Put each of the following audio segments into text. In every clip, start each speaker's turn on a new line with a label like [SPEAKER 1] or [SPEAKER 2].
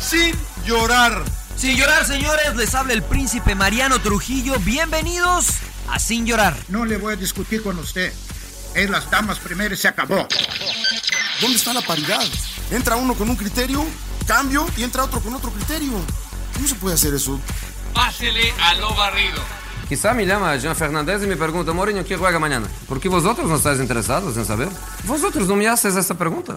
[SPEAKER 1] sin llorar.
[SPEAKER 2] Sin llorar, señores, les habla el príncipe Mariano Trujillo. Bienvenidos a Sin llorar.
[SPEAKER 3] No le voy a discutir con usted. Es las damas primero y se acabó.
[SPEAKER 4] ¿Dónde está la paridad? Entra uno con un criterio, cambio y entra otro con otro criterio. ¿Cómo se puede hacer eso?
[SPEAKER 5] Pásele a lo barrido.
[SPEAKER 6] Quizá me llama Jean Fernández y me pregunta, Mourinho, ¿qué juega mañana? Porque vosotros no estáis interesados en saber. Vosotros no me haces esa pregunta.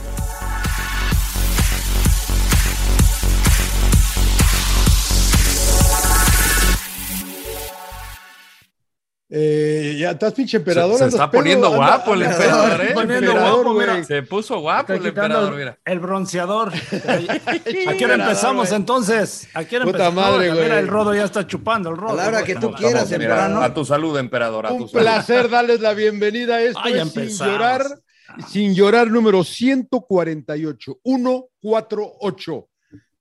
[SPEAKER 7] Eh, ya estás pinche emperador.
[SPEAKER 8] Se, se está pedo, poniendo guapo anda, el emperador, ¿eh? Poniendo guapo, mira. Se puso guapo el emperador, mira.
[SPEAKER 9] El bronceador. ¿A qué hora empezamos wey. entonces? ¿A qué hora
[SPEAKER 7] Puta
[SPEAKER 9] empezamos?
[SPEAKER 7] madre, güey.
[SPEAKER 9] Mira, el rodo ya está chupando, el rodo.
[SPEAKER 10] A la hora que tú quieras, temprano.
[SPEAKER 8] A tu salud, emperador. A tu
[SPEAKER 7] Un placer darles la bienvenida a esto. Ay, es sin llorar, sin llorar, número 148. 148.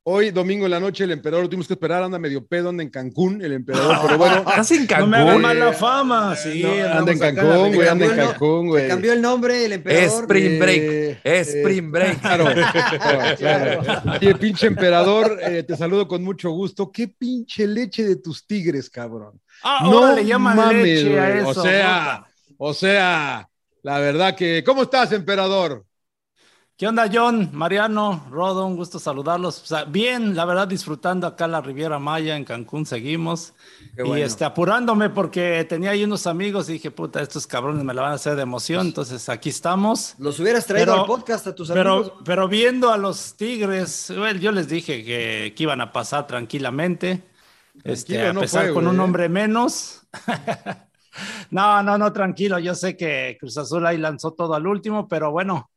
[SPEAKER 7] Hoy, domingo en la noche, el emperador lo tuvimos que esperar, anda medio pedo, anda en Cancún, el emperador, pero bueno.
[SPEAKER 9] Estás en Cancún. No me hagan mala fama, sí. No,
[SPEAKER 7] anda en Cancún, güey,
[SPEAKER 9] Ah,
[SPEAKER 7] anda en Cancún, güey.
[SPEAKER 10] Cambió el nombre, el emperador.
[SPEAKER 8] Spring Break,
[SPEAKER 7] este,
[SPEAKER 8] eh, Spring Break.
[SPEAKER 7] Claro, claro, claro. Y el pinche emperador, eh, te saludo con mucho gusto. Qué pinche leche de tus tigres, cabrón.
[SPEAKER 9] Ah, no ahora le llaman mames, leche a eso.
[SPEAKER 7] O sea, o sea, la verdad que, ¿cómo estás, emperador?
[SPEAKER 9] ¿Qué onda, John? Mariano, Rodo, un gusto saludarlos. O sea, bien, la verdad, disfrutando acá la Riviera Maya en Cancún, seguimos. Bueno. Y este, apurándome porque tenía ahí unos amigos y dije, puta, estos cabrones me la van a hacer de emoción. Entonces, aquí estamos.
[SPEAKER 10] Los hubieras traído pero, al podcast a tus
[SPEAKER 9] pero,
[SPEAKER 10] amigos.
[SPEAKER 9] Pero viendo a los Tigres, bueno, yo les dije que, que, iban a pasar tranquilamente. Este, Tranquilo, a pesar no fue, con güey. un hombre menos. no, no, no, tranquilo. Yo sé que Cruz Azul ahí lanzó todo al último, pero bueno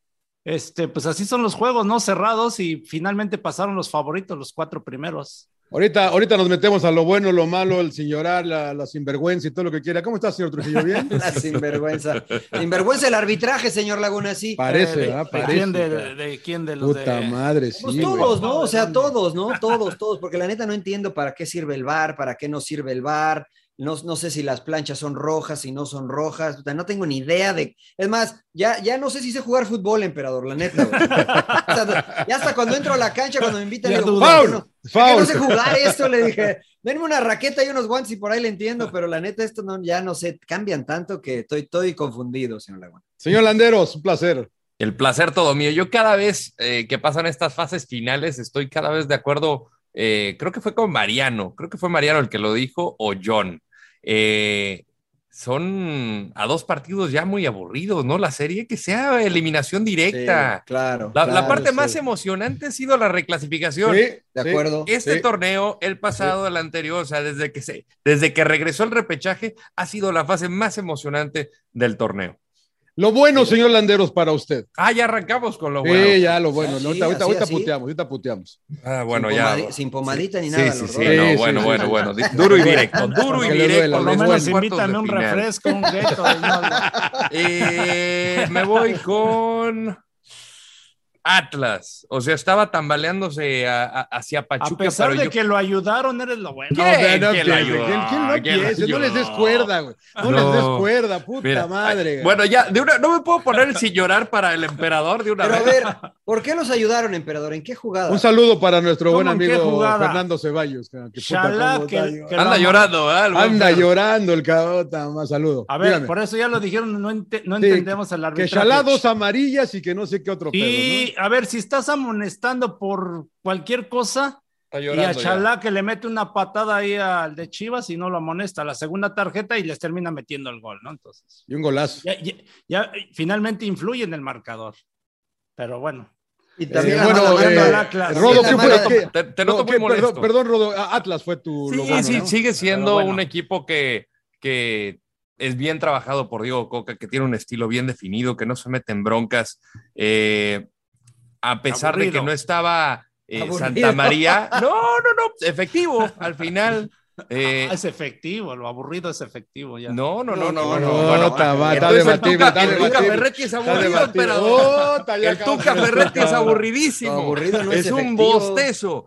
[SPEAKER 9] este, pues así son los juegos, ¿no? Cerrados y finalmente pasaron los favoritos, los cuatro primeros.
[SPEAKER 7] Ahorita, ahorita nos metemos a lo bueno, lo malo, el sin llorar, la, la sinvergüenza y todo lo que quiera. ¿Cómo está, señor Trujillo? ¿Bien?
[SPEAKER 10] la sinvergüenza. Sinvergüenza el arbitraje, señor Laguna, sí.
[SPEAKER 7] Parece,
[SPEAKER 9] eh, de,
[SPEAKER 7] ah, parece.
[SPEAKER 9] ¿De quién de, de, de, quién de los
[SPEAKER 7] Puta madre, sí.
[SPEAKER 10] Pues todos, ¿no? O sea, todos, ¿no? Todos, todos. Porque la neta no entiendo para qué sirve el bar, para qué no sirve el bar. No, no, sé si las planchas son rojas, si no son rojas, no tengo ni idea de... Es más, ya, ya no sé si sé jugar fútbol, emperador, la neta. O sea, ya hasta cuando entro a la cancha, cuando me invitan, digo,
[SPEAKER 7] foul, no,
[SPEAKER 10] foul. no sé jugar esto, le dije, denme una raqueta y unos guantes y por ahí le entiendo, pero la neta esto no, ya no sé, cambian tanto que estoy, estoy confundido, señor Laguna.
[SPEAKER 7] Señor Landeros, un placer.
[SPEAKER 8] El placer todo mío. Yo cada vez eh, que pasan estas fases finales estoy cada vez de acuerdo eh, creo que fue con Mariano, creo que fue Mariano el que lo dijo, o John. Eh, son a dos partidos ya muy aburridos, ¿no? La serie que sea eliminación directa.
[SPEAKER 10] Sí, claro,
[SPEAKER 8] la,
[SPEAKER 10] claro,
[SPEAKER 8] la parte sí. más emocionante ha sido la reclasificación.
[SPEAKER 7] Sí, de acuerdo.
[SPEAKER 8] Este torneo, el pasado, el anterior, o sea, desde que, se, desde que regresó el repechaje, ha sido la fase más emocionante del torneo.
[SPEAKER 7] Lo bueno, señor Landeros, para usted.
[SPEAKER 8] Ah, ya arrancamos con lo bueno.
[SPEAKER 7] Sí, ya lo bueno. Sí, ahorita, ahorita, ahorita puteamos, ahorita puteamos.
[SPEAKER 8] Ah, bueno,
[SPEAKER 10] sin
[SPEAKER 8] ya.
[SPEAKER 10] sin pomadita
[SPEAKER 8] sí,
[SPEAKER 10] ni nada.
[SPEAKER 8] Sí, sí, sí. No, bueno, bueno, bueno. Duro y directo, duro y directo.
[SPEAKER 9] Por lo menos invítame un refresco, un gueto. No, no.
[SPEAKER 8] eh, me voy con. Atlas, o sea, estaba tambaleándose a, a, hacia Pachuca. A
[SPEAKER 9] pesar
[SPEAKER 8] pero
[SPEAKER 9] de
[SPEAKER 8] yo...
[SPEAKER 9] que lo ayudaron, eres lo bueno.
[SPEAKER 8] ¿Quién, no, no, ¿Quién lo ayudó?
[SPEAKER 7] ¿Quién, quién lo ¿Quién piensa? No les des cuerda, güey. No, no, les des cuerda, puta Mira, madre.
[SPEAKER 8] Ay, bueno, ya, de una, no me puedo poner sin llorar para el emperador de una
[SPEAKER 10] pero
[SPEAKER 8] vez.
[SPEAKER 10] a ver, ¿por qué los ayudaron, emperador? ¿En qué jugada?
[SPEAKER 7] Un saludo para nuestro buen amigo Fernando Ceballos. Que,
[SPEAKER 9] que Shalá, puta,
[SPEAKER 8] que, que anda llorando, ¿eh? ¿verdad?
[SPEAKER 7] Anda llorando el cabota, más saludo.
[SPEAKER 9] A ver, Dígame. por eso ya lo dijeron, no, ente, sí, entendemos al árbitro.
[SPEAKER 7] Que chalados amarillas y que no sé qué otro
[SPEAKER 9] pedo, a ver, si estás amonestando por cualquier cosa y a Chalá ya. que le mete una patada ahí al de Chivas y no lo amonesta, la segunda tarjeta y les termina metiendo el gol, ¿no? Entonces.
[SPEAKER 7] Y un golazo.
[SPEAKER 9] Ya, ya, ya finalmente influye en el marcador. Pero bueno.
[SPEAKER 10] Y también
[SPEAKER 7] eh, bueno, eh, Rodo, ¿qué fue?
[SPEAKER 8] Te, te noto no, muy molesto.
[SPEAKER 7] Perdón, perdón, Rodo, Atlas fue tu.
[SPEAKER 8] Sí, bueno, sí, ¿no? sigue siendo bueno. un equipo que, que es bien trabajado por Diego Coca, que tiene un estilo bien definido, que no se mete en broncas. Eh, a pesar Aburrido. de que no estaba eh, Santa María. No, no, no, efectivo al final.
[SPEAKER 7] Ah,
[SPEAKER 8] Eh,
[SPEAKER 9] es efectivo, lo aburrido es efectivo ya.
[SPEAKER 8] No, no, no, no, no.
[SPEAKER 7] No, Taba, está
[SPEAKER 8] entonces el
[SPEAKER 7] debatible,
[SPEAKER 8] Tuca-
[SPEAKER 7] está
[SPEAKER 8] el Tuca
[SPEAKER 7] debatible.
[SPEAKER 8] Ferretti es
[SPEAKER 7] Está
[SPEAKER 8] aburrido,
[SPEAKER 7] debatible.
[SPEAKER 8] emperador.
[SPEAKER 7] Oh, ta, ya
[SPEAKER 8] El
[SPEAKER 7] acabas
[SPEAKER 8] Tuca
[SPEAKER 7] de despertar.
[SPEAKER 8] Ferretti es aburridísimo.
[SPEAKER 7] Lo aburrido no
[SPEAKER 8] es
[SPEAKER 7] es
[SPEAKER 8] un
[SPEAKER 7] efectivo.
[SPEAKER 8] bostezo.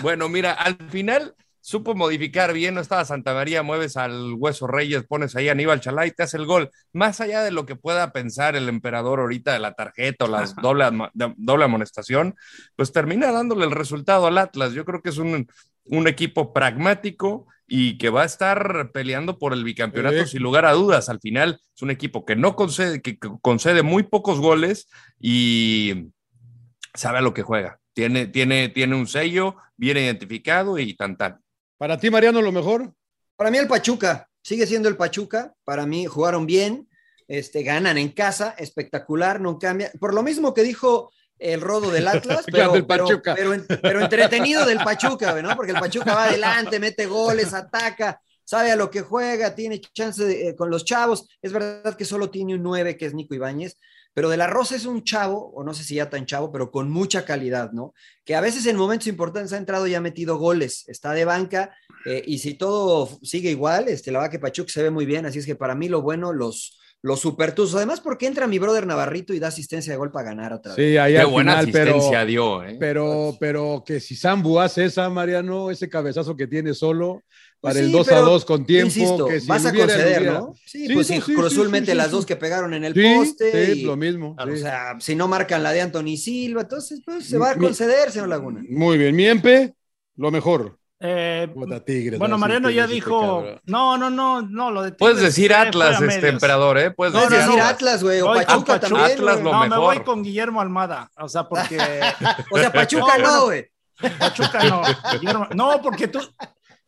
[SPEAKER 8] Bueno, mira, al final supo modificar bien, no estaba Santa María, mueves al Hueso Reyes, pones ahí a Aníbal Chalá y te hace el gol. Más allá de lo que pueda pensar el emperador ahorita de la tarjeta o la doble, am- de- doble amonestación, pues termina dándole el resultado al Atlas. Yo creo que es un, un equipo pragmático y que va a estar peleando por el bicampeonato
[SPEAKER 7] Eh.
[SPEAKER 8] sin lugar a dudas. Al final es un equipo que no concede, que que concede muy pocos goles y sabe a lo que juega. Tiene, tiene, tiene un sello, bien identificado y tan tan.
[SPEAKER 7] Para ti, Mariano, lo mejor.
[SPEAKER 2] Para mí el Pachuca, sigue siendo el Pachuca, para mí jugaron bien, este, ganan en casa, espectacular, no cambia. Por lo mismo que dijo el rodo del Atlas, pero,
[SPEAKER 7] Gana el
[SPEAKER 2] pero-
[SPEAKER 7] Pachuca.
[SPEAKER 2] pero en- pero entretenido del Pachuca, ¿no? Porque el Pachuca va adelante, mete goles, ataca, sabe a lo que juega, tiene chance de- eh, con los chavos. Es verdad que solo tiene un 9, que es Nico Ibáñez, pero de la Rosa es un chavo, o no sé si ya tan chavo, pero con mucha calidad, ¿no? Que a veces en momentos importantes ha entrado y ha metido goles, está de banca, eh, y si todo f- sigue igual, este, la verdad que Pachuca se ve muy bien, así es que para mí lo bueno, los, los supertusos, además porque entra mi brother Navarrito y da asistencia de gol para ganar otra vez.
[SPEAKER 7] Sí, ahí
[SPEAKER 8] Qué
[SPEAKER 7] al
[SPEAKER 8] buena
[SPEAKER 7] final, pero-
[SPEAKER 8] asistencia dio, ¿eh?
[SPEAKER 7] Pero, pero que si Sambu hace esa, Mariano, ese cabezazo que tiene solo para
[SPEAKER 2] Pues sí,
[SPEAKER 7] el 2 a
[SPEAKER 2] pero,
[SPEAKER 7] 2 con tiempo,
[SPEAKER 2] insisto,
[SPEAKER 7] que si
[SPEAKER 2] vas a
[SPEAKER 7] hubiera,
[SPEAKER 2] conceder,
[SPEAKER 7] hubiera.
[SPEAKER 2] ¿no? Sí, pues
[SPEAKER 7] no,
[SPEAKER 2] si
[SPEAKER 7] sí,
[SPEAKER 2] Cruz
[SPEAKER 7] sí,
[SPEAKER 2] Azul
[SPEAKER 7] sí,
[SPEAKER 2] mete
[SPEAKER 7] sí,
[SPEAKER 2] las
[SPEAKER 7] sí.
[SPEAKER 2] dos que pegaron en el
[SPEAKER 7] Sí,
[SPEAKER 2] poste.
[SPEAKER 7] sí,
[SPEAKER 2] y,
[SPEAKER 7] lo mismo,
[SPEAKER 2] O
[SPEAKER 7] sí.
[SPEAKER 2] sea, si no marcan la de Anthony Silva, entonces pues, se
[SPEAKER 7] Mi-
[SPEAKER 2] va a
[SPEAKER 7] mi-
[SPEAKER 2] conceder, señor Laguna.
[SPEAKER 7] Muy bien, Miempe, lo mejor.
[SPEAKER 9] Eh,
[SPEAKER 7] Puta, Tigres,
[SPEAKER 9] bueno,
[SPEAKER 7] así,
[SPEAKER 9] Mariano
[SPEAKER 7] Tigres,
[SPEAKER 9] ya
[SPEAKER 7] este
[SPEAKER 9] dijo.
[SPEAKER 7] cabrón.
[SPEAKER 9] No, no, no, no, lo de
[SPEAKER 8] Puedes
[SPEAKER 9] Tigres
[SPEAKER 8] decir
[SPEAKER 9] fue-
[SPEAKER 8] Atlas,
[SPEAKER 9] fue a
[SPEAKER 8] este
[SPEAKER 9] medias.
[SPEAKER 8] emperador, ¿eh? Puedes
[SPEAKER 9] No,
[SPEAKER 2] Es
[SPEAKER 9] no,
[SPEAKER 2] decir,
[SPEAKER 9] no.
[SPEAKER 2] Atlas, güey, o
[SPEAKER 9] Voy con
[SPEAKER 2] Pachuca
[SPEAKER 9] Pachuca.
[SPEAKER 2] también.
[SPEAKER 8] Atlas
[SPEAKER 2] güey.
[SPEAKER 8] lo
[SPEAKER 9] no, me
[SPEAKER 8] mejor.
[SPEAKER 9] voy con Guillermo Almada. O sea, porque.
[SPEAKER 2] O sea, Pachuca
[SPEAKER 9] bueno,
[SPEAKER 2] no, güey.
[SPEAKER 9] Pachuca no. Guillermo- no, porque tú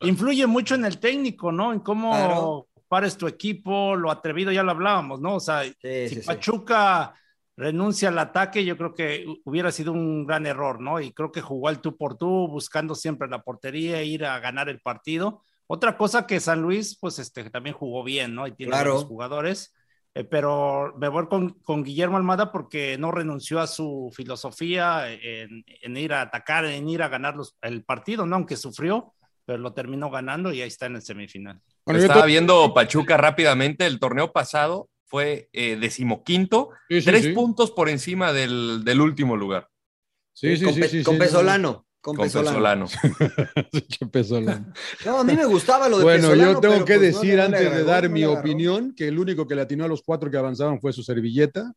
[SPEAKER 9] influye mucho en el técnico, ¿no? En cómo
[SPEAKER 2] Claro.
[SPEAKER 9] pares tu equipo, lo atrevido, ya lo hablábamos, ¿no? O sea,
[SPEAKER 2] Sí,
[SPEAKER 9] si
[SPEAKER 2] sí, sí.
[SPEAKER 9] Pachuca renuncia al ataque, yo creo que hu- hubiera sido un gran error, ¿no? Y creo que jugó al tú por tú, buscando siempre la portería, ir a ganar el partido. Otra cosa que San Luis, pues este, también jugó bien, ¿no? Y tiene
[SPEAKER 2] Claro.
[SPEAKER 9] buenos jugadores. Eh, pero me voy con, con Guillermo Almada porque no renunció a su filosofía en, en ir a atacar, en ir a ganar los- el partido, ¿no? Aunque sufrió, pero lo terminó ganando y ahí está en el semifinal.
[SPEAKER 7] Bueno, yo
[SPEAKER 8] Estaba
[SPEAKER 7] to-
[SPEAKER 8] viendo Pachuca rápidamente, el torneo pasado fue eh, decimoquinto,
[SPEAKER 7] Sí, sí,
[SPEAKER 8] tres
[SPEAKER 7] sí.
[SPEAKER 8] puntos por encima del, del último lugar,
[SPEAKER 7] Sí, sí,
[SPEAKER 2] con
[SPEAKER 7] sí,
[SPEAKER 2] Pe-
[SPEAKER 7] sí,
[SPEAKER 2] con
[SPEAKER 7] sí,
[SPEAKER 2] Pesolano. Con,
[SPEAKER 8] con
[SPEAKER 2] Pesolano.
[SPEAKER 8] Pesolano.
[SPEAKER 7] Che, Pesolano.
[SPEAKER 2] No, a mí me gustaba lo de
[SPEAKER 7] Bueno,
[SPEAKER 2] Pesolano.
[SPEAKER 7] yo tengo
[SPEAKER 2] pero,
[SPEAKER 7] que
[SPEAKER 2] pues, no,
[SPEAKER 7] decir
[SPEAKER 2] no le
[SPEAKER 7] antes de
[SPEAKER 2] agradó,
[SPEAKER 7] dar
[SPEAKER 2] no
[SPEAKER 7] mi
[SPEAKER 2] le agarró.
[SPEAKER 7] opinión que el único que le atinó a los cuatro que avanzaban fue su servilleta.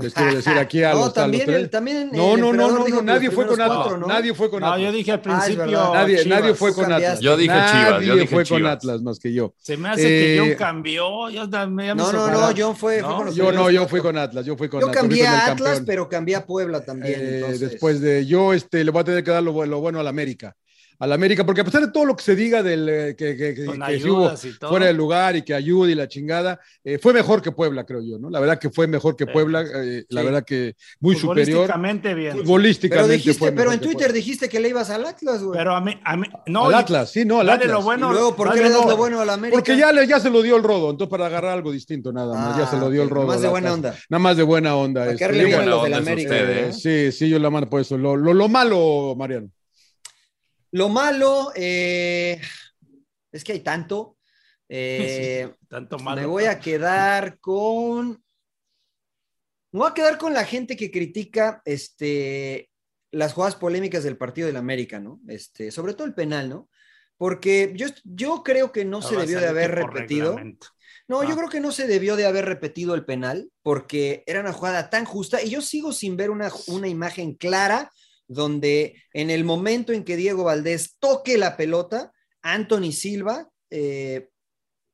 [SPEAKER 7] Les quiero decir aquí a
[SPEAKER 2] No,
[SPEAKER 7] los, a los
[SPEAKER 2] también
[SPEAKER 7] tres.
[SPEAKER 2] el- también
[SPEAKER 7] no,
[SPEAKER 2] el
[SPEAKER 7] no, no,
[SPEAKER 2] emperador
[SPEAKER 7] no,
[SPEAKER 2] dijo
[SPEAKER 7] no,
[SPEAKER 2] que
[SPEAKER 7] nadie
[SPEAKER 2] los
[SPEAKER 7] fue con
[SPEAKER 2] primeros
[SPEAKER 7] Atlas.
[SPEAKER 2] cuatro, ¿no?
[SPEAKER 7] Nadie fue con
[SPEAKER 9] No,
[SPEAKER 7] Atlas.
[SPEAKER 9] yo dije al
[SPEAKER 2] Ah, es
[SPEAKER 9] principio.
[SPEAKER 2] verdad.
[SPEAKER 7] Nadie,
[SPEAKER 2] Chivas,
[SPEAKER 7] nadie fue
[SPEAKER 2] tú
[SPEAKER 7] con Atlas.
[SPEAKER 2] cambiaste.
[SPEAKER 8] Yo dije
[SPEAKER 7] nadie
[SPEAKER 8] Chivas, yo dije
[SPEAKER 7] fue con
[SPEAKER 8] Chivas.
[SPEAKER 7] Atlas más que yo.
[SPEAKER 9] Se me hace
[SPEAKER 7] Eh,
[SPEAKER 9] que John cambió. yo ya me- ya me
[SPEAKER 2] No,
[SPEAKER 9] hizo
[SPEAKER 2] no, no,
[SPEAKER 9] jugar.
[SPEAKER 2] John fue, fue
[SPEAKER 9] No,
[SPEAKER 2] con los
[SPEAKER 7] Yo no,
[SPEAKER 2] primeros
[SPEAKER 7] yo
[SPEAKER 2] cuatro.
[SPEAKER 7] fui con Atlas, yo fui con
[SPEAKER 2] Yo
[SPEAKER 7] Atlas. fui
[SPEAKER 2] cambié
[SPEAKER 7] con el
[SPEAKER 2] a Atlas,
[SPEAKER 7] campeón.
[SPEAKER 2] pero cambié a Puebla también.
[SPEAKER 7] Eh,
[SPEAKER 2] entonces.
[SPEAKER 7] después de yo este le voy a tener que dar lo, bu- lo bueno al América al América porque a pesar de todo lo que se diga del eh, que, que- que-
[SPEAKER 9] Con
[SPEAKER 7] que sí hubo
[SPEAKER 9] ayudas y todo.
[SPEAKER 7] fuera de lugar y que ayude y la chingada eh, fue mejor que Puebla creo yo no la verdad que fue mejor que
[SPEAKER 9] Sí.
[SPEAKER 7] Puebla eh, la
[SPEAKER 2] Sí.
[SPEAKER 7] verdad que muy superior
[SPEAKER 9] Futbolísticamente bien.
[SPEAKER 7] futbolísticamente
[SPEAKER 2] Pero dijiste,
[SPEAKER 7] fue
[SPEAKER 2] pero
[SPEAKER 7] mejor
[SPEAKER 2] en
[SPEAKER 7] que
[SPEAKER 2] Twitter
[SPEAKER 7] Puebla.
[SPEAKER 2] dijiste que le ibas al Atlas, güey.
[SPEAKER 9] Pero a mí, a mí no,
[SPEAKER 7] al
[SPEAKER 9] y-
[SPEAKER 7] Atlas sí no al
[SPEAKER 9] dale
[SPEAKER 7] Atlas
[SPEAKER 9] lo bueno.
[SPEAKER 2] y luego, ¿por qué
[SPEAKER 9] dale
[SPEAKER 2] le das
[SPEAKER 9] no.
[SPEAKER 2] lo bueno al América?
[SPEAKER 7] porque ya, le- ya se lo dio el rodo, entonces para agarrar algo distinto nada más, ya
[SPEAKER 2] Ah,
[SPEAKER 7] se lo dio el
[SPEAKER 2] ok,
[SPEAKER 7] rodo.
[SPEAKER 2] nomás de
[SPEAKER 7] al
[SPEAKER 2] buena
[SPEAKER 7] Atlas.
[SPEAKER 2] onda.
[SPEAKER 7] Nada más de buena onda.
[SPEAKER 2] Para
[SPEAKER 7] este,
[SPEAKER 2] caerle
[SPEAKER 7] yo-
[SPEAKER 2] bien a
[SPEAKER 8] buena
[SPEAKER 2] los del
[SPEAKER 8] onda es
[SPEAKER 2] América.
[SPEAKER 8] usted,
[SPEAKER 2] güey,
[SPEAKER 8] ¿eh?
[SPEAKER 2] ¿no?
[SPEAKER 7] Sí, sí, yo la mano por eso. Lo, lo, lo malo, Mariano.
[SPEAKER 2] Lo malo eh, es que hay tanto. eh,
[SPEAKER 9] Tanto malo.
[SPEAKER 2] Me voy a quedar con. Me voy a quedar con la gente que critica este, las jugadas polémicas del partido del América, ¿no? Este, sobre todo el penal, ¿no? Porque yo, yo creo que no se
[SPEAKER 9] Ahora
[SPEAKER 2] debió de
[SPEAKER 9] sale
[SPEAKER 2] haber
[SPEAKER 9] que por
[SPEAKER 2] repetido.
[SPEAKER 9] reglamento.
[SPEAKER 2] No, yo
[SPEAKER 9] Ah.
[SPEAKER 2] creo que no se debió de haber repetido el penal porque era una jugada tan justa y yo sigo sin ver una, una imagen clara donde en el momento en que Diego Valdés toque la pelota, Anthony Silva eh,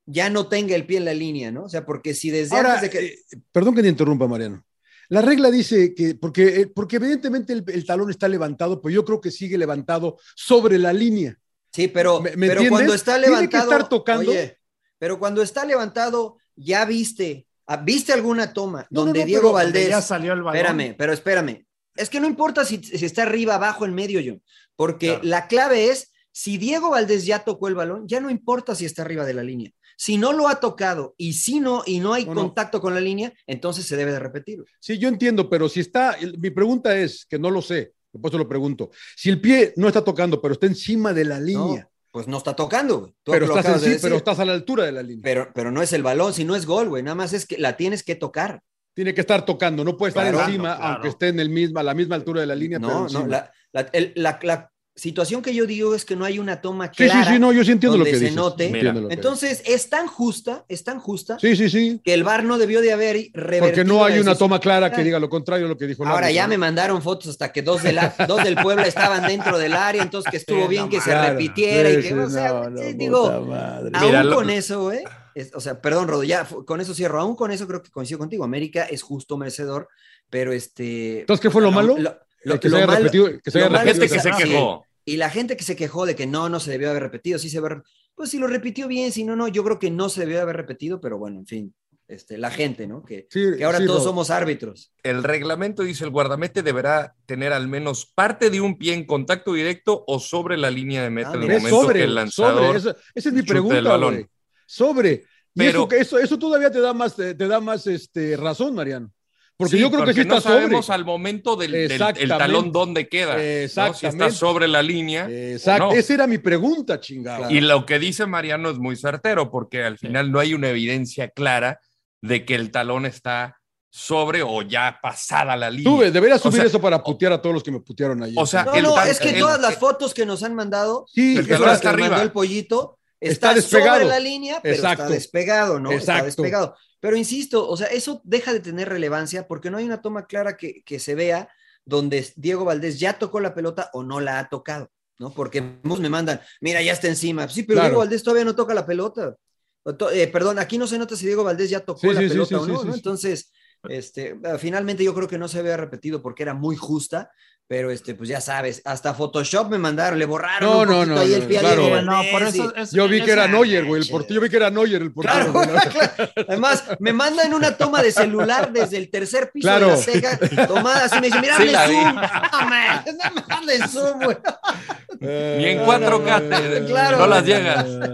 [SPEAKER 2] ya no tenga el pie en la línea, ¿no? O sea, porque si desde
[SPEAKER 7] Ahora,
[SPEAKER 2] antes de que...
[SPEAKER 7] eh, perdón que te interrumpa, Mariano. La regla dice que, porque, eh, porque evidentemente el, el talón está levantado, pero yo creo que sigue levantado sobre la línea.
[SPEAKER 2] Sí, pero,
[SPEAKER 7] ¿Me- me
[SPEAKER 2] pero
[SPEAKER 7] entiendes?
[SPEAKER 2] cuando está
[SPEAKER 7] Tiene que
[SPEAKER 2] levantado.
[SPEAKER 7] estar tocando.
[SPEAKER 2] Oye, pero cuando está levantado, ya viste, ah, viste alguna toma
[SPEAKER 7] No, no,
[SPEAKER 2] donde
[SPEAKER 7] no,
[SPEAKER 2] Diego
[SPEAKER 7] pero
[SPEAKER 2] Valdés.
[SPEAKER 9] Ya salió el balón.
[SPEAKER 2] Espérame, pero espérame. Es que no importa si, si está arriba, abajo, en medio, John, porque
[SPEAKER 9] Claro.
[SPEAKER 2] la clave es si Diego Valdés ya tocó el balón, ya no importa si está arriba de la línea. Si no lo ha tocado y si no y no hay
[SPEAKER 7] No, no.
[SPEAKER 2] contacto con la línea, entonces se debe de repetir.
[SPEAKER 7] Sí, yo entiendo, pero si está, el- mi pregunta es, que no lo sé, Por eso lo pregunto. Si el pie no está tocando, pero está encima de la línea.
[SPEAKER 2] pues no está tocando, güey. Tú
[SPEAKER 7] Pero
[SPEAKER 2] lo
[SPEAKER 7] estás,
[SPEAKER 2] acabas de
[SPEAKER 7] en sí,
[SPEAKER 2] decir.
[SPEAKER 7] pero estás a la altura de la línea.
[SPEAKER 2] Pero, pero no es el balón, si no es gol, güey. Nada más es que la tienes que tocar.
[SPEAKER 7] Tiene que estar tocando, no puede estar
[SPEAKER 2] Claro,
[SPEAKER 7] encima,
[SPEAKER 2] claro.
[SPEAKER 7] aunque esté en el misma, a la misma altura de la línea. pero
[SPEAKER 2] No, no,
[SPEAKER 7] encima.
[SPEAKER 2] la, la- el- la- la situación que yo digo es que no hay una toma
[SPEAKER 7] Sí, sí,
[SPEAKER 2] clara.
[SPEAKER 7] sí, no, yo sí entiendo lo
[SPEAKER 2] donde
[SPEAKER 7] que
[SPEAKER 2] se
[SPEAKER 7] dices.
[SPEAKER 2] note.
[SPEAKER 7] Mira. Entiendo lo que
[SPEAKER 2] Entonces, es tan justa, es tan justa,
[SPEAKER 7] Sí, sí, sí.
[SPEAKER 2] que el VAR no debió de haber revertido.
[SPEAKER 7] Porque no
[SPEAKER 2] la
[SPEAKER 7] hay una
[SPEAKER 2] decisión.
[SPEAKER 7] toma clara que diga lo contrario a lo que dijo
[SPEAKER 2] Ahora
[SPEAKER 7] Lagos,
[SPEAKER 2] ya
[SPEAKER 7] ¿no?
[SPEAKER 2] me mandaron fotos hasta que dos, de la- dos del Puebla estaban dentro del área, entonces que estuvo
[SPEAKER 9] Sí,
[SPEAKER 2] bien
[SPEAKER 9] no
[SPEAKER 2] que se
[SPEAKER 9] mames.
[SPEAKER 2] repitiera y
[SPEAKER 9] Sí,
[SPEAKER 2] que,
[SPEAKER 9] sí,
[SPEAKER 2] o sea,
[SPEAKER 9] no, no,
[SPEAKER 2] sí,
[SPEAKER 9] puta
[SPEAKER 2] digo,
[SPEAKER 9] madre.
[SPEAKER 7] ah,
[SPEAKER 2] aún
[SPEAKER 9] Mira, lo-
[SPEAKER 2] con eso, güey, es- o sea, perdón, Rodo, ya fu- con eso cierro, aún con eso creo que coincido contigo, América es justo merecedor, pero este...
[SPEAKER 7] Entonces, ¿qué fue lo malo?
[SPEAKER 2] lo-
[SPEAKER 7] que se
[SPEAKER 2] lo
[SPEAKER 7] haya
[SPEAKER 2] malo-
[SPEAKER 7] repetido- que se
[SPEAKER 2] lo
[SPEAKER 7] haya
[SPEAKER 2] malo
[SPEAKER 7] repetido
[SPEAKER 2] es
[SPEAKER 7] esa-
[SPEAKER 2] sí,
[SPEAKER 7] Sí.
[SPEAKER 2] Y la gente que se quejó de que no, no se debió haber repetido, sí se debió haber- Pues si lo repitió bien, si no, no, yo creo que no se debió haber repetido, pero bueno, en fin, este, la gente, ¿no? Que, que ahora
[SPEAKER 8] sí,
[SPEAKER 2] todos
[SPEAKER 8] Rodo.
[SPEAKER 2] somos árbitros.
[SPEAKER 8] El reglamento dice el guardamete deberá tener al menos parte de un pie en contacto directo o sobre la línea de meta en el
[SPEAKER 7] Es
[SPEAKER 8] momento
[SPEAKER 7] Ah, sobre,
[SPEAKER 8] que el lanzador
[SPEAKER 7] sobre, esa, esa es mi
[SPEAKER 8] chute el
[SPEAKER 7] pregunta,
[SPEAKER 8] balón.
[SPEAKER 7] güey. Sobre. Y
[SPEAKER 8] Pero-
[SPEAKER 7] eso, que- eso, eso todavía te da más, te, te da más este, razón, Mariano. Porque
[SPEAKER 8] Sí,
[SPEAKER 7] yo creo que sí
[SPEAKER 8] porque no
[SPEAKER 7] está sobre.
[SPEAKER 8] sabemos al momento del, del- el
[SPEAKER 7] Exactamente.
[SPEAKER 8] talón dónde queda. ¿no? Si
[SPEAKER 7] Exactamente.
[SPEAKER 8] está sobre la línea. o
[SPEAKER 7] Exacto.
[SPEAKER 8] no.
[SPEAKER 7] Esa era mi pregunta, chingada.
[SPEAKER 8] Y lo que dice Mariano es muy certero, porque al final no hay una evidencia clara de que el talón está sobre o ya pasada la línea.
[SPEAKER 7] Tú ves, deberías
[SPEAKER 8] O
[SPEAKER 7] subir
[SPEAKER 8] sea,
[SPEAKER 7] eso para putear a todos los que me putearon ayer.
[SPEAKER 8] O sea,
[SPEAKER 2] No,
[SPEAKER 8] el
[SPEAKER 2] no,
[SPEAKER 8] tal-
[SPEAKER 2] es que
[SPEAKER 8] el-
[SPEAKER 2] todas las fotos que nos han mandado,
[SPEAKER 7] Sí,
[SPEAKER 2] las
[SPEAKER 7] está-
[SPEAKER 2] fotos
[SPEAKER 7] está
[SPEAKER 2] que
[SPEAKER 7] arriba.
[SPEAKER 2] mandó el pollito,
[SPEAKER 7] Está
[SPEAKER 2] está,
[SPEAKER 7] despegado.
[SPEAKER 2] sobre la línea, pero está
[SPEAKER 7] Exacto.
[SPEAKER 2] despegado, ¿no? Está
[SPEAKER 7] Exacto.
[SPEAKER 2] despegado. Pero insisto, o sea, eso deja de tener relevancia porque no hay una toma clara que, que se vea donde Diego Valdés ya tocó la pelota o no la ha tocado, ¿no? Porque muchos me mandan, mira, ya está encima. Sí, pero
[SPEAKER 7] Claro.
[SPEAKER 2] Diego Valdés todavía no toca la pelota. O to- eh, perdón, aquí no se nota si Diego Valdés ya tocó
[SPEAKER 7] Sí,
[SPEAKER 2] la
[SPEAKER 7] sí, sí,
[SPEAKER 2] pelota
[SPEAKER 7] sí,
[SPEAKER 2] o no,
[SPEAKER 7] sí,
[SPEAKER 2] ¿no?
[SPEAKER 7] sí.
[SPEAKER 2] Entonces, este, finalmente yo creo que no se había repetido porque era muy justa, pero este, pues ya sabes, hasta Photoshop me mandaron, le borraron
[SPEAKER 7] No,
[SPEAKER 2] un poquito
[SPEAKER 7] no, no,
[SPEAKER 2] ahí
[SPEAKER 7] no,
[SPEAKER 2] el pie a
[SPEAKER 7] claro.
[SPEAKER 2] Diego
[SPEAKER 7] No, por
[SPEAKER 2] Valdés
[SPEAKER 7] eso
[SPEAKER 2] y-
[SPEAKER 7] Yo vi que era Neuer, güey. el portero. Yo vi que era Neuer el portero. güey, la-
[SPEAKER 2] Además, me mandan una toma de celular desde el tercer piso
[SPEAKER 7] Claro.
[SPEAKER 2] de la Sega, tomada así, me dicen, mira,
[SPEAKER 8] Sí,
[SPEAKER 2] hazle
[SPEAKER 8] la vi.
[SPEAKER 2] zoom, no, man, no, hazle zoom, güey.
[SPEAKER 7] Ah.
[SPEAKER 8] Ni en 4K te-
[SPEAKER 2] Claro.
[SPEAKER 8] no las llegas.
[SPEAKER 7] Eh,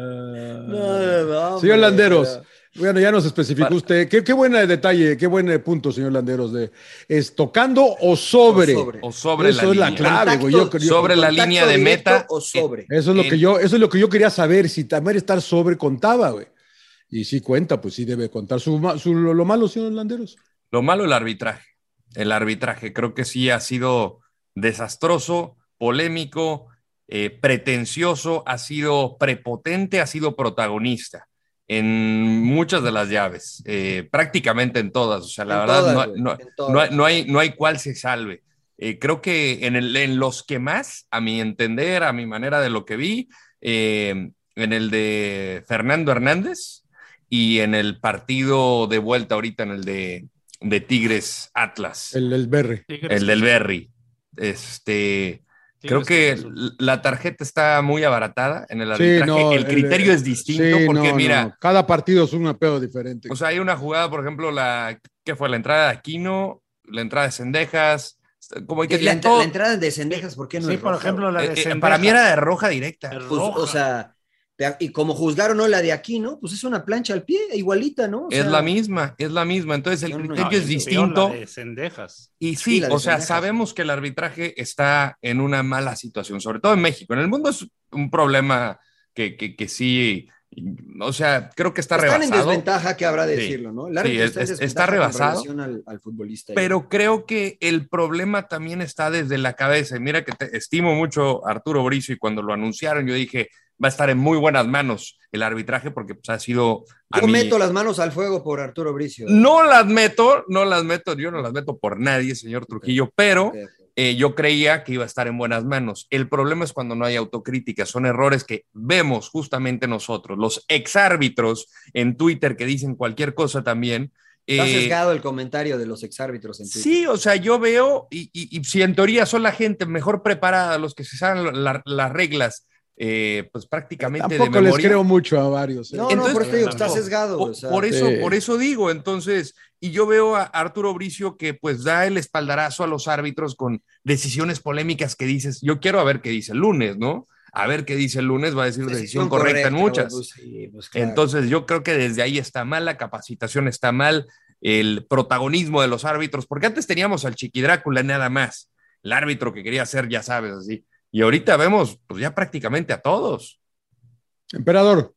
[SPEAKER 2] No, no, hombre. Pues
[SPEAKER 7] Señor Landeros, bueno, ya nos especificó usted. Qué, qué buen detalle, qué buen eh, punto, señor Landeros, de es tocando o sobre.
[SPEAKER 8] O sobre. O sobre
[SPEAKER 7] Eso
[SPEAKER 8] la
[SPEAKER 7] es la
[SPEAKER 8] línea.
[SPEAKER 7] clave, güey. Yo creo-
[SPEAKER 8] sobre la
[SPEAKER 7] contacto
[SPEAKER 8] línea de
[SPEAKER 7] directo.
[SPEAKER 8] meta.
[SPEAKER 2] O sobre.
[SPEAKER 7] Eso es lo que yo, eso es lo que yo quería saber, si también estar sobre contaba, güey. Y sí cuenta, pues sí debe contar su, ma- su- lo, lo malo, señor Landeros.
[SPEAKER 8] Lo malo el arbitraje. El arbitraje creo que sí ha sido desastroso, polémico, eh, pretencioso, ha sido prepotente, ha sido protagonista en muchas de las llaves, eh, prácticamente en todas. O sea, la
[SPEAKER 11] En
[SPEAKER 8] verdad,
[SPEAKER 11] todas,
[SPEAKER 8] no-
[SPEAKER 11] güey,
[SPEAKER 8] no,
[SPEAKER 11] en todas.
[SPEAKER 8] no hay- no hay, no hay cuál se salve. Eh, creo que en, el, en los que más, a mi entender, a mi manera de lo que vi, eh, en el de Fernando Hernández y en el partido de vuelta ahorita, en el de, de Tigres Atlas,
[SPEAKER 7] El, el berre.
[SPEAKER 8] el del Berry. Este, creo que la tarjeta está muy abaratada en el
[SPEAKER 7] Sí,
[SPEAKER 8] arbitraje.
[SPEAKER 7] no,
[SPEAKER 8] el criterio es distinto
[SPEAKER 7] sí,
[SPEAKER 8] porque,
[SPEAKER 7] no,
[SPEAKER 8] mira, Pues,
[SPEAKER 7] no, cada partido es un apeo diferente.
[SPEAKER 8] o sea, hay una jugada, por ejemplo, la que fue la entrada de Aquino, la entrada de Cendejas, como que
[SPEAKER 2] Y la,
[SPEAKER 8] ya
[SPEAKER 2] ent-
[SPEAKER 8] todo-
[SPEAKER 2] la entrada de Cendejas, ¿por qué no
[SPEAKER 9] Sí,
[SPEAKER 2] es
[SPEAKER 9] por
[SPEAKER 2] roja,
[SPEAKER 9] ejemplo, la de
[SPEAKER 8] Eh, eh,
[SPEAKER 9] Cendejas.
[SPEAKER 8] para mí era de roja directa.
[SPEAKER 2] Pues, o sea, te- y como juzgaron ¿no? la de aquí, ¿no? Pues es una plancha al pie, igualita, ¿no? O
[SPEAKER 8] es
[SPEAKER 2] sea,
[SPEAKER 8] la misma, es la misma. Entonces el criterio
[SPEAKER 9] No,
[SPEAKER 8] es
[SPEAKER 9] y
[SPEAKER 8] distinto.
[SPEAKER 9] peor la de Cendejas.
[SPEAKER 8] Y sí,
[SPEAKER 9] la de
[SPEAKER 8] o sea,
[SPEAKER 9] Cendejas.
[SPEAKER 8] sabemos que el arbitraje está en una mala situación, sobre todo en México. En el mundo es un problema que, que, que sí, o sea, creo que está
[SPEAKER 2] Están en
[SPEAKER 8] rebasado.
[SPEAKER 2] desventaja, que habrá de
[SPEAKER 8] Sí.
[SPEAKER 2] decirlo, ¿no? El
[SPEAKER 8] Sí,
[SPEAKER 2] árbitro
[SPEAKER 8] es-
[SPEAKER 2] en
[SPEAKER 8] es- está
[SPEAKER 2] desventaja con
[SPEAKER 8] rebasado.
[SPEAKER 2] relación al, al futbolista.
[SPEAKER 8] Pero creo que el problema también está desde la cabeza. Y Mira que te estimo mucho a Arturo Bricio y cuando lo anunciaron yo dije, va a estar en muy buenas manos el arbitraje porque pues, ha sido... a
[SPEAKER 2] Yo
[SPEAKER 8] mí-
[SPEAKER 2] meto las manos al fuego por Arturo Bricio.
[SPEAKER 8] No las meto, no las meto, yo no las meto por nadie, señor Trujillo, pero eh, yo creía que iba a estar en buenas manos. El problema es cuando no hay autocrítica, son errores que vemos justamente nosotros, los exárbitros en Twitter que dicen cualquier cosa también.
[SPEAKER 2] Está
[SPEAKER 8] eh,
[SPEAKER 2] sesgado el comentario de los exárbitros en Twitter.
[SPEAKER 8] Sí, o sea, yo veo, y, y- y si en teoría son la gente mejor preparada, los que se saben la- las reglas, eh, pues prácticamente de
[SPEAKER 7] Tampoco les
[SPEAKER 8] memoria.
[SPEAKER 7] creo mucho a varios. eh.
[SPEAKER 2] No, no, por eso te digo que está sesgado.
[SPEAKER 8] Por,
[SPEAKER 2] o sea.
[SPEAKER 8] por eso,
[SPEAKER 7] Sí.
[SPEAKER 8] por eso digo, entonces, y yo veo a Arturo Bricio que pues da el espaldarazo a los árbitros con decisiones polémicas que dices, yo quiero a ver qué dice el lunes, ¿no? A ver qué dice el lunes, va a decir decisión, correcta, en muchas.
[SPEAKER 2] pues, sí, pues, claro.
[SPEAKER 8] Entonces yo creo que desde ahí está mal, la capacitación está mal, el protagonismo de los árbitros, porque antes teníamos al Chiqui Drácula nada más. el árbitro que quería ser, ya sabes, así. Y ahorita vemos, pues ya prácticamente a todos.
[SPEAKER 7] Emperador.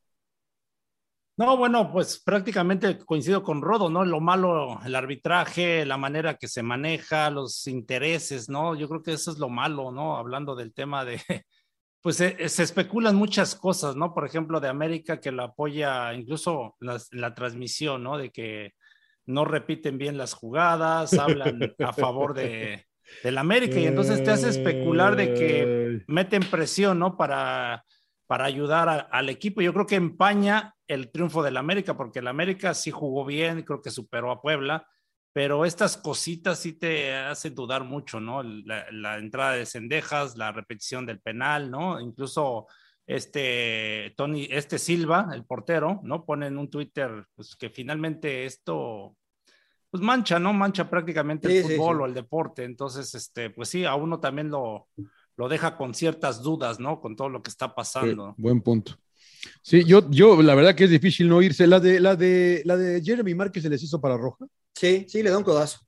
[SPEAKER 9] No, bueno, pues prácticamente coincido con Rodo, ¿no? Lo malo, el arbitraje, la manera que se maneja, los intereses, ¿no? Yo creo que eso es lo malo, ¿no? Hablando del tema de, pues se, se especulan muchas cosas, ¿no? Por ejemplo, de América que la apoya incluso las- la transmisión, ¿no? De que no repiten bien las jugadas, hablan a favor de, del América y entonces te hace especular de
[SPEAKER 2] Eh,
[SPEAKER 9] que meten presión, ¿no? Para, para ayudar a- al equipo. Yo creo que empaña el triunfo del América, porque el América sí jugó bien, creo que superó a Puebla, pero estas cositas sí te hacen dudar mucho, ¿no? La, la entrada de Cendejas, la repetición del penal, ¿no? Incluso este Tony, este Silva, el portero, ¿no? Pone en un Twitter pues, que finalmente esto pues mancha, ¿no? Mancha prácticamente el
[SPEAKER 2] Sí, sí,
[SPEAKER 9] fútbol
[SPEAKER 2] sí.
[SPEAKER 9] o el deporte. Entonces, este, pues sí, a uno también lo, lo deja con ciertas dudas, ¿no? Con todo lo que está pasando.
[SPEAKER 7] Buen punto. Sí, yo, yo, la verdad que es difícil no irse. La de, la de, la de Jeremy Márquez se les hizo para roja.
[SPEAKER 2] Sí, sí, le da un codazo.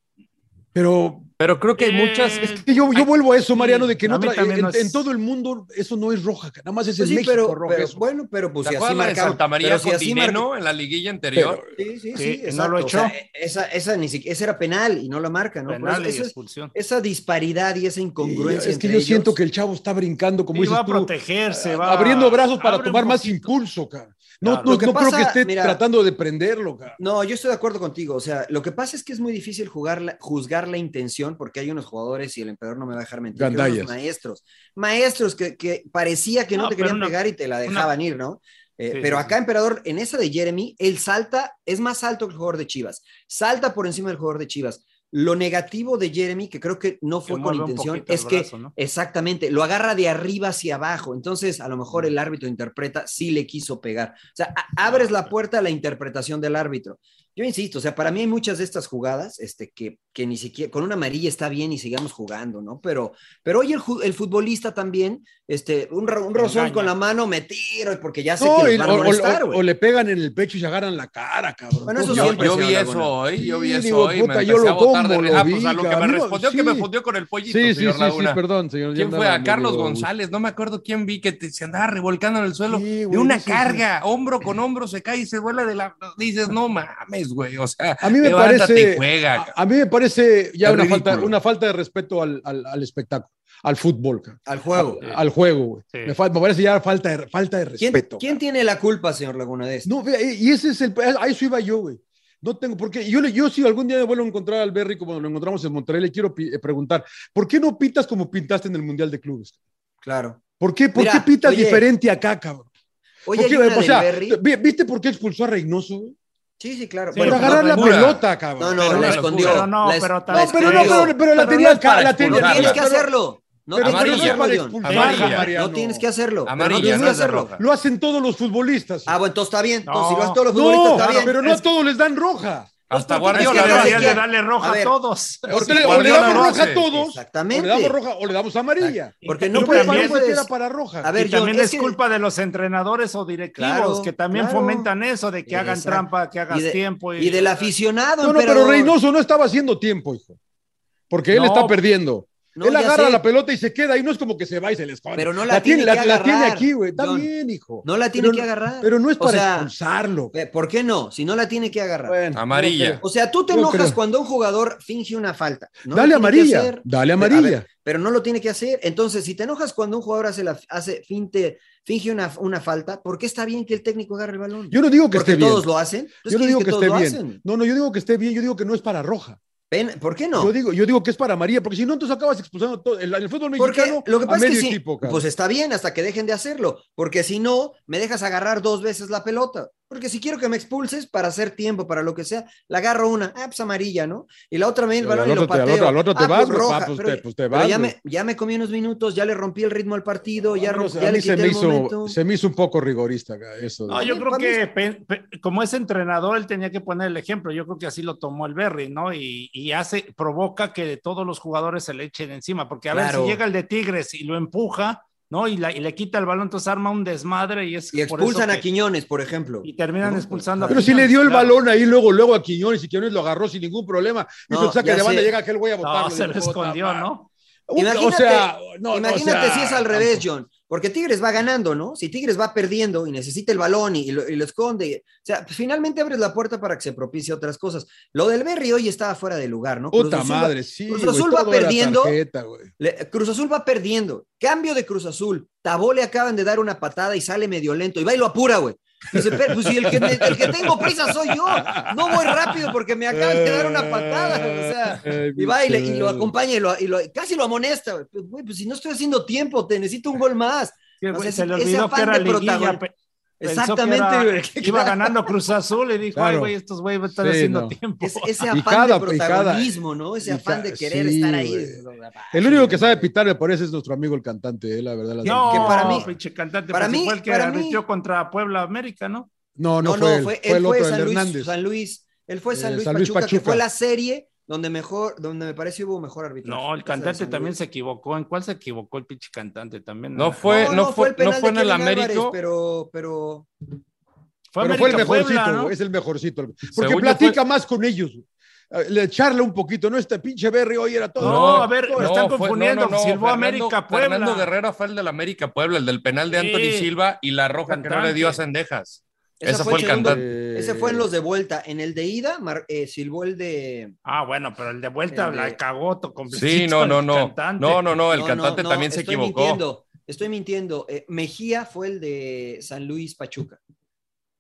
[SPEAKER 7] Pero,
[SPEAKER 8] pero creo
[SPEAKER 7] que hay muchas. Es que yo, yo vuelvo a eso, Mariano, de que no
[SPEAKER 2] Eh, a mí
[SPEAKER 7] tra-
[SPEAKER 2] también
[SPEAKER 7] en,
[SPEAKER 2] no es-
[SPEAKER 7] en todo el mundo eso no es roja, nada más es
[SPEAKER 2] Pues
[SPEAKER 7] en
[SPEAKER 2] sí,
[SPEAKER 7] México
[SPEAKER 2] pero-
[SPEAKER 7] roja
[SPEAKER 2] pero
[SPEAKER 7] eso.
[SPEAKER 2] bueno, pero pues
[SPEAKER 8] ¿Te
[SPEAKER 2] si así
[SPEAKER 8] acuerdas de
[SPEAKER 2] marcaban-
[SPEAKER 8] Santa María
[SPEAKER 2] pero si
[SPEAKER 8] con
[SPEAKER 2] así
[SPEAKER 8] Dineno
[SPEAKER 2] marca-
[SPEAKER 8] en la liguilla anterior?
[SPEAKER 2] Sí, sí,
[SPEAKER 8] Que
[SPEAKER 2] sí,
[SPEAKER 8] no lo
[SPEAKER 2] exacto. O sea,
[SPEAKER 8] echó.
[SPEAKER 2] esa, esa, ni siquiera, esa era penal y no la marca, ¿no?
[SPEAKER 9] Penal
[SPEAKER 2] Por eso-
[SPEAKER 9] y
[SPEAKER 2] esa-
[SPEAKER 9] expulsión.
[SPEAKER 2] Esa disparidad y esa incongruencia.
[SPEAKER 7] Es que
[SPEAKER 2] entre
[SPEAKER 7] yo
[SPEAKER 2] ellos.
[SPEAKER 7] siento que el chavo está brincando, como
[SPEAKER 2] Sí,
[SPEAKER 7] dices
[SPEAKER 2] va a
[SPEAKER 7] tú,
[SPEAKER 2] protegerse,
[SPEAKER 7] a-
[SPEAKER 2] va-
[SPEAKER 7] abriendo brazos para
[SPEAKER 2] abre un
[SPEAKER 7] tomar más impulso, cara. No,
[SPEAKER 2] Claro.
[SPEAKER 7] no-
[SPEAKER 2] Lo que
[SPEAKER 7] no creo
[SPEAKER 2] pasa,
[SPEAKER 7] que esté
[SPEAKER 2] mira,
[SPEAKER 7] tratando de prenderlo, cara.
[SPEAKER 2] No, yo estoy de acuerdo contigo. O sea, lo que pasa es que es muy difícil jugar la- juzgar la intención porque hay unos jugadores, y el emperador no me va a dejar mentir, que eran unos
[SPEAKER 7] Gandallas.
[SPEAKER 2] maestros. Maestros que, que parecía que no,
[SPEAKER 9] No,
[SPEAKER 2] te
[SPEAKER 9] pero
[SPEAKER 2] querían
[SPEAKER 9] una-
[SPEAKER 2] pegar y te la dejaban ir, ¿no? Eh,
[SPEAKER 9] Sí,
[SPEAKER 2] pero
[SPEAKER 9] sí,
[SPEAKER 2] acá, emperador, en esa de Jeremy, él salta, es más alto que el jugador de Chivas. Salta por encima del jugador de Chivas. Lo negativo de Jeremy, que creo que no fue con
[SPEAKER 9] Que mueve un
[SPEAKER 2] intención,
[SPEAKER 9] poquito el
[SPEAKER 2] es que
[SPEAKER 9] brazo, ¿no?
[SPEAKER 2] exactamente lo agarra de arriba hacia abajo. Entonces, a lo mejor el árbitro interpreta si le quiso pegar. O sea, a- abres la puerta a la interpretación del árbitro. Yo insisto, o sea, para mí hay muchas de estas jugadas este, que, que ni siquiera con una amarilla está bien y sigamos jugando, ¿no? Pero, pero hoy el, ju- el futbolista también, este, un, ro- un rozón
[SPEAKER 7] Engaña.
[SPEAKER 2] con la mano, me tiro, porque ya sé
[SPEAKER 7] No,
[SPEAKER 2] que
[SPEAKER 7] y-
[SPEAKER 2] los van
[SPEAKER 7] o,
[SPEAKER 2] a
[SPEAKER 7] o-
[SPEAKER 2] molestar,
[SPEAKER 7] o-
[SPEAKER 2] güey.
[SPEAKER 7] o le pegan en el pecho y se agarran la cara, cabrón. Pues
[SPEAKER 2] Bueno, eso
[SPEAKER 7] Entonces,
[SPEAKER 8] Yo, yo vi
[SPEAKER 2] señora
[SPEAKER 8] eso
[SPEAKER 2] Laguna.
[SPEAKER 8] hoy, yo vi
[SPEAKER 7] Sí,
[SPEAKER 8] eso
[SPEAKER 7] digo,
[SPEAKER 8] hoy,
[SPEAKER 7] puta,
[SPEAKER 8] me
[SPEAKER 7] yo
[SPEAKER 8] empecé
[SPEAKER 7] lo
[SPEAKER 8] a botar de
[SPEAKER 7] como, lo
[SPEAKER 8] reja, pues, a
[SPEAKER 7] vi,
[SPEAKER 8] lo que me
[SPEAKER 7] cabrón.
[SPEAKER 8] respondió, que
[SPEAKER 7] Sí.
[SPEAKER 8] me fundió con el pollito,
[SPEAKER 7] Sí, sí,
[SPEAKER 8] señor
[SPEAKER 7] sí,
[SPEAKER 8] Laguna.
[SPEAKER 7] sí, perdón, señor. ya
[SPEAKER 8] ¿Quién fue?
[SPEAKER 7] andaba
[SPEAKER 8] A Carlos
[SPEAKER 7] medio-
[SPEAKER 8] González, no me acuerdo quién vi que te- se andaba revolcando en el suelo de
[SPEAKER 7] güey,
[SPEAKER 8] una
[SPEAKER 7] eso sí.
[SPEAKER 8] carga, hombro con hombro se cae y se vuela de la... Dices, no mames, güey, o sea,
[SPEAKER 7] A mí me
[SPEAKER 8] levántate
[SPEAKER 7] parece,
[SPEAKER 8] y juega.
[SPEAKER 7] a, a mí me parece ya
[SPEAKER 8] Es
[SPEAKER 7] una falta,
[SPEAKER 8] ridículo.
[SPEAKER 7] una falta de respeto al, al- al espectáculo, al fútbol, cabrón.
[SPEAKER 2] Al juego.
[SPEAKER 7] Al, al juego, güey.
[SPEAKER 2] Sí.
[SPEAKER 7] Me, fal- me parece ya falta de, falta de
[SPEAKER 2] ¿Quién,
[SPEAKER 7] respeto.
[SPEAKER 2] quién tiene la culpa, señor Laguna, de esto?
[SPEAKER 7] No, vea, y y ese es el. A eso iba yo, güey. No tengo por qué. Yo, le- yo si algún día vuelvo a encontrar al Berry como lo encontramos en Monterrey, le quiero pi- eh, preguntar: ¿por qué no pitas como pintaste en el Mundial de Clubes?
[SPEAKER 2] Claro.
[SPEAKER 7] ¿Por qué, por
[SPEAKER 2] Mira,
[SPEAKER 7] qué pitas
[SPEAKER 2] oye.
[SPEAKER 7] diferente acá, cabrón?
[SPEAKER 2] Oye,
[SPEAKER 7] ¿Por qué,
[SPEAKER 2] hay una
[SPEAKER 7] o
[SPEAKER 2] del
[SPEAKER 7] sea,
[SPEAKER 2] Berry.
[SPEAKER 7] vi- ¿viste por qué expulsó a Reynoso? güey?
[SPEAKER 2] Sí, sí, claro.
[SPEAKER 7] Sí, Por agarrar la
[SPEAKER 2] locura.
[SPEAKER 7] pelota, cabrón.
[SPEAKER 2] No, no,
[SPEAKER 7] Pero
[SPEAKER 2] la
[SPEAKER 7] la
[SPEAKER 2] escondió.
[SPEAKER 7] locura.
[SPEAKER 9] No,
[SPEAKER 2] La es-
[SPEAKER 9] pero
[SPEAKER 2] la
[SPEAKER 9] también-
[SPEAKER 7] No, pero no,
[SPEAKER 2] escondió.
[SPEAKER 7] pero- pero la
[SPEAKER 2] no
[SPEAKER 7] tenía
[SPEAKER 2] es para
[SPEAKER 7] acá, la tenía-
[SPEAKER 2] expulsar. No tienes que
[SPEAKER 7] pero-
[SPEAKER 2] hacerlo. No
[SPEAKER 7] Pero
[SPEAKER 2] tienes que
[SPEAKER 7] no es para
[SPEAKER 2] hacerlo,
[SPEAKER 7] expulsar,
[SPEAKER 2] León.
[SPEAKER 7] Mariano.
[SPEAKER 2] No tienes que hacerlo. Pero No
[SPEAKER 7] Amarilla,
[SPEAKER 2] tienes
[SPEAKER 7] no
[SPEAKER 2] que
[SPEAKER 7] es de
[SPEAKER 2] hacerlo.
[SPEAKER 7] Lo hacen todos los futbolistas.
[SPEAKER 2] Ah, bueno, entonces está bien. Entonces,
[SPEAKER 7] No.
[SPEAKER 2] si lo hacen todos los futbolistas,
[SPEAKER 7] No,
[SPEAKER 2] está bien.
[SPEAKER 7] pero no a todos les dan roja.
[SPEAKER 8] Hasta
[SPEAKER 2] Es
[SPEAKER 9] Guardiola
[SPEAKER 2] que no sé
[SPEAKER 9] debería de
[SPEAKER 2] quién.
[SPEAKER 9] darle roja
[SPEAKER 2] A
[SPEAKER 9] a,
[SPEAKER 2] ver,
[SPEAKER 9] todos.
[SPEAKER 7] O,
[SPEAKER 9] Sí,
[SPEAKER 7] te- o le
[SPEAKER 9] Guardiola
[SPEAKER 7] damos
[SPEAKER 9] lo
[SPEAKER 7] roja
[SPEAKER 9] hace.
[SPEAKER 7] a todos.
[SPEAKER 2] Exactamente.
[SPEAKER 7] O le damos roja o le damos amarilla.
[SPEAKER 2] Porque
[SPEAKER 9] Y
[SPEAKER 2] no
[SPEAKER 7] puede-
[SPEAKER 9] también-
[SPEAKER 7] no puede ser para roja.
[SPEAKER 2] A ver,
[SPEAKER 9] y
[SPEAKER 2] John,
[SPEAKER 9] también
[SPEAKER 2] es
[SPEAKER 9] es
[SPEAKER 2] que-
[SPEAKER 9] culpa de los entrenadores o directivos
[SPEAKER 2] Claro,
[SPEAKER 9] que también
[SPEAKER 2] claro.
[SPEAKER 9] fomentan eso de que hagan
[SPEAKER 2] Exacto.
[SPEAKER 9] trampa, que hagas
[SPEAKER 2] Y de-
[SPEAKER 9] tiempo. Y,
[SPEAKER 2] y del aficionado,
[SPEAKER 7] No, no, pero
[SPEAKER 2] emperador.
[SPEAKER 7] Reynoso no estaba haciendo tiempo, hijo. Porque él
[SPEAKER 9] No.
[SPEAKER 7] está perdiendo.
[SPEAKER 2] No,
[SPEAKER 7] él
[SPEAKER 2] ya
[SPEAKER 7] agarra
[SPEAKER 2] sé.
[SPEAKER 7] la pelota y se queda y no es como que se va y se les esconde.
[SPEAKER 2] Pero no la tiene que
[SPEAKER 7] la tiene
[SPEAKER 2] agarrar,
[SPEAKER 7] aquí, güey. Está
[SPEAKER 2] John.
[SPEAKER 7] bien, hijo.
[SPEAKER 2] No la tiene
[SPEAKER 7] Pero-
[SPEAKER 2] que agarrar.
[SPEAKER 7] Pero no es
[SPEAKER 2] O
[SPEAKER 7] para
[SPEAKER 2] sea,
[SPEAKER 7] expulsarlo.
[SPEAKER 2] Eh, ¿Por qué no? Si no la tiene que agarrar.
[SPEAKER 8] Amarilla.
[SPEAKER 2] O sea, tú te
[SPEAKER 7] Yo
[SPEAKER 2] enojas
[SPEAKER 7] creo.
[SPEAKER 2] cuando un jugador finge una falta. No
[SPEAKER 7] Dale
[SPEAKER 2] lo tiene que
[SPEAKER 7] amarilla,
[SPEAKER 2] hacer.
[SPEAKER 7] dale
[SPEAKER 2] A ver,
[SPEAKER 7] amarilla.
[SPEAKER 2] pero no lo tiene que hacer. Entonces, si te enojas cuando un jugador hace, la, hace finte, finge una, una falta, ¿por qué está bien que el técnico agarre el balón?
[SPEAKER 7] Yo no digo que
[SPEAKER 2] Porque
[SPEAKER 7] esté bien.
[SPEAKER 2] todos lo hacen. Entonces,
[SPEAKER 7] Yo no
[SPEAKER 2] ¿quieres
[SPEAKER 7] digo que,
[SPEAKER 2] todos
[SPEAKER 7] esté
[SPEAKER 2] lo
[SPEAKER 7] bien.
[SPEAKER 2] hacen?
[SPEAKER 7] No, no, yo digo que esté bien. Yo digo que no es para roja.
[SPEAKER 2] Ven, ¿Por qué no?
[SPEAKER 7] Yo digo, yo digo que es para amarilla, porque si no, entonces acabas expulsando todo. El, el fútbol
[SPEAKER 2] Porque
[SPEAKER 7] mexicano
[SPEAKER 2] lo que
[SPEAKER 7] a
[SPEAKER 2] pasa es que
[SPEAKER 7] medio
[SPEAKER 2] sí,
[SPEAKER 7] equipo, cabrón.
[SPEAKER 2] pues está bien hasta que dejen de hacerlo, porque si no, me dejas agarrar dos veces la pelota. Porque si quiero que me expulses para hacer tiempo, para lo que sea, la agarro una, ah, pues amarilla, ¿no? Y la otra me el
[SPEAKER 7] Pero
[SPEAKER 2] balón
[SPEAKER 7] al
[SPEAKER 2] y lo
[SPEAKER 7] otro te- al
[SPEAKER 2] pateo.
[SPEAKER 7] otro- al otro te
[SPEAKER 2] Ah,
[SPEAKER 7] vas,
[SPEAKER 2] pues
[SPEAKER 7] pues,
[SPEAKER 2] roja,
[SPEAKER 7] va, pues
[SPEAKER 2] pero-
[SPEAKER 7] te- pues te
[SPEAKER 2] pero
[SPEAKER 7] vas,
[SPEAKER 2] ya,
[SPEAKER 7] güey.
[SPEAKER 2] me, ya me comí unos minutos, ya le rompí el ritmo al partido, ya,
[SPEAKER 7] A mí no
[SPEAKER 2] rom-
[SPEAKER 7] se-
[SPEAKER 2] ya
[SPEAKER 7] a
[SPEAKER 2] le
[SPEAKER 7] mí
[SPEAKER 2] quité
[SPEAKER 7] se me,
[SPEAKER 2] el
[SPEAKER 7] hizo,
[SPEAKER 2] momento.
[SPEAKER 7] se me hizo un poco rigorista ca- eso.
[SPEAKER 9] No,
[SPEAKER 7] de-
[SPEAKER 9] Ah, yo creo
[SPEAKER 2] para mí
[SPEAKER 9] que pe- pe- como es entrenador, él tenía que poner el ejemplo. Yo creo que así lo tomó el Berry, ¿no? Y, y hace, provoca que todos los jugadores se le echen encima, porque a ver
[SPEAKER 2] Claro.
[SPEAKER 9] si llega el de Tigres y lo empuja, ¿no? Y, la- y le quita el balón, entonces arma un desmadre y es
[SPEAKER 2] Y
[SPEAKER 9] por eso
[SPEAKER 2] expulsan a pues,
[SPEAKER 9] que-
[SPEAKER 2] Quiñones, por ejemplo.
[SPEAKER 9] Y terminan expulsando a
[SPEAKER 7] Pero si le
[SPEAKER 9] Quiñones,
[SPEAKER 7] dio el
[SPEAKER 9] claro.
[SPEAKER 7] balón ahí luego, luego a Quiñones y Quiñones lo agarró sin ningún problema. Hizo
[SPEAKER 2] No,
[SPEAKER 7] el saque
[SPEAKER 2] ya
[SPEAKER 7] de banda,
[SPEAKER 2] sé.
[SPEAKER 7] llega aquel güey a
[SPEAKER 9] No,
[SPEAKER 7] botarlo.
[SPEAKER 9] se
[SPEAKER 7] Digo,
[SPEAKER 9] lo
[SPEAKER 7] "Puta
[SPEAKER 9] escondió,
[SPEAKER 7] madre".
[SPEAKER 9] ¿no?
[SPEAKER 2] Imagínate,
[SPEAKER 7] o sea, no, no,
[SPEAKER 2] imagínate
[SPEAKER 7] o sea,
[SPEAKER 2] si es al revés, John. Porque Tigres va ganando, ¿no? Si Tigres va perdiendo y necesita el balón y, y lo, y lo esconde, o sea, pues, finalmente abres la puerta para que se propicie otras cosas. Lo del Berry hoy estaba fuera de lugar, ¿no?
[SPEAKER 7] Puta
[SPEAKER 2] Cruz Azul va-
[SPEAKER 7] madre, sí.
[SPEAKER 2] Cruz
[SPEAKER 7] güey,
[SPEAKER 2] Azul va
[SPEAKER 7] todo era
[SPEAKER 2] perdiendo.
[SPEAKER 7] tarjeta, güey.
[SPEAKER 2] Le- Cruz Azul va perdiendo. Cambio de Cruz Azul. Tabó le acaban de dar una patada y sale medio lento. Y va y lo apura, güey. Dice, pero pues si el que, me- el que tengo prisa soy yo. No voy rápido porque me acaban de dar una patada. güey. O sea,
[SPEAKER 7] Eh,
[SPEAKER 2] y va y, le- y lo acompaña y, lo, y lo- casi lo amonesta. güey. Pues, güey, pues si no estoy haciendo tiempo, te necesito un gol más. O sea,
[SPEAKER 9] güey,
[SPEAKER 2] ese-
[SPEAKER 9] se le
[SPEAKER 2] ese
[SPEAKER 9] olvidó que
[SPEAKER 2] afán
[SPEAKER 9] era
[SPEAKER 2] de
[SPEAKER 9] liguilla.
[SPEAKER 2] protagon-
[SPEAKER 9] pe- pensó que
[SPEAKER 2] Exactamente,
[SPEAKER 9] era-
[SPEAKER 2] güey.
[SPEAKER 9] Iba ganando Cruz Azul y dijo, ay,
[SPEAKER 7] Claro.
[SPEAKER 9] güey, estos güeyes van a estar
[SPEAKER 7] Sí,
[SPEAKER 9] haciendo
[SPEAKER 7] no.
[SPEAKER 9] tiempo.
[SPEAKER 2] Ese- ese
[SPEAKER 7] Y
[SPEAKER 2] afán
[SPEAKER 7] cada-
[SPEAKER 2] de
[SPEAKER 7] y cada-
[SPEAKER 2] protagonismo, ¿no? Ese
[SPEAKER 7] y
[SPEAKER 2] afán
[SPEAKER 7] ca-
[SPEAKER 2] de querer
[SPEAKER 7] sí,
[SPEAKER 2] estar ahí.
[SPEAKER 7] güey. El único que sabe pitar, me parece, es nuestro amigo el cantante, eh, la verdad. la
[SPEAKER 9] No,
[SPEAKER 7] verdad.
[SPEAKER 9] para mí, pinche cantante,
[SPEAKER 2] para
[SPEAKER 9] para mí,
[SPEAKER 2] mí-
[SPEAKER 9] fue el que
[SPEAKER 2] para mí-
[SPEAKER 9] arbitró contra Puebla América, ¿no?
[SPEAKER 7] No, no,
[SPEAKER 2] No,
[SPEAKER 7] fue, él,
[SPEAKER 2] él,
[SPEAKER 7] fue el
[SPEAKER 2] fue
[SPEAKER 7] otro,
[SPEAKER 2] San
[SPEAKER 7] el
[SPEAKER 2] Luis,
[SPEAKER 7] Hernández.
[SPEAKER 2] San Luis, él fue San
[SPEAKER 7] Eh,
[SPEAKER 2] Luis,
[SPEAKER 7] San Luis
[SPEAKER 2] Pachuca,
[SPEAKER 7] Pachuca.
[SPEAKER 2] que fue la serie donde mejor, donde me parece hubo mejor arbitraje.
[SPEAKER 9] No, el
[SPEAKER 2] Esa de
[SPEAKER 9] cantante
[SPEAKER 2] San
[SPEAKER 9] también
[SPEAKER 2] Luis.
[SPEAKER 9] se equivocó. ¿En cuál se equivocó el pinche cantante también?
[SPEAKER 8] No fue- no fue- no
[SPEAKER 2] penal
[SPEAKER 8] fue
[SPEAKER 2] de
[SPEAKER 8] en el
[SPEAKER 2] Kevin Álvarez,
[SPEAKER 8] Américo.
[SPEAKER 2] pero, pero
[SPEAKER 7] Pero fue el mejorcito, güey, es el mejorcito. Porque
[SPEAKER 8] Según yo
[SPEAKER 7] platica más con ellos. güey. Eh, Le charla un poquito, ¿no? Este pinche Berry hoy era todo.
[SPEAKER 9] No, a ver, lo están
[SPEAKER 8] fue-
[SPEAKER 9] confundiendo, silbó América, Puebla.
[SPEAKER 8] Fernando Guerrero fue el del América Puebla, el del penal de Anthony
[SPEAKER 9] Sí.
[SPEAKER 8] Silva y la roja que no
[SPEAKER 9] Cantante.
[SPEAKER 8] le dio a Cendejas.
[SPEAKER 2] Esa
[SPEAKER 8] Ese
[SPEAKER 2] fue
[SPEAKER 8] fue,
[SPEAKER 2] el
[SPEAKER 8] el
[SPEAKER 2] segundo.
[SPEAKER 8] cantante.
[SPEAKER 2] ese fue en
[SPEAKER 7] Eh.
[SPEAKER 2] los de vuelta. En el de ida, Mar- eh, silbó el de.
[SPEAKER 9] Ah, bueno, pero el de vuelta
[SPEAKER 2] El
[SPEAKER 9] la
[SPEAKER 2] de-
[SPEAKER 9] cagó to- completito.
[SPEAKER 8] Sí, no,
[SPEAKER 9] el
[SPEAKER 8] no, no.
[SPEAKER 9] cantante.
[SPEAKER 8] No, no, no, el cantante también se
[SPEAKER 2] estoy
[SPEAKER 8] equivocó.
[SPEAKER 2] Mintiendo, estoy mintiendo. Eh, Mejía fue el de San Luis Pachuca.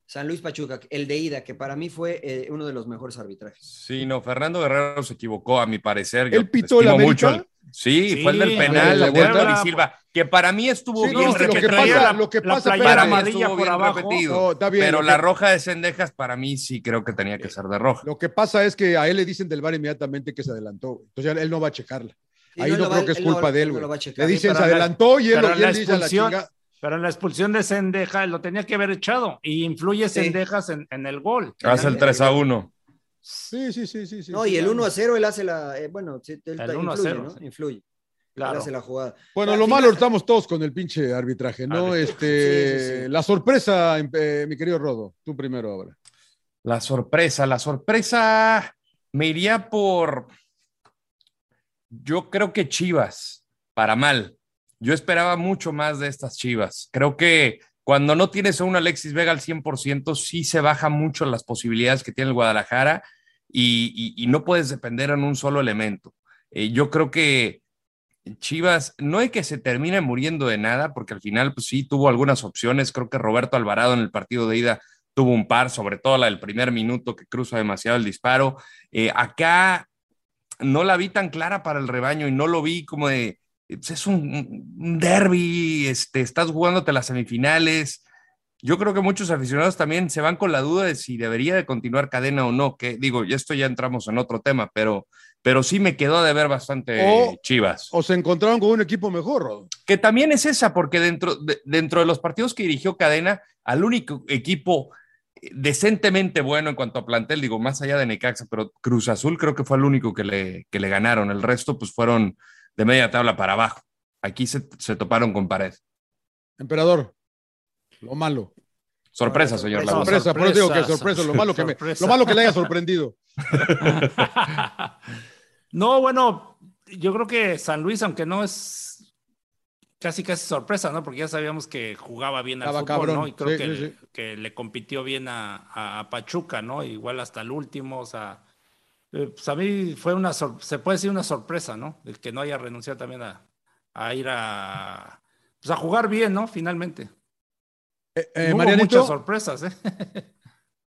[SPEAKER 2] San Luis Pachuca, el de ida, que para mí fue eh, uno de los mejores arbitrajes.
[SPEAKER 8] Sí, no, Fernando Guerrero se equivocó, a mi parecer. Yo
[SPEAKER 7] ¿Él pitó el
[SPEAKER 8] estimo
[SPEAKER 7] América?
[SPEAKER 8] mucho el- Sí,
[SPEAKER 9] Sí,
[SPEAKER 8] fue el del
[SPEAKER 9] el
[SPEAKER 8] penal
[SPEAKER 7] de
[SPEAKER 8] de
[SPEAKER 7] vuelta.
[SPEAKER 8] Anthony Silva, que para mí estuvo
[SPEAKER 7] Sí, no,
[SPEAKER 8] bien
[SPEAKER 7] lo que
[SPEAKER 8] repetido.
[SPEAKER 7] pasa- lo que
[SPEAKER 9] La
[SPEAKER 7] pasa,
[SPEAKER 9] playera
[SPEAKER 8] Para
[SPEAKER 7] espérate,
[SPEAKER 8] mí
[SPEAKER 9] amarilla por
[SPEAKER 8] estuvo bien
[SPEAKER 9] abajo.
[SPEAKER 8] repetido.
[SPEAKER 7] No, está bien,
[SPEAKER 8] pero
[SPEAKER 7] lo
[SPEAKER 8] la
[SPEAKER 7] que-
[SPEAKER 8] roja de Cendejas para mí sí creo que tenía que ser de roja.
[SPEAKER 7] Lo que pasa es que a él le dicen del bar inmediatamente que se adelantó. güey. Entonces ya él no va a checarla.
[SPEAKER 2] Sí,
[SPEAKER 7] Ahí
[SPEAKER 2] no, él
[SPEAKER 7] no,
[SPEAKER 2] lo
[SPEAKER 7] creo
[SPEAKER 2] va-
[SPEAKER 7] que es
[SPEAKER 2] él no-
[SPEAKER 7] culpa de
[SPEAKER 2] él
[SPEAKER 7] él,
[SPEAKER 2] no lo va a
[SPEAKER 7] güey.
[SPEAKER 2] checar. eh,
[SPEAKER 7] Le
[SPEAKER 9] Sí,
[SPEAKER 7] dicen,
[SPEAKER 9] pero
[SPEAKER 7] se
[SPEAKER 9] la-
[SPEAKER 7] adelantó y él, lo-
[SPEAKER 9] pero
[SPEAKER 7] y él
[SPEAKER 9] la
[SPEAKER 7] dice a la
[SPEAKER 9] expulsión-
[SPEAKER 7] chingada.
[SPEAKER 9] Pero en la expulsión de Sendeja lo tenía que haber echado y influye
[SPEAKER 2] Sí.
[SPEAKER 9] Sendejas en, en el gol.
[SPEAKER 7] Ah,
[SPEAKER 8] Hace el 3 a 1.
[SPEAKER 7] Sí, sí, sí, sí. sí,
[SPEAKER 2] No,
[SPEAKER 7] sí,
[SPEAKER 2] y el
[SPEAKER 7] claro.
[SPEAKER 2] 1 a 0 él hace la. eh, bueno, sí, él
[SPEAKER 9] El
[SPEAKER 2] ta-
[SPEAKER 9] 1 a
[SPEAKER 2] influye,
[SPEAKER 9] 0,
[SPEAKER 2] ¿no?
[SPEAKER 9] sí.
[SPEAKER 2] Influye. Él
[SPEAKER 9] Claro.
[SPEAKER 2] hace la jugada.
[SPEAKER 7] Bueno,
[SPEAKER 2] La-
[SPEAKER 7] lo
[SPEAKER 2] sí,
[SPEAKER 7] malo
[SPEAKER 2] la-
[SPEAKER 7] estamos todos con el pinche arbitraje, ¿no?
[SPEAKER 9] Arbitraje.
[SPEAKER 7] Este,
[SPEAKER 2] Sí, sí, sí.
[SPEAKER 7] La sorpresa, eh, mi querido Rodo, tú primero ahora.
[SPEAKER 8] La sorpresa, la sorpresa me iría por. Yo creo que Chivas, para mal. Yo esperaba mucho más de estas Chivas. Creo que cuando no tienes a un Alexis Vega al 100%, sí se bajan mucho las posibilidades que tiene el Guadalajara y, y- y no puedes depender en un solo elemento. Eh, yo creo que Chivas, no es que se termine muriendo de nada, porque al final pues, sí tuvo algunas opciones. Creo que Roberto Alvarado en el partido de ida tuvo un par, sobre todo la del primer minuto que cruza demasiado el disparo. Eh, acá no la vi tan clara para el rebaño y no lo vi como de, pues, es un, un derby, este, estás jugándote las semifinales. Yo creo que muchos aficionados también se van con la duda de si debería de continuar cadena o no, que digo, ya esto ya entramos en otro tema, pero, pero sí me quedó de ver bastante
[SPEAKER 7] O-
[SPEAKER 8] Chivas.
[SPEAKER 7] O se encontraron con un equipo mejor, Rodo.
[SPEAKER 8] Que también es esa, porque dentro de, dentro de los partidos que dirigió Cadena, al único equipo eh, decentemente bueno en cuanto a plantel, digo, más allá de Necaxa, pero Cruz Azul creo que fue el único que le, que le ganaron. El resto, pues fueron de media tabla para abajo. Aquí se, se toparon con pared.
[SPEAKER 7] Emperador, lo malo.
[SPEAKER 8] Sorpresa, señor
[SPEAKER 7] La
[SPEAKER 9] No,
[SPEAKER 8] Laguna.
[SPEAKER 7] sorpresa, por eso digo que
[SPEAKER 9] sorpresa,
[SPEAKER 7] sorpresa, lo malo que me-
[SPEAKER 9] sorpresa.
[SPEAKER 7] lo malo que le haya sorprendido.
[SPEAKER 9] no, bueno, yo creo que San Luis, aunque no es casi casi sorpresa, ¿no? Porque ya sabíamos que jugaba bien al
[SPEAKER 7] Estaba
[SPEAKER 9] fútbol,
[SPEAKER 7] cabrón,
[SPEAKER 9] ¿no? Y creo
[SPEAKER 7] sí,
[SPEAKER 9] que,
[SPEAKER 7] sí,
[SPEAKER 9] que le compitió bien a, a- a Pachuca, ¿no? Igual hasta el último, o sea, eh, pues a mí fue una, sor- se puede decir una sorpresa, ¿no? El que no haya renunciado también a, a ir a, pues a jugar bien, ¿no? Finalmente.
[SPEAKER 7] Eh,
[SPEAKER 9] No
[SPEAKER 7] eh,
[SPEAKER 9] hubo muchas
[SPEAKER 7] Marianito,
[SPEAKER 9] sorpresas, ¿eh?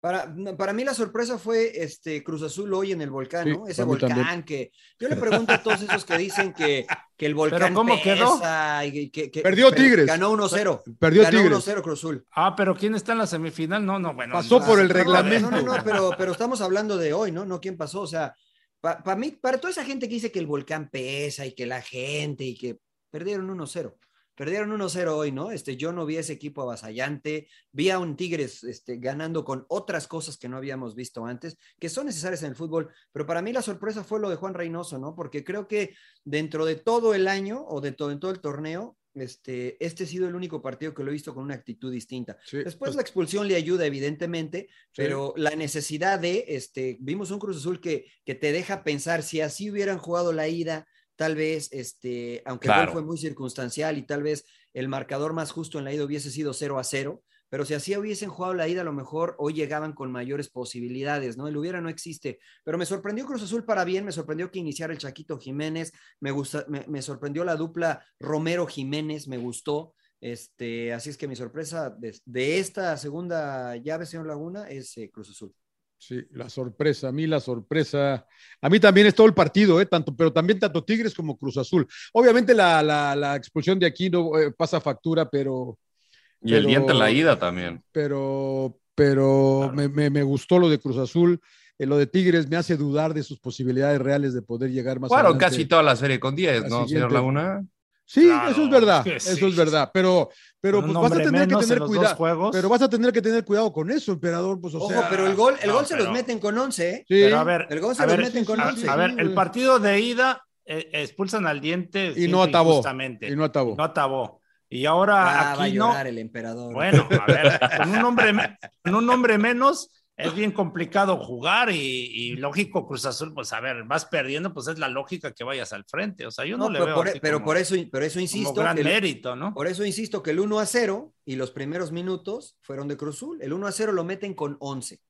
[SPEAKER 2] Para, no, para mí la sorpresa fue este Cruz Azul hoy en el volcán,
[SPEAKER 7] Sí,
[SPEAKER 2] ¿no? Ese
[SPEAKER 7] para mí
[SPEAKER 2] volcán
[SPEAKER 7] también.
[SPEAKER 2] que yo le pregunto a todos esos que dicen que, que el volcán
[SPEAKER 9] cómo quedó?
[SPEAKER 2] pesa y que- que-
[SPEAKER 7] Perdió
[SPEAKER 2] pero
[SPEAKER 7] Tigres.
[SPEAKER 2] Ganó 1-0.
[SPEAKER 7] Perdió
[SPEAKER 2] ganó
[SPEAKER 7] Tigres.
[SPEAKER 2] 1-0 Cruz Azul.
[SPEAKER 9] Ah, pero ¿quién está en la semifinal? No, no, bueno.
[SPEAKER 7] Pasó
[SPEAKER 9] no,
[SPEAKER 7] por el
[SPEAKER 9] no,
[SPEAKER 7] reglamento.
[SPEAKER 2] No, no, no, pero, pero estamos hablando de hoy, ¿no? No quién pasó. O sea, para mí, para toda esa gente que dice que el volcán pesa y que la gente y que perdieron 1-0. Perdieron 1-0 hoy, ¿no? Este, yo no vi ese equipo avasallante, vi a un Tigres este, ganando con otras cosas que no habíamos visto antes, que son necesarias en el fútbol, pero para mí la sorpresa fue lo de Juan Reynoso, ¿no? Porque creo que dentro de todo el año o de todo, en todo el torneo, este, este ha sido el único partido que lo he visto con una actitud distinta.
[SPEAKER 7] Sí,
[SPEAKER 2] Después
[SPEAKER 7] pues-
[SPEAKER 2] la expulsión le ayuda, evidentemente, pero la necesidad de, este, vimos un Cruz Azul que, que te deja pensar si así hubieran jugado la ida,
[SPEAKER 10] Tal vez, este, aunque el
[SPEAKER 8] Claro.
[SPEAKER 10] gol fue muy circunstancial y tal vez el marcador más justo en la ida hubiese sido 0 a 0, pero si así hubiesen jugado la ida, a lo mejor hoy llegaban con mayores posibilidades, ¿no? El hubiera no existe. Pero me sorprendió Cruz Azul para bien, me sorprendió que iniciara el Chaquito Jiménez, me, gusta, me, me sorprendió la dupla Romero Jiménez, me gustó. Este, así es que mi sorpresa de, de esta segunda llave, señor Laguna, es eh, Cruz Azul.
[SPEAKER 7] Sí, la sorpresa, a mí la sorpresa, a mí también es todo el partido, ¿eh? tanto, pero también tanto Tigres como Cruz Azul. Obviamente la, la- la expulsión de aquí no eh, pasa factura, pero...
[SPEAKER 8] Y el
[SPEAKER 7] pero-
[SPEAKER 8] diente en la ida también.
[SPEAKER 7] Pero, pero me, me- me gustó lo de Cruz Azul, Eh, lo de Tigres me hace dudar de sus posibilidades reales de poder llegar más
[SPEAKER 8] Bueno,
[SPEAKER 7] adelante.
[SPEAKER 8] casi toda la serie con 10,
[SPEAKER 7] La
[SPEAKER 8] ¿no, señor
[SPEAKER 7] siguiente.
[SPEAKER 8] Laguna?
[SPEAKER 7] Sí, eso es verdad,
[SPEAKER 8] es que
[SPEAKER 7] eso es verdad, pero, pero
[SPEAKER 8] Con
[SPEAKER 7] pues
[SPEAKER 8] un
[SPEAKER 7] vas a
[SPEAKER 8] hombre
[SPEAKER 7] tener que
[SPEAKER 8] menos en
[SPEAKER 7] tener
[SPEAKER 8] los dos
[SPEAKER 7] cuidado,
[SPEAKER 8] juegos.
[SPEAKER 7] pero vas a tener que tener cuidado con eso, emperador, pues o
[SPEAKER 10] Ojo,
[SPEAKER 7] sea-
[SPEAKER 10] pero el gol, el
[SPEAKER 7] no,
[SPEAKER 10] gol se los
[SPEAKER 7] pero-
[SPEAKER 10] meten con 11, ¿eh?
[SPEAKER 7] Sí.
[SPEAKER 9] Pero a ver,
[SPEAKER 10] El gol se
[SPEAKER 9] a
[SPEAKER 10] los
[SPEAKER 9] ver,
[SPEAKER 10] meten con
[SPEAKER 9] a-
[SPEAKER 10] 11.
[SPEAKER 9] A ver, el partido de ida eh, expulsan al diente
[SPEAKER 7] Y no atabó,
[SPEAKER 9] justamente.
[SPEAKER 7] y no atabó.
[SPEAKER 9] No atabó. Y ahora
[SPEAKER 10] Ah, va a
[SPEAKER 9] aquí no.
[SPEAKER 10] llorar el emperador.
[SPEAKER 9] Bueno, a ver, con un hombre, me- con un hombre menos es bien complicado jugar y, y lógico Cruz Azul, pues a ver, vas perdiendo, pues es la lógica que vayas al frente. O sea, yo no,
[SPEAKER 10] No,
[SPEAKER 9] le
[SPEAKER 10] pero
[SPEAKER 9] veo.
[SPEAKER 10] por- e-,
[SPEAKER 9] así
[SPEAKER 10] pero
[SPEAKER 9] como-
[SPEAKER 10] por eso, pero eso insisto.
[SPEAKER 9] gran
[SPEAKER 10] que el-
[SPEAKER 9] mérito, ¿no?
[SPEAKER 10] Por eso insisto que el 1 a 0 y los primeros minutos fueron de Cruz Azul. El 1 a 0 lo meten con 11.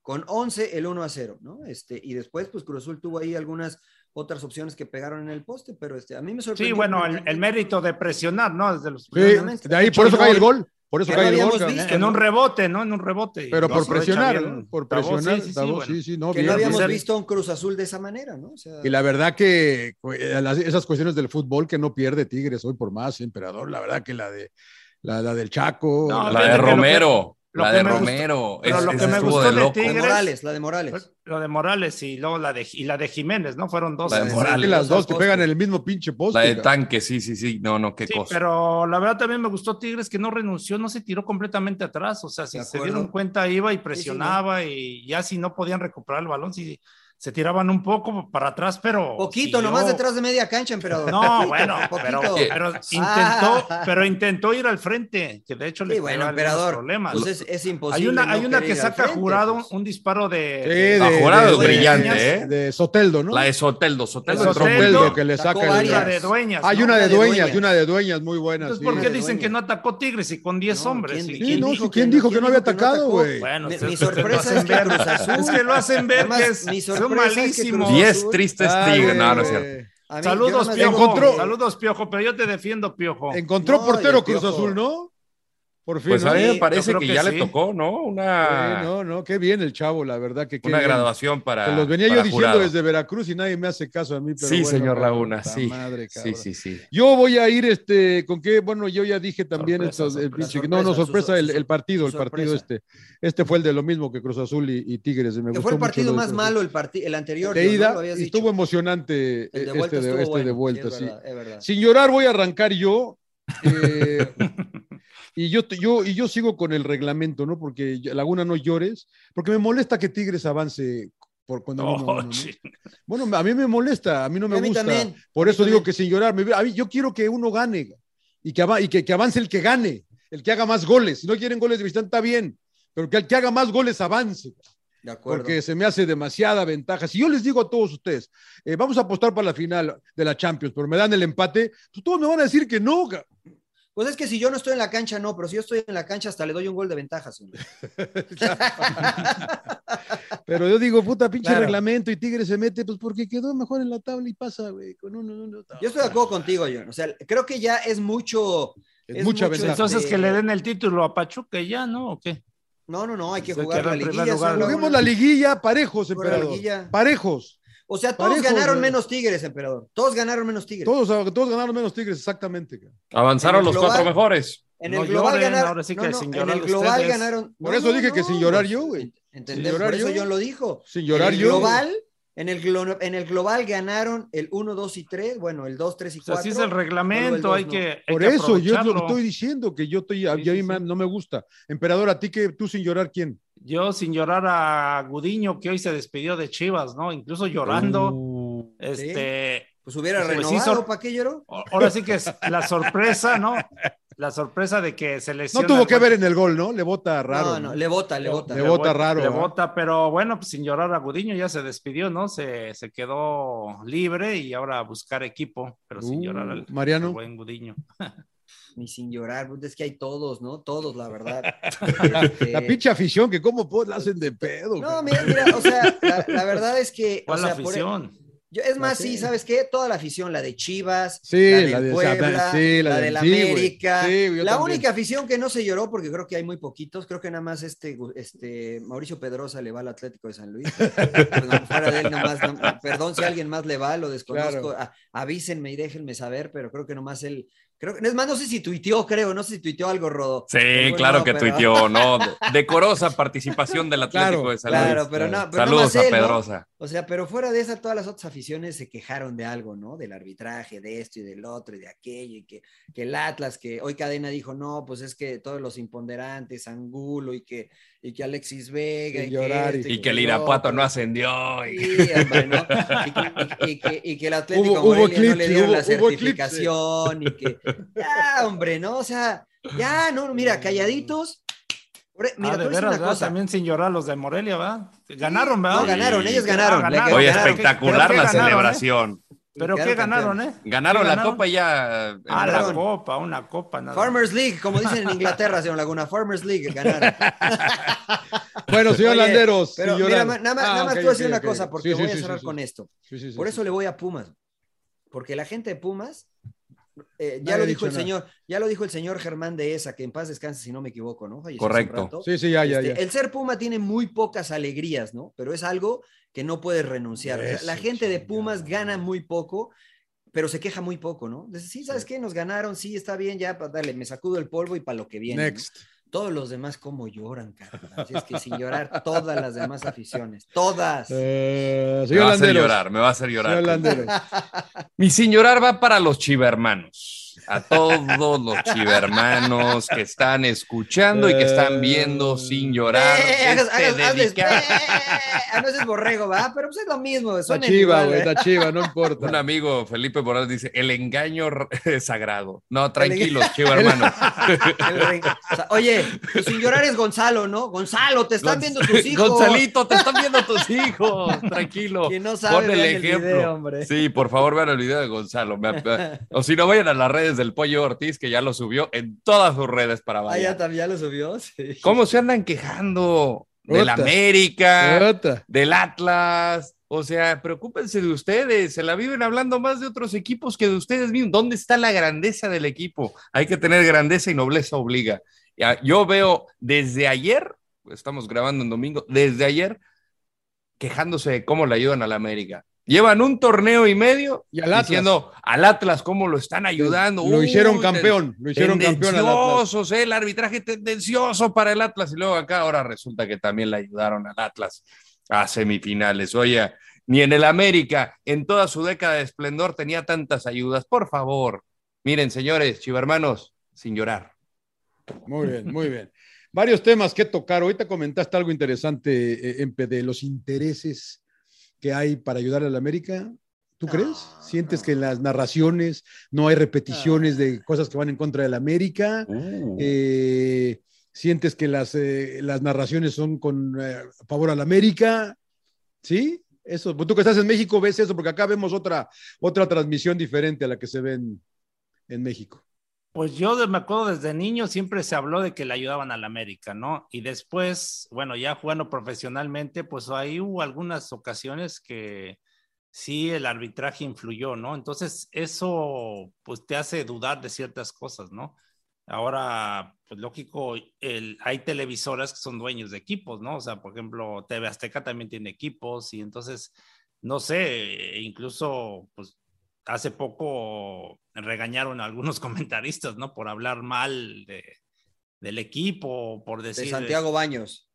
[SPEAKER 10] Con 11 el 1 a 0, ¿no? Este, y después, pues Cruz Azul tuvo ahí algunas otras opciones que pegaron en el poste, pero este, a mí me
[SPEAKER 9] Sí,
[SPEAKER 10] sorprendió.
[SPEAKER 9] bueno, el, el mérito de presionar, ¿no? Desde los
[SPEAKER 7] Sí, de ahí por eso cae el gol, por eso
[SPEAKER 9] Que no
[SPEAKER 7] cae el gol.
[SPEAKER 9] habíamos
[SPEAKER 7] cabrón.
[SPEAKER 9] visto, en un rebote, ¿no? En un rebote.
[SPEAKER 7] Pero
[SPEAKER 9] Lo
[SPEAKER 7] por
[SPEAKER 9] aprovecha
[SPEAKER 7] presionar,
[SPEAKER 9] bien
[SPEAKER 7] ¿no? por
[SPEAKER 9] Tabó,
[SPEAKER 7] presionar,
[SPEAKER 9] sí, sí, sí,
[SPEAKER 7] Tabó,
[SPEAKER 9] bueno.
[SPEAKER 7] sí, sí, no,
[SPEAKER 10] que
[SPEAKER 7] bien,
[SPEAKER 10] no habíamos
[SPEAKER 7] bien.
[SPEAKER 10] visto a un Cruz Azul de esa manera, ¿no? O sea,
[SPEAKER 7] Y la verdad que eh, las- esas cuestiones del fútbol que no pierde Tigres hoy por más, emperador, la verdad que la de la, la del Chaco,
[SPEAKER 8] No, la de Romero, la de Romero.
[SPEAKER 9] pero
[SPEAKER 8] es-
[SPEAKER 9] lo que
[SPEAKER 8] esa
[SPEAKER 9] me
[SPEAKER 8] estuvo
[SPEAKER 9] gustó
[SPEAKER 8] de
[SPEAKER 9] de
[SPEAKER 8] loco.
[SPEAKER 9] Tigres-
[SPEAKER 10] la de Morales, la de Morales.
[SPEAKER 9] Lo de Morales y luego la de, y la de Jiménez, ¿no? Fueron dos.
[SPEAKER 8] La de Morales.
[SPEAKER 7] las dos que pegan en el mismo pinche poste.
[SPEAKER 8] La de
[SPEAKER 7] cabrón.
[SPEAKER 8] tanque, sí, sí, sí. No, no, qué
[SPEAKER 9] Sí,
[SPEAKER 8] cosa.
[SPEAKER 9] pero la verdad también me gustó Tigres que no renunció, no se tiró completamente atrás. O sea, si
[SPEAKER 10] De
[SPEAKER 9] se
[SPEAKER 10] acuerdo.
[SPEAKER 9] dieron cuenta, iba y
[SPEAKER 10] sí, ¿no?
[SPEAKER 9] presionaba y ya si no podían recuperar el balón, si se tiraban un poco para atrás, pero.
[SPEAKER 10] Poquito,
[SPEAKER 9] siguió-
[SPEAKER 10] nomás detrás de media cancha, emperador.
[SPEAKER 9] No,
[SPEAKER 10] Poquito,
[SPEAKER 9] bueno,
[SPEAKER 10] poquito.
[SPEAKER 9] pero, pero intentó,
[SPEAKER 10] Ah.
[SPEAKER 9] pero intentó ir al frente, que de hecho
[SPEAKER 10] Sí,
[SPEAKER 9] le
[SPEAKER 10] bueno,
[SPEAKER 9] creó algunos
[SPEAKER 10] emperador,
[SPEAKER 9] problemas.
[SPEAKER 10] pues es- es
[SPEAKER 9] Hay
[SPEAKER 10] imposible
[SPEAKER 9] una,
[SPEAKER 10] no
[SPEAKER 9] hay una
[SPEAKER 10] querer
[SPEAKER 9] que
[SPEAKER 10] ir al
[SPEAKER 9] saca
[SPEAKER 10] frente, pues.
[SPEAKER 9] jurado un, un disparo de,
[SPEAKER 7] Sí,
[SPEAKER 9] de-
[SPEAKER 8] Ah, Jurado es
[SPEAKER 9] de-
[SPEAKER 8] brillante,
[SPEAKER 9] de-
[SPEAKER 8] ¿eh?
[SPEAKER 7] de Soteldo, ¿no?
[SPEAKER 8] La de Soteldo, Soteldo
[SPEAKER 7] Soteldo
[SPEAKER 8] entró muy bien.
[SPEAKER 7] que le
[SPEAKER 9] Sacó
[SPEAKER 7] saca el-
[SPEAKER 9] varias de dueñas,
[SPEAKER 7] Hay
[SPEAKER 9] ¿no?
[SPEAKER 7] una de
[SPEAKER 9] Una de
[SPEAKER 7] dueñas
[SPEAKER 9] dueñas.
[SPEAKER 7] y una de dueñas muy buena.
[SPEAKER 9] Entonces,
[SPEAKER 7] sí.
[SPEAKER 9] ¿por qué dicen que no atacó Tigres y con 10 hombres? ¿Y
[SPEAKER 7] Sí, no, sí, ¿quién dijo que no había atacado, güey?
[SPEAKER 9] Bueno,
[SPEAKER 10] Mi-
[SPEAKER 9] ustedes
[SPEAKER 10] mi
[SPEAKER 9] lo
[SPEAKER 10] sorpresa
[SPEAKER 9] hacen
[SPEAKER 10] es que
[SPEAKER 9] ver.
[SPEAKER 10] Cruz Azul.
[SPEAKER 9] Es que lo hacen ver
[SPEAKER 10] Además,
[SPEAKER 9] que es-
[SPEAKER 10] mi
[SPEAKER 9] son
[SPEAKER 10] sorpresa es que
[SPEAKER 9] malísimos.
[SPEAKER 10] Cruz
[SPEAKER 8] Diez
[SPEAKER 10] Azul-
[SPEAKER 8] tristes
[SPEAKER 7] Ay,
[SPEAKER 8] Tigres. No, no este es
[SPEAKER 7] güey.
[SPEAKER 8] cierto.
[SPEAKER 10] A mí, yo
[SPEAKER 9] Saludos,
[SPEAKER 10] nomás
[SPEAKER 9] Piojo.
[SPEAKER 10] digo-
[SPEAKER 7] Encontró-
[SPEAKER 9] Saludos, Piojo, pero yo te defiendo, Piojo.
[SPEAKER 7] Encontró
[SPEAKER 10] No, y el
[SPEAKER 7] portero Cruz
[SPEAKER 10] Piojo.
[SPEAKER 7] Azul, ¿no? Por fin.
[SPEAKER 8] Pues a
[SPEAKER 7] ¿no?
[SPEAKER 8] mí
[SPEAKER 10] Sí,
[SPEAKER 8] me
[SPEAKER 10] yo
[SPEAKER 8] parece
[SPEAKER 9] creo
[SPEAKER 8] que,
[SPEAKER 9] que
[SPEAKER 8] ya
[SPEAKER 9] sí.
[SPEAKER 8] le tocó, ¿no? Una,
[SPEAKER 7] Sí, no, no, qué bien el chavo, la verdad que qué
[SPEAKER 8] una
[SPEAKER 7] bien.
[SPEAKER 8] graduación para.
[SPEAKER 7] Que los venía yo
[SPEAKER 8] para
[SPEAKER 7] diciendo
[SPEAKER 8] jurado.
[SPEAKER 7] desde Veracruz y nadie me hace caso a mí. Pero
[SPEAKER 8] Sí,
[SPEAKER 7] bueno,
[SPEAKER 8] señor
[SPEAKER 7] cabrón,
[SPEAKER 8] Laguna,
[SPEAKER 7] puta
[SPEAKER 8] sí.
[SPEAKER 7] madre,
[SPEAKER 8] sí,
[SPEAKER 7] cabrón.
[SPEAKER 8] sí, sí.
[SPEAKER 7] Yo voy a ir este con qué, bueno, yo ya dije también
[SPEAKER 9] Sorpresa,
[SPEAKER 7] esto, el
[SPEAKER 9] sorpresa,
[SPEAKER 7] pinche- no, no,
[SPEAKER 10] sorpresa,
[SPEAKER 7] sorpresa
[SPEAKER 10] su-
[SPEAKER 7] el,
[SPEAKER 10] su-
[SPEAKER 7] el partido, el
[SPEAKER 10] su
[SPEAKER 7] partido
[SPEAKER 10] sorpresa.
[SPEAKER 7] este. Este fue el de lo mismo que Cruz Azul y, y Tigres, y me
[SPEAKER 10] Que
[SPEAKER 7] gustó
[SPEAKER 10] fue el
[SPEAKER 7] mucho lo
[SPEAKER 10] partido
[SPEAKER 7] de
[SPEAKER 10] más
[SPEAKER 7] Cruz
[SPEAKER 10] malo, el, parti- el anterior.
[SPEAKER 7] Azul. de
[SPEAKER 10] yo, ¿no?
[SPEAKER 7] ida,
[SPEAKER 10] Lo habías
[SPEAKER 7] y
[SPEAKER 10] dicho.
[SPEAKER 7] estuvo emocionante
[SPEAKER 10] El de
[SPEAKER 7] eh,
[SPEAKER 10] vuelta
[SPEAKER 7] este, de,
[SPEAKER 10] estuvo
[SPEAKER 7] este
[SPEAKER 10] bueno,
[SPEAKER 7] de
[SPEAKER 10] sí,
[SPEAKER 7] vuelta,
[SPEAKER 10] es
[SPEAKER 7] sí.
[SPEAKER 10] verdad, es verdad.
[SPEAKER 7] Sin llorar voy a arrancar yo. eh, y yo, te- yo, y yo sigo con el reglamento, ¿no? Porque ya- Laguna no llores, porque me molesta que Tigres avance por cuando uno a uno,
[SPEAKER 9] Oh,
[SPEAKER 7] ¿no?
[SPEAKER 9] sí.
[SPEAKER 7] Bueno, a mí me molesta, a mí no me
[SPEAKER 10] A mí
[SPEAKER 7] gusta.
[SPEAKER 10] también, a
[SPEAKER 7] Por
[SPEAKER 10] mí
[SPEAKER 7] eso digo
[SPEAKER 10] también.
[SPEAKER 7] que sin llorar, me- a mí- yo quiero que uno gane y, que, ava- y que, que avance el que gane, el que haga más goles. Si no quieren goles de visitante, está bien, pero que el que haga más goles avance
[SPEAKER 10] De acuerdo.
[SPEAKER 7] porque se me hace demasiada ventaja. Si yo les digo a todos ustedes, eh, vamos a apostar para la final de la Champions, pero me dan el empate, pues todos me van a decir que no. ca-
[SPEAKER 10] Pues es que si yo no estoy en la cancha, no, pero si yo estoy en la cancha, hasta le doy un gol de ventaja. señor.
[SPEAKER 7] Pero yo digo, puta, pinche
[SPEAKER 10] Claro.
[SPEAKER 7] reglamento y Tigre se mete, pues porque quedó mejor en la tabla y pasa, güey, con uno, uno, uno.
[SPEAKER 10] Yo estoy de acuerdo contigo, John. O sea, creo que ya es mucho.
[SPEAKER 7] Es mucha ventaja.
[SPEAKER 9] Entonces
[SPEAKER 10] este,
[SPEAKER 9] que le den el título a Pachuca y ya, ¿no? ¿O qué?
[SPEAKER 10] No, no, no, hay que
[SPEAKER 9] Se
[SPEAKER 10] jugar
[SPEAKER 9] quedó
[SPEAKER 10] la
[SPEAKER 9] en primer
[SPEAKER 10] liguilla.
[SPEAKER 9] lugar,
[SPEAKER 10] señor
[SPEAKER 9] ¿no?
[SPEAKER 10] Laguna.
[SPEAKER 7] Juguemos la liguilla parejos,
[SPEAKER 10] Por la
[SPEAKER 7] emperador.
[SPEAKER 10] liguilla.
[SPEAKER 7] Parejos.
[SPEAKER 10] O sea, todos
[SPEAKER 7] Parejos,
[SPEAKER 10] ganaron
[SPEAKER 7] güey.
[SPEAKER 10] menos Tigres, emperador. Todos ganaron menos Tigres.
[SPEAKER 7] Todos, todos ganaron menos Tigres, exactamente. ca.
[SPEAKER 8] Avanzaron
[SPEAKER 10] En el
[SPEAKER 8] los cuatro
[SPEAKER 10] global-
[SPEAKER 8] mejores.
[SPEAKER 10] En
[SPEAKER 9] No
[SPEAKER 10] el global
[SPEAKER 9] lloren,
[SPEAKER 10] ganaron.
[SPEAKER 9] ahora sí que
[SPEAKER 10] no, no,
[SPEAKER 9] sin
[SPEAKER 10] en
[SPEAKER 9] llorar
[SPEAKER 10] el global
[SPEAKER 9] ustedes.
[SPEAKER 10] ganaron.
[SPEAKER 7] Por
[SPEAKER 10] no,
[SPEAKER 7] eso
[SPEAKER 10] no,
[SPEAKER 7] dije que
[SPEAKER 10] no,
[SPEAKER 7] sin llorar
[SPEAKER 10] pues,
[SPEAKER 7] yo, güey.
[SPEAKER 10] ¿Entendés?
[SPEAKER 7] llorar
[SPEAKER 10] Por eso
[SPEAKER 7] yo.
[SPEAKER 10] John lo dijo.
[SPEAKER 7] Sin llorar
[SPEAKER 10] en el
[SPEAKER 7] yo, güey.
[SPEAKER 10] Global, en, el glo- en el global ganaron el 1, 2 y 3. Bueno, el 2, 3 y
[SPEAKER 9] O sea,
[SPEAKER 10] 4.
[SPEAKER 9] así es el reglamento, hay que. hay
[SPEAKER 7] Por
[SPEAKER 9] que
[SPEAKER 7] eso yo es lo que
[SPEAKER 9] aprovecharlo.
[SPEAKER 7] estoy diciendo, que yo estoy, a,
[SPEAKER 9] Sí,
[SPEAKER 7] y a
[SPEAKER 9] sí,
[SPEAKER 7] mí me-
[SPEAKER 9] sí.
[SPEAKER 7] no me gusta. Emperador, a ti que tú sin llorar, ¿quién?
[SPEAKER 9] Yo sin llorar a Gudiño, que hoy se despidió de Chivas, ¿no? Incluso llorando. este,
[SPEAKER 10] Pues hubiera
[SPEAKER 9] Pues sí,
[SPEAKER 10] renovado,
[SPEAKER 9] sor-
[SPEAKER 10] ¿para qué lloró?
[SPEAKER 9] o- ahora sí que es la sorpresa, ¿no? La sorpresa de que se les
[SPEAKER 7] No tuvo que ver en el gol, ¿no? Le bota raro.
[SPEAKER 10] No, no, le bota, le bota.
[SPEAKER 7] Le bota raro.
[SPEAKER 9] Le
[SPEAKER 7] ¿verdad?
[SPEAKER 9] bota, pero bueno, pues sin llorar a Gudiño ya se despidió, ¿no? Se, se quedó libre y ahora a buscar equipo, pero sin
[SPEAKER 7] Uh,
[SPEAKER 9] llorar al,
[SPEAKER 7] Mariano.
[SPEAKER 9] al buen Gudiño.
[SPEAKER 10] Ni sin llorar, pues, es que hay todos, ¿no? Todos, la verdad.
[SPEAKER 7] La
[SPEAKER 10] Este,
[SPEAKER 7] pinche afición, que cómo po- la hacen de pedo.
[SPEAKER 10] No, mira, mira, o sea, la, la verdad es que. o
[SPEAKER 7] ¿Cuál
[SPEAKER 10] sea, por- e
[SPEAKER 7] afición?
[SPEAKER 10] yo- es más,
[SPEAKER 7] La
[SPEAKER 10] sí,
[SPEAKER 7] que-
[SPEAKER 10] ¿sabes qué? Toda la afición, la de Chivas,
[SPEAKER 7] Ah, Sí,
[SPEAKER 10] la del
[SPEAKER 7] la de-
[SPEAKER 10] Puebla,
[SPEAKER 7] sí, la
[SPEAKER 10] la,
[SPEAKER 7] del-
[SPEAKER 10] de la
[SPEAKER 7] sí, güey.
[SPEAKER 10] América.
[SPEAKER 7] Sí, yo
[SPEAKER 10] la
[SPEAKER 7] también.
[SPEAKER 10] única afición que no se lloró, porque creo que hay muy poquitos, creo que nada más este, este Mauricio Pedrosa le va al Atlético de San Luis. perdón, fuera de él nomás, no- perdón si alguien más le va, lo desconozco.
[SPEAKER 7] Claro.
[SPEAKER 10] Ah, avísenme y déjenme saber, pero creo que nomás él. Creo, que- es más, no sé si tuiteó, creo, no sé si tuiteó algo, Rodo.
[SPEAKER 8] Sí,
[SPEAKER 10] El buen
[SPEAKER 8] claro
[SPEAKER 10] Rodo,
[SPEAKER 8] que
[SPEAKER 10] pero-
[SPEAKER 8] tuiteó, ¿no? De- Decorosa participación del Atlético de San Luis.
[SPEAKER 10] Claro, pero no, pero
[SPEAKER 8] Saludos
[SPEAKER 10] no más
[SPEAKER 8] a
[SPEAKER 10] él, ¿no?
[SPEAKER 8] Pedrosa.
[SPEAKER 10] O sea, pero fuera de esa, todas las otras aficiones se quejaron de algo, ¿no? Del arbitraje, de esto y del otro y de aquello, y que, que el Atlas, que hoy Cadena dijo, no, pues es que todos los imponderantes, Angulo y que, y que Alexis Vega.
[SPEAKER 7] Y llorar,
[SPEAKER 10] esto,
[SPEAKER 8] Y que el
[SPEAKER 10] lo
[SPEAKER 8] Irapuato
[SPEAKER 10] otro.
[SPEAKER 8] no ascendió. y-
[SPEAKER 10] Sí, hombre, ¿no? Y que, y que- y que el Atlético
[SPEAKER 8] Hubo- hubo
[SPEAKER 10] Morelia no le
[SPEAKER 8] clips,
[SPEAKER 10] dieron la
[SPEAKER 8] hubo- hubo clips,
[SPEAKER 10] certificación y que, ya, hombre, ¿no? O sea, ya, no, mira, calladitos. Ahora, Mira,
[SPEAKER 9] Ah,
[SPEAKER 10] tú
[SPEAKER 9] de
[SPEAKER 10] dices
[SPEAKER 9] veras,
[SPEAKER 10] una
[SPEAKER 9] ¿verdad?
[SPEAKER 10] cosa.
[SPEAKER 9] También sin llorar los de Morelia, ¿verdad? Ganaron, ¿verdad?
[SPEAKER 10] No, ganaron, ellos
[SPEAKER 9] Ah,
[SPEAKER 10] ganaron.
[SPEAKER 9] ganaron.
[SPEAKER 8] Oye,
[SPEAKER 9] Ganaron.
[SPEAKER 8] espectacular
[SPEAKER 9] Pero qué
[SPEAKER 8] la
[SPEAKER 9] ganaron,
[SPEAKER 8] celebración.
[SPEAKER 9] ¿eh? Pero qué
[SPEAKER 10] Quedaron
[SPEAKER 9] ganaron, ¿eh?
[SPEAKER 10] campeones.
[SPEAKER 8] Ganaron
[SPEAKER 9] ¿Qué
[SPEAKER 8] la
[SPEAKER 9] ganaron?
[SPEAKER 8] copa y ya. eh,
[SPEAKER 9] Ah, la
[SPEAKER 8] ganaron.
[SPEAKER 9] copa, una copa. nada más.
[SPEAKER 10] Farmers League, como dicen en Inglaterra, señor Laguna, Farmers League ganaron.
[SPEAKER 7] Bueno, señor
[SPEAKER 10] Oye,
[SPEAKER 7] Landeros.
[SPEAKER 10] Pero
[SPEAKER 7] sin
[SPEAKER 10] mira,
[SPEAKER 7] llorar.
[SPEAKER 10] nada más,
[SPEAKER 7] Ah,
[SPEAKER 10] nada más
[SPEAKER 7] ok,
[SPEAKER 10] te voy a decir
[SPEAKER 7] ok,
[SPEAKER 10] una
[SPEAKER 7] ok.
[SPEAKER 10] cosa, porque
[SPEAKER 7] Sí, sí,
[SPEAKER 10] voy a
[SPEAKER 7] sí,
[SPEAKER 10] cerrar
[SPEAKER 7] sí,
[SPEAKER 10] con
[SPEAKER 7] sí.
[SPEAKER 10] esto.
[SPEAKER 7] Sí, sí, sí,
[SPEAKER 10] Por
[SPEAKER 7] sí.
[SPEAKER 10] eso le voy a Pumas. Porque la gente de Pumas, eh,
[SPEAKER 7] Nadie
[SPEAKER 10] ya
[SPEAKER 7] ha
[SPEAKER 10] lo dijo
[SPEAKER 7] dicho
[SPEAKER 10] el
[SPEAKER 7] nada.
[SPEAKER 10] señor, ya lo dijo el señor Germán de esa, que en paz descanse, si no me equivoco, ¿no? Falleció hace un
[SPEAKER 8] Correcto.
[SPEAKER 10] rato.
[SPEAKER 7] Sí, sí, ya, ya,
[SPEAKER 10] Este,
[SPEAKER 7] ya.
[SPEAKER 10] El ser Puma tiene muy pocas alegrías, ¿no? Pero es algo que no puedes renunciar. O sea, la
[SPEAKER 7] Eso,
[SPEAKER 10] gente de Pumas gana muy poco, pero se queja muy poco, ¿no? Dice, sí, ¿sabes qué? Nos ganaron, sí, está bien, ya, pa- dale, me sacudo el polvo y para lo que viene. ¿no?
[SPEAKER 7] Next.
[SPEAKER 10] Todos los demás, ¿cómo lloran, cabrón? Así es que sin llorar, todas las demás aficiones, todas.
[SPEAKER 7] Eh,
[SPEAKER 8] Me
[SPEAKER 7] señor
[SPEAKER 8] va a hacer
[SPEAKER 7] Landeros.
[SPEAKER 8] llorar, me va a hacer llorar.
[SPEAKER 7] Señor Landeros.
[SPEAKER 8] Mi sin llorar va para los chivermanos. A todos los chivermanos que están escuchando y que están viendo sin llorar.
[SPEAKER 10] Eh, hagas-
[SPEAKER 8] este
[SPEAKER 10] hagas- hazles,
[SPEAKER 8] dedica-
[SPEAKER 10] eh, ah, no ese es borrego, ¿va? Pero pues es lo mismo. eh,
[SPEAKER 7] Está
[SPEAKER 10] Son
[SPEAKER 7] chiva, güey, está chiva, no
[SPEAKER 8] Un
[SPEAKER 7] importa.
[SPEAKER 8] amigo, Felipe Morales, dice, el engaño r- sagrado. No, tranquilos, chivo hermano.
[SPEAKER 10] Oye, tu sin llorar es Gonzalo, ¿no? Gonzalo, te están
[SPEAKER 8] Gonz-
[SPEAKER 10] viendo tus hijos.
[SPEAKER 8] Gonzalito, te están viendo tus hijos. Tranquilo.
[SPEAKER 10] Quien no sabe,
[SPEAKER 8] Pon el
[SPEAKER 10] vean el
[SPEAKER 8] ejemplo.
[SPEAKER 10] video, hombre.
[SPEAKER 8] Sí, por favor, vean el video de Gonzalo. Me- me- o si no, vayan a las redes del Pollo Ortiz, que ya lo subió en todas sus redes para
[SPEAKER 10] Ah, ya
[SPEAKER 8] variar.
[SPEAKER 10] también ya lo subió. Sí.
[SPEAKER 8] ¿Cómo se andan quejando del
[SPEAKER 7] Ota.
[SPEAKER 8] América,
[SPEAKER 7] Ota.
[SPEAKER 8] del Atlas? O sea, preocúpense de ustedes, se la viven hablando más de otros equipos que de ustedes mismos. ¿Dónde está la grandeza del equipo? Hay que tener grandeza y nobleza obliga. Ya, Yo veo desde ayer, estamos grabando en domingo, desde ayer, quejándose de cómo le ayudan al América. Llevan un torneo y medio
[SPEAKER 7] Y al Atlas.
[SPEAKER 8] diciendo al Atlas cómo lo están ayudando.
[SPEAKER 7] Lo hicieron
[SPEAKER 8] ten-
[SPEAKER 7] campeón, lo hicieron campeón al Atlas.
[SPEAKER 8] tendenciosos, eh, el arbitraje tendencioso para el Atlas. Y luego acá ahora resulta que también le ayudaron al Atlas a semifinales. Oye, ni en el América, en toda su década de esplendor, tenía tantas ayudas. Por favor, miren, señores, chivermanos, sin llorar.
[SPEAKER 7] Muy bien, muy bien. Varios temas que tocar. Ahorita comentaste algo interesante, eh, Empe, de los intereses que hay para ayudar a la América. ¿Tú crees? ¿Sientes que en las narraciones no hay repeticiones de cosas que van en contra de la América? Eh, ¿Sientes que las, eh, las narraciones son con eh, a favor a la América? ¿Sí? Eso, pues tú que estás en México ves eso, porque acá vemos otra, otra transmisión diferente a la que se ve en, en México.
[SPEAKER 9] Pues yo de- me acuerdo desde niño siempre se habló de que le ayudaban al América, ¿no? Y después, bueno, ya jugando profesionalmente, pues ahí hubo algunas ocasiones que sí el arbitraje influyó, ¿no? Entonces eso pues te hace dudar de ciertas cosas, ¿no? Ahora, pues lógico, el- hay televisoras que son dueños de equipos, ¿no? O sea, por ejemplo, TV Azteca también tiene equipos y entonces, no sé, incluso pues hace poco regañaron a algunos comentaristas, ¿no? Por hablar mal de- del equipo, por decir...
[SPEAKER 10] De Santiago Baños.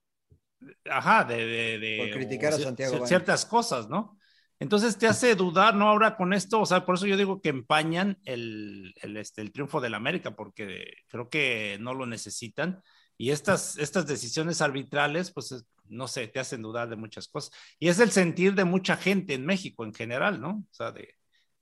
[SPEAKER 9] Ajá, de... de- de-
[SPEAKER 10] Por criticar
[SPEAKER 9] o
[SPEAKER 10] a
[SPEAKER 9] cier-
[SPEAKER 10] Santiago
[SPEAKER 9] cier-
[SPEAKER 10] Baños.
[SPEAKER 9] Ciertas cosas, ¿no? Entonces te hace dudar, ¿no? Ahora con esto, o sea, por eso yo digo que empañan el, el, este, el triunfo del América, porque creo que no lo necesitan. Y estas, estas decisiones arbitrales, pues, es- no sé, te hacen dudar de muchas cosas. Y es el sentir de mucha gente en México en general, ¿no? O sea, de,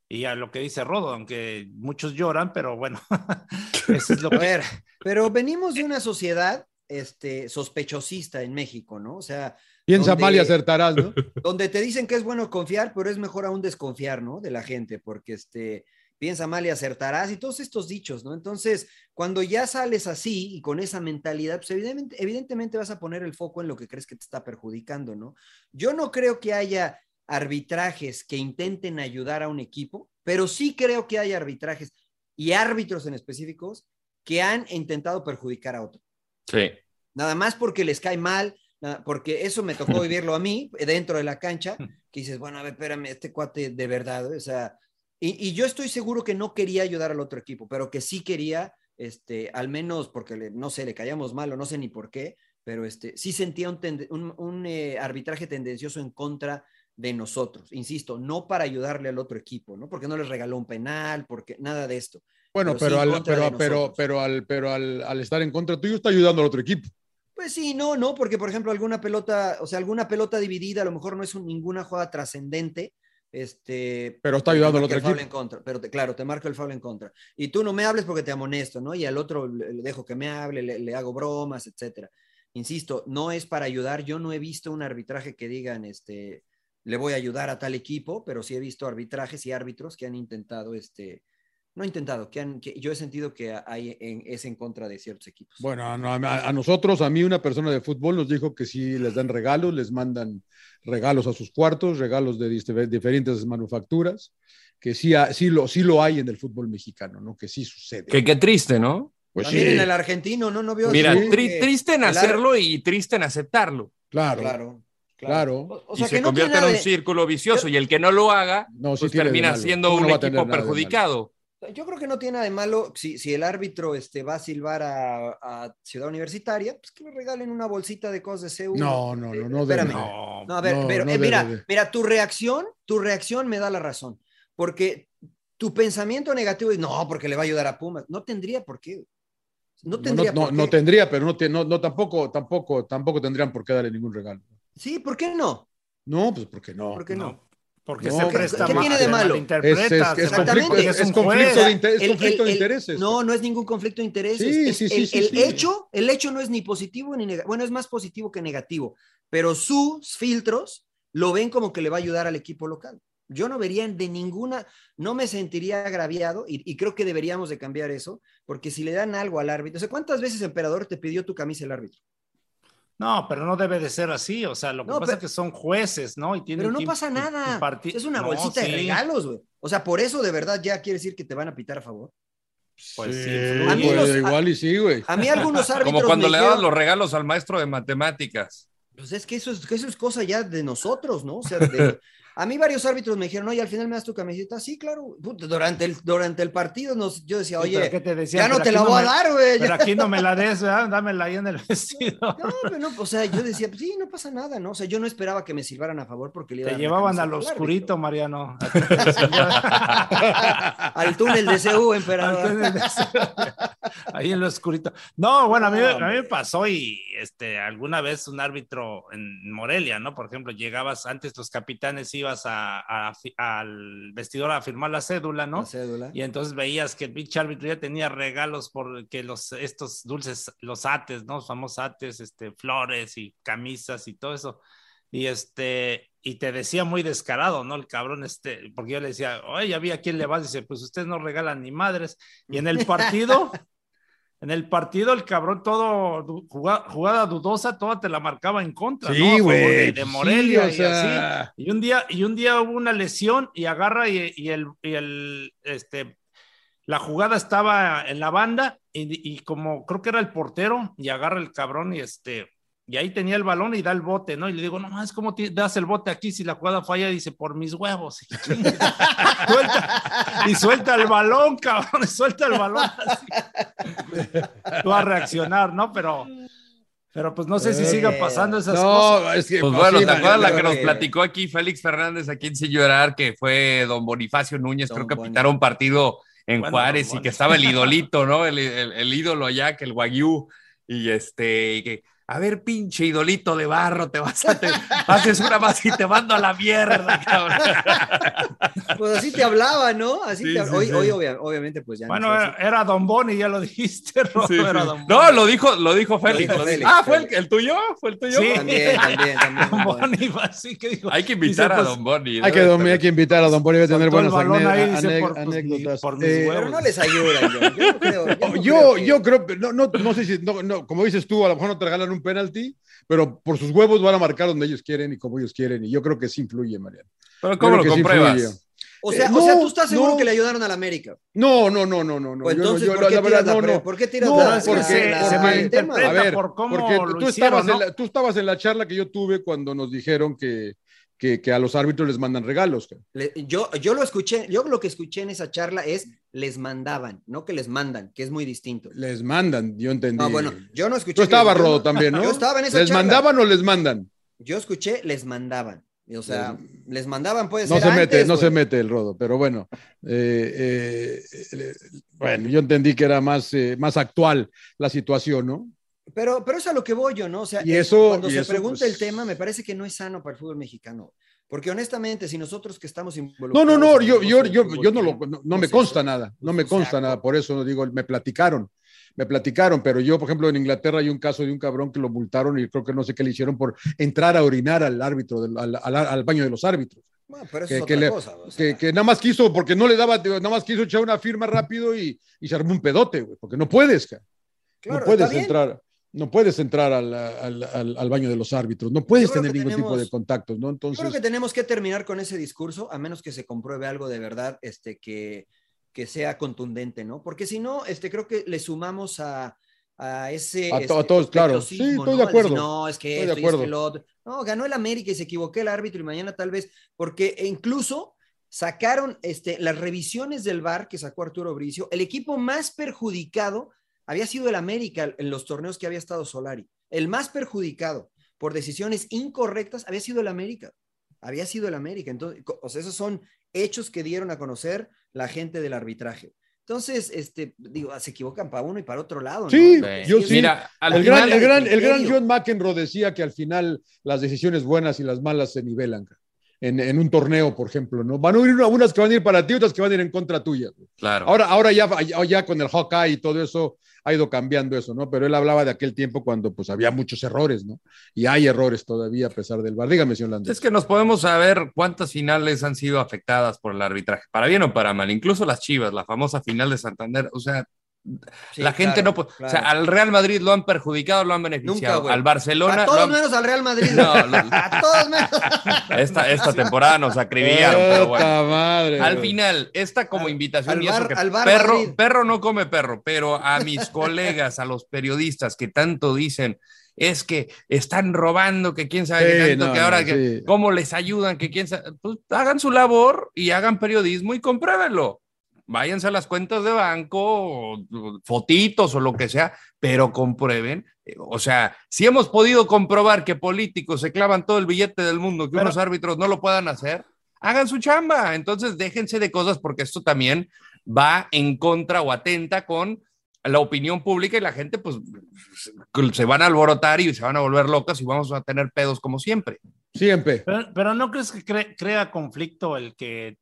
[SPEAKER 9] Y a lo que dice Rodo, aunque muchos lloran, pero bueno, eso es lo
[SPEAKER 10] A ver, pero venimos de una sociedad este, sospechosista en México, ¿no? O sea.
[SPEAKER 7] Piensa
[SPEAKER 10] donde-
[SPEAKER 7] mal y acertarás, ¿no?
[SPEAKER 10] Donde te dicen que es bueno confiar, pero es mejor aún desconfiar, ¿no? De la gente, porque este, piensa mal y acertarás y todos estos dichos, ¿no? Entonces, cuando ya sales así y con esa mentalidad, pues evidentemente, evidentemente vas a poner el foco en lo que crees que te está perjudicando, ¿no? Yo no creo que haya arbitrajes que intenten ayudar a un equipo, pero sí creo que hay arbitrajes y árbitros en específicos que han intentado perjudicar a otro
[SPEAKER 8] Sí.
[SPEAKER 10] nada más porque les cae mal, nada- porque eso me tocó vivirlo a mí eh, dentro de la cancha, que dices, bueno, a ver, espérame, este cuate de verdad, o sea, y, y yo estoy seguro que no quería ayudar al otro equipo, pero que sí quería, este, al menos porque le- no sé, le caíamos mal o no sé ni por qué, pero este, sí sentía un, tende- un- un, eh, arbitraje tendencioso en contra de nosotros, insisto, no para ayudarle al otro equipo, ¿no? Porque no les regaló un penal, porque nada de esto.
[SPEAKER 7] Bueno,
[SPEAKER 10] sí
[SPEAKER 7] pero,
[SPEAKER 10] en
[SPEAKER 7] al,
[SPEAKER 10] contra de
[SPEAKER 7] pero,
[SPEAKER 10] nosotros.
[SPEAKER 7] pero, pero, al, pero al, al estar en contra tuyo está ayudando al otro equipo.
[SPEAKER 10] Pues sí, no, no, porque por ejemplo alguna pelota, o sea, alguna pelota dividida a lo mejor no es un- ninguna jugada trascendente, este...
[SPEAKER 7] Pero está
[SPEAKER 10] te
[SPEAKER 7] ayudando al
[SPEAKER 10] marca
[SPEAKER 7] otro
[SPEAKER 10] el foul
[SPEAKER 7] equipo.
[SPEAKER 10] en contra, pero te- claro, te marco el foul en contra. Y tú no me hables porque te amonesto, ¿no? Y al otro le, le dejo que me hable, le, le hago bromas, etcétera. Insisto, no es para ayudar, yo no he visto un arbitraje que digan, este, le voy a ayudar a tal equipo, pero sí he visto arbitrajes y árbitros que han intentado, este, no intentado, que han, que yo he sentido que hay en- es en contra de ciertos equipos.
[SPEAKER 7] Bueno, a, a- a nosotros, a mí una persona de fútbol nos dijo que sí les dan regalos, les mandan regalos a sus cuartos, regalos de diste- diferentes manufacturas, que sí, ha- sí, lo, sí lo hay en el fútbol mexicano, ¿no? Que sí sucede.
[SPEAKER 8] Que qué triste, ¿no?
[SPEAKER 7] Pues
[SPEAKER 10] También
[SPEAKER 7] sí.
[SPEAKER 10] en el argentino, ¿no? No vio.
[SPEAKER 8] Mira,
[SPEAKER 10] Sí.
[SPEAKER 8] tri- triste en
[SPEAKER 10] El ar-
[SPEAKER 8] hacerlo y triste en aceptarlo.
[SPEAKER 7] Claro,
[SPEAKER 10] Claro.
[SPEAKER 7] claro.
[SPEAKER 10] O sea,
[SPEAKER 8] y se
[SPEAKER 10] que no
[SPEAKER 8] convierte
[SPEAKER 10] tiene
[SPEAKER 8] en un
[SPEAKER 10] nada de-
[SPEAKER 8] círculo vicioso. Y el que no lo haga,
[SPEAKER 7] No, sí
[SPEAKER 8] pues
[SPEAKER 7] tiene de
[SPEAKER 8] termina
[SPEAKER 7] malo.
[SPEAKER 8] siendo
[SPEAKER 7] ¿Cómo no
[SPEAKER 8] un
[SPEAKER 7] va a tener
[SPEAKER 8] equipo
[SPEAKER 7] nada de malo?
[SPEAKER 8] perjudicado.
[SPEAKER 10] Yo creo que no tiene nada de malo si, si el árbitro este, va a silbar a, a Ciudad Universitaria, pues que le regalen una bolsita de cosas de CEU.
[SPEAKER 7] No, no, no,
[SPEAKER 8] eh,
[SPEAKER 7] no.
[SPEAKER 10] Espérame.
[SPEAKER 7] debe.
[SPEAKER 10] No, a ver,
[SPEAKER 7] No,
[SPEAKER 10] pero,
[SPEAKER 7] no
[SPEAKER 10] eh, mira,
[SPEAKER 7] debe de.
[SPEAKER 10] mira, tu reacción, tu reacción me da la razón, porque tu pensamiento negativo es, no, porque le va a ayudar a Pumas, no tendría por qué. No
[SPEAKER 7] No,
[SPEAKER 10] tendría
[SPEAKER 7] no,
[SPEAKER 10] por
[SPEAKER 7] no
[SPEAKER 10] qué.
[SPEAKER 7] tendría, pero no, te- no, no tampoco, tampoco, tampoco tendrían por qué darle ningún regalo.
[SPEAKER 10] Sí, ¿por qué no?
[SPEAKER 7] No, pues porque no.
[SPEAKER 10] ¿Por qué no?
[SPEAKER 9] Porque
[SPEAKER 7] No,
[SPEAKER 9] se
[SPEAKER 7] ¿qué-
[SPEAKER 9] presta
[SPEAKER 7] qué
[SPEAKER 9] mal,
[SPEAKER 7] tiene de
[SPEAKER 9] se
[SPEAKER 7] malo?
[SPEAKER 9] malinterpreta,
[SPEAKER 7] Es- es-
[SPEAKER 9] se
[SPEAKER 7] es
[SPEAKER 9] malinterpreta,
[SPEAKER 7] conflicto-
[SPEAKER 9] porque
[SPEAKER 7] es
[SPEAKER 9] un
[SPEAKER 7] conflicto
[SPEAKER 9] juez.
[SPEAKER 7] de inter- es conflicto de intereses.
[SPEAKER 10] No, no es ningún conflicto de intereses.
[SPEAKER 7] Sí,
[SPEAKER 10] Es-
[SPEAKER 7] sí, sí,
[SPEAKER 10] el,
[SPEAKER 7] sí,
[SPEAKER 10] el
[SPEAKER 7] sí.
[SPEAKER 10] hecho, el hecho no es ni positivo ni negativo. Bueno, es más positivo que negativo, pero sus filtros lo ven como que le va a ayudar al equipo local. Yo no vería de ninguna, no me sentiría agraviado y, y creo que deberíamos de cambiar eso, porque si le dan algo al árbitro, o sea, ¿cuántas veces emperador te pidió tu camisa el árbitro?
[SPEAKER 9] No, pero no debe de ser así. O sea, lo que
[SPEAKER 10] No,
[SPEAKER 9] pasa
[SPEAKER 10] pero-
[SPEAKER 9] es que son jueces, ¿no? Y tienen
[SPEAKER 10] Pero no
[SPEAKER 9] que
[SPEAKER 10] pasa nada.
[SPEAKER 9] impartir-
[SPEAKER 10] Es una
[SPEAKER 9] No,
[SPEAKER 10] bolsita
[SPEAKER 9] sí.
[SPEAKER 10] de regalos, güey. O sea, por eso de verdad ya quiere decir que te van a pitar a favor.
[SPEAKER 9] Pues sí,
[SPEAKER 7] Eh, pues,
[SPEAKER 9] influye.
[SPEAKER 10] A mí los-
[SPEAKER 7] igual y sí, güey.
[SPEAKER 10] A mí algunos árbitros
[SPEAKER 8] Como cuando
[SPEAKER 10] me
[SPEAKER 8] le dabas
[SPEAKER 10] dijeron-
[SPEAKER 8] los regalos al maestro de matemáticas.
[SPEAKER 10] Pues es que eso es, que eso es cosa ya de nosotros, ¿no? O sea, de- a mí varios árbitros me dijeron, oye, al final me das tu camiseta. Sí, claro. Puta, durante, el, durante el partido nos, yo decía,
[SPEAKER 9] Sí,
[SPEAKER 10] oye,
[SPEAKER 9] pero ¿qué te decían?
[SPEAKER 10] ya no
[SPEAKER 9] Pero
[SPEAKER 10] te
[SPEAKER 9] aquí
[SPEAKER 10] la voy a
[SPEAKER 9] me-
[SPEAKER 10] dar, güey. ya".
[SPEAKER 9] Pero aquí no me la des, ¿verdad? Dámela ahí en el vestido.
[SPEAKER 10] No, pero no, o sea, yo decía, pues, sí, no pasa nada, ¿no? O sea, yo no esperaba que me silbaran a favor porque le iba a
[SPEAKER 9] Te
[SPEAKER 10] dar la
[SPEAKER 9] llevaban
[SPEAKER 10] camiseta
[SPEAKER 9] al
[SPEAKER 10] árbitro.
[SPEAKER 9] oscurito, Mariano.
[SPEAKER 10] Al túnel de CU, emperador.
[SPEAKER 9] Al túnel de CU. Ahí en lo oscurito. No, bueno, a mí, a mí me pasó y este, alguna vez un árbitro en Morelia, ¿no? Por ejemplo, llegabas antes, los capitanes ibas a- a fi- al vestidor a firmar la cédula, ¿no?
[SPEAKER 10] La cédula.
[SPEAKER 9] Y entonces veías que el pinche árbitro ya tenía regalos porque los, estos dulces, los ates, ¿no? Los famosos ates, este, flores y camisas y todo eso. Y este, y te decía muy descarado, ¿no? El cabrón, este, porque yo le decía, oye, ya vi a quién le vas. Dice, pues ustedes no regalan ni madres. Y en el partido, en el partido, el cabrón, todo du- jugada, jugada dudosa, toda te la marcaba en contra,
[SPEAKER 7] Sí,
[SPEAKER 9] ¿no? A favor
[SPEAKER 7] güey, pues
[SPEAKER 9] De, de
[SPEAKER 7] sí,
[SPEAKER 9] Morelia
[SPEAKER 7] o
[SPEAKER 9] y
[SPEAKER 7] sea.
[SPEAKER 9] así. Y un día, y un día hubo una lesión y agarra y, y el, y el, este, la jugada estaba en la banda y, y como creo que era el portero y agarra el cabrón y este y ahí tenía el balón y da el bote, ¿no? Y le digo, no más, ¿cómo te das el bote aquí si la jugada falla? Dice, por mis huevos. Y, chinga. suelta, y suelta el balón, cabrón, y suelta el balón. así. Tú a reaccionar, ¿no? Pero, pero pues no sé si
[SPEAKER 7] Eh,
[SPEAKER 9] siga pasando esas
[SPEAKER 7] no,
[SPEAKER 9] cosas.
[SPEAKER 7] es que-
[SPEAKER 8] Pues bueno,
[SPEAKER 7] sí,
[SPEAKER 8] ¿te acuerdas la que
[SPEAKER 7] claro
[SPEAKER 8] nos
[SPEAKER 7] que-
[SPEAKER 8] platicó aquí Félix Fernández aquí en Sin Llorar, que fue don Bonifacio Núñez, creo que pitaron un partido en
[SPEAKER 9] Bueno,
[SPEAKER 8] Juárez
[SPEAKER 9] bueno.
[SPEAKER 8] y que estaba el idolito, ¿no? El, el- el ídolo allá, que el Wagyu, y este, y que, a ver, pinche idolito de barro, te vas a, te- haces una más y te mando a la mierda, cabrón.
[SPEAKER 10] Pues así te hablaba, ¿no? Así
[SPEAKER 8] Sí,
[SPEAKER 10] te-
[SPEAKER 8] sí,
[SPEAKER 10] hoy,
[SPEAKER 8] sí. eh.
[SPEAKER 10] hoy obvia- obviamente, pues ya. no
[SPEAKER 9] Bueno,
[SPEAKER 10] fue
[SPEAKER 9] era,
[SPEAKER 10] así.
[SPEAKER 9] era Don Boni, ya lo dijiste, Rodo,
[SPEAKER 8] Sí,
[SPEAKER 9] era
[SPEAKER 8] sí.
[SPEAKER 9] Don
[SPEAKER 8] No, lo dijo, lo dijo Félix.
[SPEAKER 9] dijo
[SPEAKER 8] lo dijo.
[SPEAKER 9] Félix,
[SPEAKER 8] ah, ¿fue el, el tuyo? ¿Fue el tuyo?
[SPEAKER 9] Sí. También, también,
[SPEAKER 10] también.
[SPEAKER 9] Don Boni, así que dijo.
[SPEAKER 8] Hay que invitar
[SPEAKER 9] dice,
[SPEAKER 8] a
[SPEAKER 9] pues,
[SPEAKER 8] Don Boni.
[SPEAKER 7] Hay que,
[SPEAKER 8] ¿no?
[SPEAKER 7] hay que invitar a Don Bolívar a tener
[SPEAKER 9] Soltó el
[SPEAKER 7] buenas
[SPEAKER 9] balón ahí,
[SPEAKER 7] ane-
[SPEAKER 9] dice,
[SPEAKER 7] ane-
[SPEAKER 9] por tus-
[SPEAKER 7] anécdotas.
[SPEAKER 9] por mis
[SPEAKER 7] Eh,
[SPEAKER 10] Pero no les ayudan, yo, yo no creo.
[SPEAKER 9] Oh,
[SPEAKER 10] yo no creo
[SPEAKER 7] yo, yo, creo, que- no, no, no sé si, no, no, como dices tú, a lo mejor no te regalan un penalti, pero por sus huevos van a marcar donde ellos quieren y como ellos quieren, y yo creo que sí influye, Mariano.
[SPEAKER 8] Pero ¿cómo
[SPEAKER 7] Yo creo
[SPEAKER 8] lo
[SPEAKER 7] que sí influye.
[SPEAKER 8] compruebas?
[SPEAKER 10] O sea,
[SPEAKER 7] Eh,
[SPEAKER 10] o sea,
[SPEAKER 7] no,
[SPEAKER 10] tú estás seguro
[SPEAKER 7] no.
[SPEAKER 10] que le ayudaron al América.
[SPEAKER 7] No, no, no, no, no. no.
[SPEAKER 8] Pues
[SPEAKER 10] O
[SPEAKER 7] Yo no-
[SPEAKER 10] entonces,
[SPEAKER 7] yo
[SPEAKER 10] ¿por
[SPEAKER 7] la-
[SPEAKER 10] qué
[SPEAKER 7] la
[SPEAKER 10] tiras la
[SPEAKER 7] verdad, no,
[SPEAKER 10] pre-
[SPEAKER 7] no.
[SPEAKER 10] por qué tiras
[SPEAKER 7] No,
[SPEAKER 10] la- la-
[SPEAKER 7] porque,
[SPEAKER 9] se- se
[SPEAKER 7] porque-
[SPEAKER 9] malinterpreta
[SPEAKER 7] a ver,
[SPEAKER 9] por cómo
[SPEAKER 7] porque
[SPEAKER 9] lo
[SPEAKER 7] tú,
[SPEAKER 9] hicieron,
[SPEAKER 7] estabas
[SPEAKER 9] ¿no?
[SPEAKER 7] en la, tú estabas en la charla que yo tuve cuando nos dijeron que, que, que a los árbitros les mandan regalos. cara.
[SPEAKER 10] Le- yo, yo lo escuché, yo lo que escuché en esa charla es les mandaban, no que les mandan, que es muy distinto.
[SPEAKER 7] Les mandan, yo entendí.
[SPEAKER 10] No, Ah, bueno, yo no escuché.
[SPEAKER 7] Tú
[SPEAKER 10] que-
[SPEAKER 7] estabas
[SPEAKER 10] yo no-
[SPEAKER 7] rodo también, ¿no?
[SPEAKER 10] Yo estaba en esa
[SPEAKER 7] ¿Les
[SPEAKER 10] charla.
[SPEAKER 7] mandaban o les mandan?
[SPEAKER 10] Yo escuché, les mandaban. Y, O sea, les mandaban, puede
[SPEAKER 7] No
[SPEAKER 10] ser
[SPEAKER 7] se
[SPEAKER 10] antes,
[SPEAKER 7] mete, no
[SPEAKER 10] güey.
[SPEAKER 7] se mete el rodo, pero bueno. eh, eh, eh, bueno, yo entendí que era más, eh, más actual la situación, ¿no?
[SPEAKER 10] Pero, pero es a lo que voy yo, ¿no? O sea,
[SPEAKER 7] Y
[SPEAKER 10] eh,
[SPEAKER 7] eso-
[SPEAKER 10] cuando
[SPEAKER 7] y
[SPEAKER 10] se
[SPEAKER 7] eso,
[SPEAKER 10] pregunta
[SPEAKER 7] pues-
[SPEAKER 10] el tema, me parece que no es sano para el fútbol mexicano. Porque honestamente, si nosotros que estamos
[SPEAKER 7] No,
[SPEAKER 10] involucrados...
[SPEAKER 7] no,
[SPEAKER 10] en
[SPEAKER 7] no, yo,
[SPEAKER 10] el
[SPEAKER 7] yo,
[SPEAKER 10] negocio
[SPEAKER 7] yo,
[SPEAKER 10] del fútbol
[SPEAKER 7] yo no, lo,
[SPEAKER 10] mexicano,
[SPEAKER 7] no, no me consta nada, no me consta nada, por eso no digo, me platicaron, me platicaron, pero yo, por ejemplo, en Inglaterra hay un caso de un cabrón que lo multaron y creo que no sé qué le hicieron por entrar a orinar al árbitro, del- al, al- al baño de los árbitros.
[SPEAKER 10] Bueno, pero eso
[SPEAKER 7] Que,
[SPEAKER 10] es
[SPEAKER 7] que
[SPEAKER 10] otra
[SPEAKER 7] le-
[SPEAKER 10] cosa. o sea,
[SPEAKER 7] que, que nada más quiso, porque no le daba, nada más quiso echar una firma rápido y, y se armó un pedote, güey, porque no puedes, cara.
[SPEAKER 10] claro,
[SPEAKER 7] no puedes
[SPEAKER 10] está bien.
[SPEAKER 7] entrar, no puedes entrar al, al- al- al baño de los árbitros, no puedes
[SPEAKER 10] Yo creo
[SPEAKER 7] tener
[SPEAKER 10] que
[SPEAKER 7] ningún tipo
[SPEAKER 10] tenemos-
[SPEAKER 7] de contactos, ¿no?
[SPEAKER 10] Yo creo
[SPEAKER 7] Entonces,
[SPEAKER 10] que tenemos que terminar con ese discurso, a menos que se compruebe algo de verdad este, que, que sea contundente, ¿no? Porque si no, este, creo que le sumamos a, a ese...
[SPEAKER 7] A to- a
[SPEAKER 10] este,
[SPEAKER 7] todos, claro.
[SPEAKER 10] sospechosismo,
[SPEAKER 7] Sí, estoy
[SPEAKER 10] ¿no?
[SPEAKER 7] de
[SPEAKER 10] Al decir,
[SPEAKER 7] acuerdo.
[SPEAKER 10] no, es que
[SPEAKER 7] Estoy de
[SPEAKER 10] esto y es que
[SPEAKER 7] acuerdo.
[SPEAKER 10] lo otro". No, ganó el América y se equivocó el árbitro y mañana tal vez, porque e incluso sacaron este, las revisiones del VAR que sacó Arturo Bricio. El equipo más perjudicado había sido el América en los torneos que había estado Solari. El más perjudicado por decisiones incorrectas había sido el América. Había sido el América. Entonces, co- o sea, esos son hechos que dieron a conocer la gente del arbitraje. Entonces, este, digo, se equivocan para uno y para otro lado. ¿no?
[SPEAKER 7] Sí,
[SPEAKER 10] Entonces,
[SPEAKER 7] yo
[SPEAKER 10] es
[SPEAKER 7] sí.
[SPEAKER 8] Mira, al
[SPEAKER 7] el, gran,
[SPEAKER 8] final-
[SPEAKER 7] el, gran, el gran
[SPEAKER 10] criterio.
[SPEAKER 7] John McEnroe decía que al final las decisiones buenas y las malas se nivelan cara. en, en un torneo, por ejemplo, ¿no? Van a ir unas que van a ir para ti, otras que van a ir en contra tuya.
[SPEAKER 8] Claro.
[SPEAKER 7] Ahora, ahora ya, ya- ya con el Hawkeye y todo eso ha ido cambiando eso, ¿no? Pero él hablaba de aquel tiempo cuando pues había muchos errores, ¿no? Y hay errores todavía a pesar del bar. Dígame, señor Landés.
[SPEAKER 8] Es que nos podemos saber cuántas finales han sido afectadas por el arbitraje, para bien o para mal, incluso las Chivas, la famosa final de Santander, o sea,
[SPEAKER 10] Sí,
[SPEAKER 8] la gente
[SPEAKER 10] claro,
[SPEAKER 8] no puede, o sea,
[SPEAKER 10] claro.
[SPEAKER 8] al Real Madrid lo han perjudicado, lo han beneficiado,
[SPEAKER 10] Nunca, güey.
[SPEAKER 8] al Barcelona,
[SPEAKER 10] A
[SPEAKER 8] lo
[SPEAKER 10] todos
[SPEAKER 8] han-
[SPEAKER 10] menos al Real Madrid.
[SPEAKER 8] No, lo-
[SPEAKER 10] A todos menos.
[SPEAKER 8] esta, esta temporada nos acribillaron, pero bueno.
[SPEAKER 7] ¡Puta madre!
[SPEAKER 8] Al
[SPEAKER 7] güey.
[SPEAKER 8] final, esta como invitación,
[SPEAKER 10] al
[SPEAKER 8] y eso
[SPEAKER 10] bar-
[SPEAKER 8] que
[SPEAKER 10] al bar Madrid.
[SPEAKER 8] perro, perro no come perro, pero a mis colegas, a los periodistas que tanto dicen, es que están robando, que quién sabe qué
[SPEAKER 7] Sí,
[SPEAKER 8] tanto,
[SPEAKER 7] no,
[SPEAKER 8] que ahora,
[SPEAKER 7] no,
[SPEAKER 8] que,
[SPEAKER 7] sí.
[SPEAKER 8] cómo les ayudan, que quién sabe, pues hagan su labor y hagan periodismo y compruébenlo. Váyanse a las cuentas de banco, o, o fotitos o lo que sea, pero comprueben. Eh, O sea, si hemos podido comprobar que políticos se clavan todo el billete del mundo, que
[SPEAKER 9] Pero-
[SPEAKER 8] unos árbitros no lo puedan hacer, hagan su chamba. Entonces, déjense de cosas porque esto también va en contra o atenta con la opinión pública y la gente, pues, se van a alborotar y se van a volver locas y vamos a tener pedos como siempre.
[SPEAKER 7] Siempre.
[SPEAKER 9] Pero, pero ¿no crees que cre- crea conflicto el que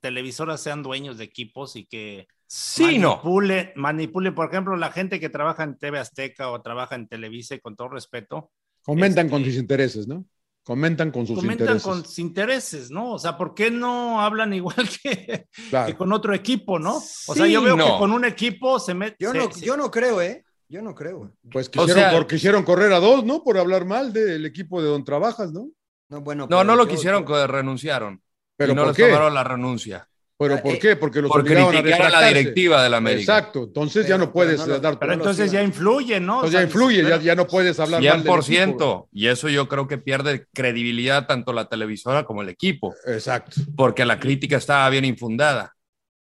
[SPEAKER 9] televisoras sean dueños de equipos y que
[SPEAKER 8] Sí, no.
[SPEAKER 9] manipule, manipule, por ejemplo, la gente que trabaja en TV Azteca o trabaja en Televisa, y con todo respeto,
[SPEAKER 7] Comentan con
[SPEAKER 8] Este,
[SPEAKER 7] sus intereses, ¿no? Comentan con sus
[SPEAKER 9] comentan
[SPEAKER 7] intereses.
[SPEAKER 9] con sus intereses, ¿no? O sea, ¿por qué no hablan igual que,
[SPEAKER 7] Claro.
[SPEAKER 9] que con otro equipo, ¿no? O sea,
[SPEAKER 8] Sí,
[SPEAKER 9] yo veo
[SPEAKER 8] no.
[SPEAKER 9] que con un equipo se mete.
[SPEAKER 10] Yo no, yo no creo, ¿eh? Yo no creo. güey.
[SPEAKER 7] Pues
[SPEAKER 8] O
[SPEAKER 7] quisieron,
[SPEAKER 8] sea-
[SPEAKER 7] cor- quisieron correr a dos, ¿no? Por hablar mal del equipo de donde trabajas, ¿no?
[SPEAKER 10] No, bueno,
[SPEAKER 8] No,
[SPEAKER 10] pero
[SPEAKER 8] no lo
[SPEAKER 10] yo-
[SPEAKER 8] quisieron, que renunciaron.
[SPEAKER 7] Pero
[SPEAKER 8] y no
[SPEAKER 7] ¿por
[SPEAKER 8] les
[SPEAKER 7] qué?
[SPEAKER 8] tomaron la renuncia.
[SPEAKER 7] ¿Pero
[SPEAKER 10] Ah,
[SPEAKER 7] por
[SPEAKER 10] eh,
[SPEAKER 7] qué? Porque los
[SPEAKER 8] por
[SPEAKER 7] obligaban a
[SPEAKER 8] criticar a la
[SPEAKER 7] retractarse.
[SPEAKER 8] directiva del América.
[SPEAKER 7] Exacto, entonces ya
[SPEAKER 10] Pero-
[SPEAKER 7] no puedes
[SPEAKER 10] pero no lo-
[SPEAKER 7] dar tu-
[SPEAKER 9] Pero
[SPEAKER 10] no
[SPEAKER 7] entonces
[SPEAKER 9] entonces ya influye, ¿no? O
[SPEAKER 7] ya
[SPEAKER 9] sea,
[SPEAKER 7] influye, ya,
[SPEAKER 9] pero-
[SPEAKER 7] ya no puedes hablar mal del equipo.
[SPEAKER 8] 100%. Y eso yo creo que pierde credibilidad tanto la televisora como el equipo,
[SPEAKER 7] Exacto.
[SPEAKER 8] porque la crítica estaba bien infundada.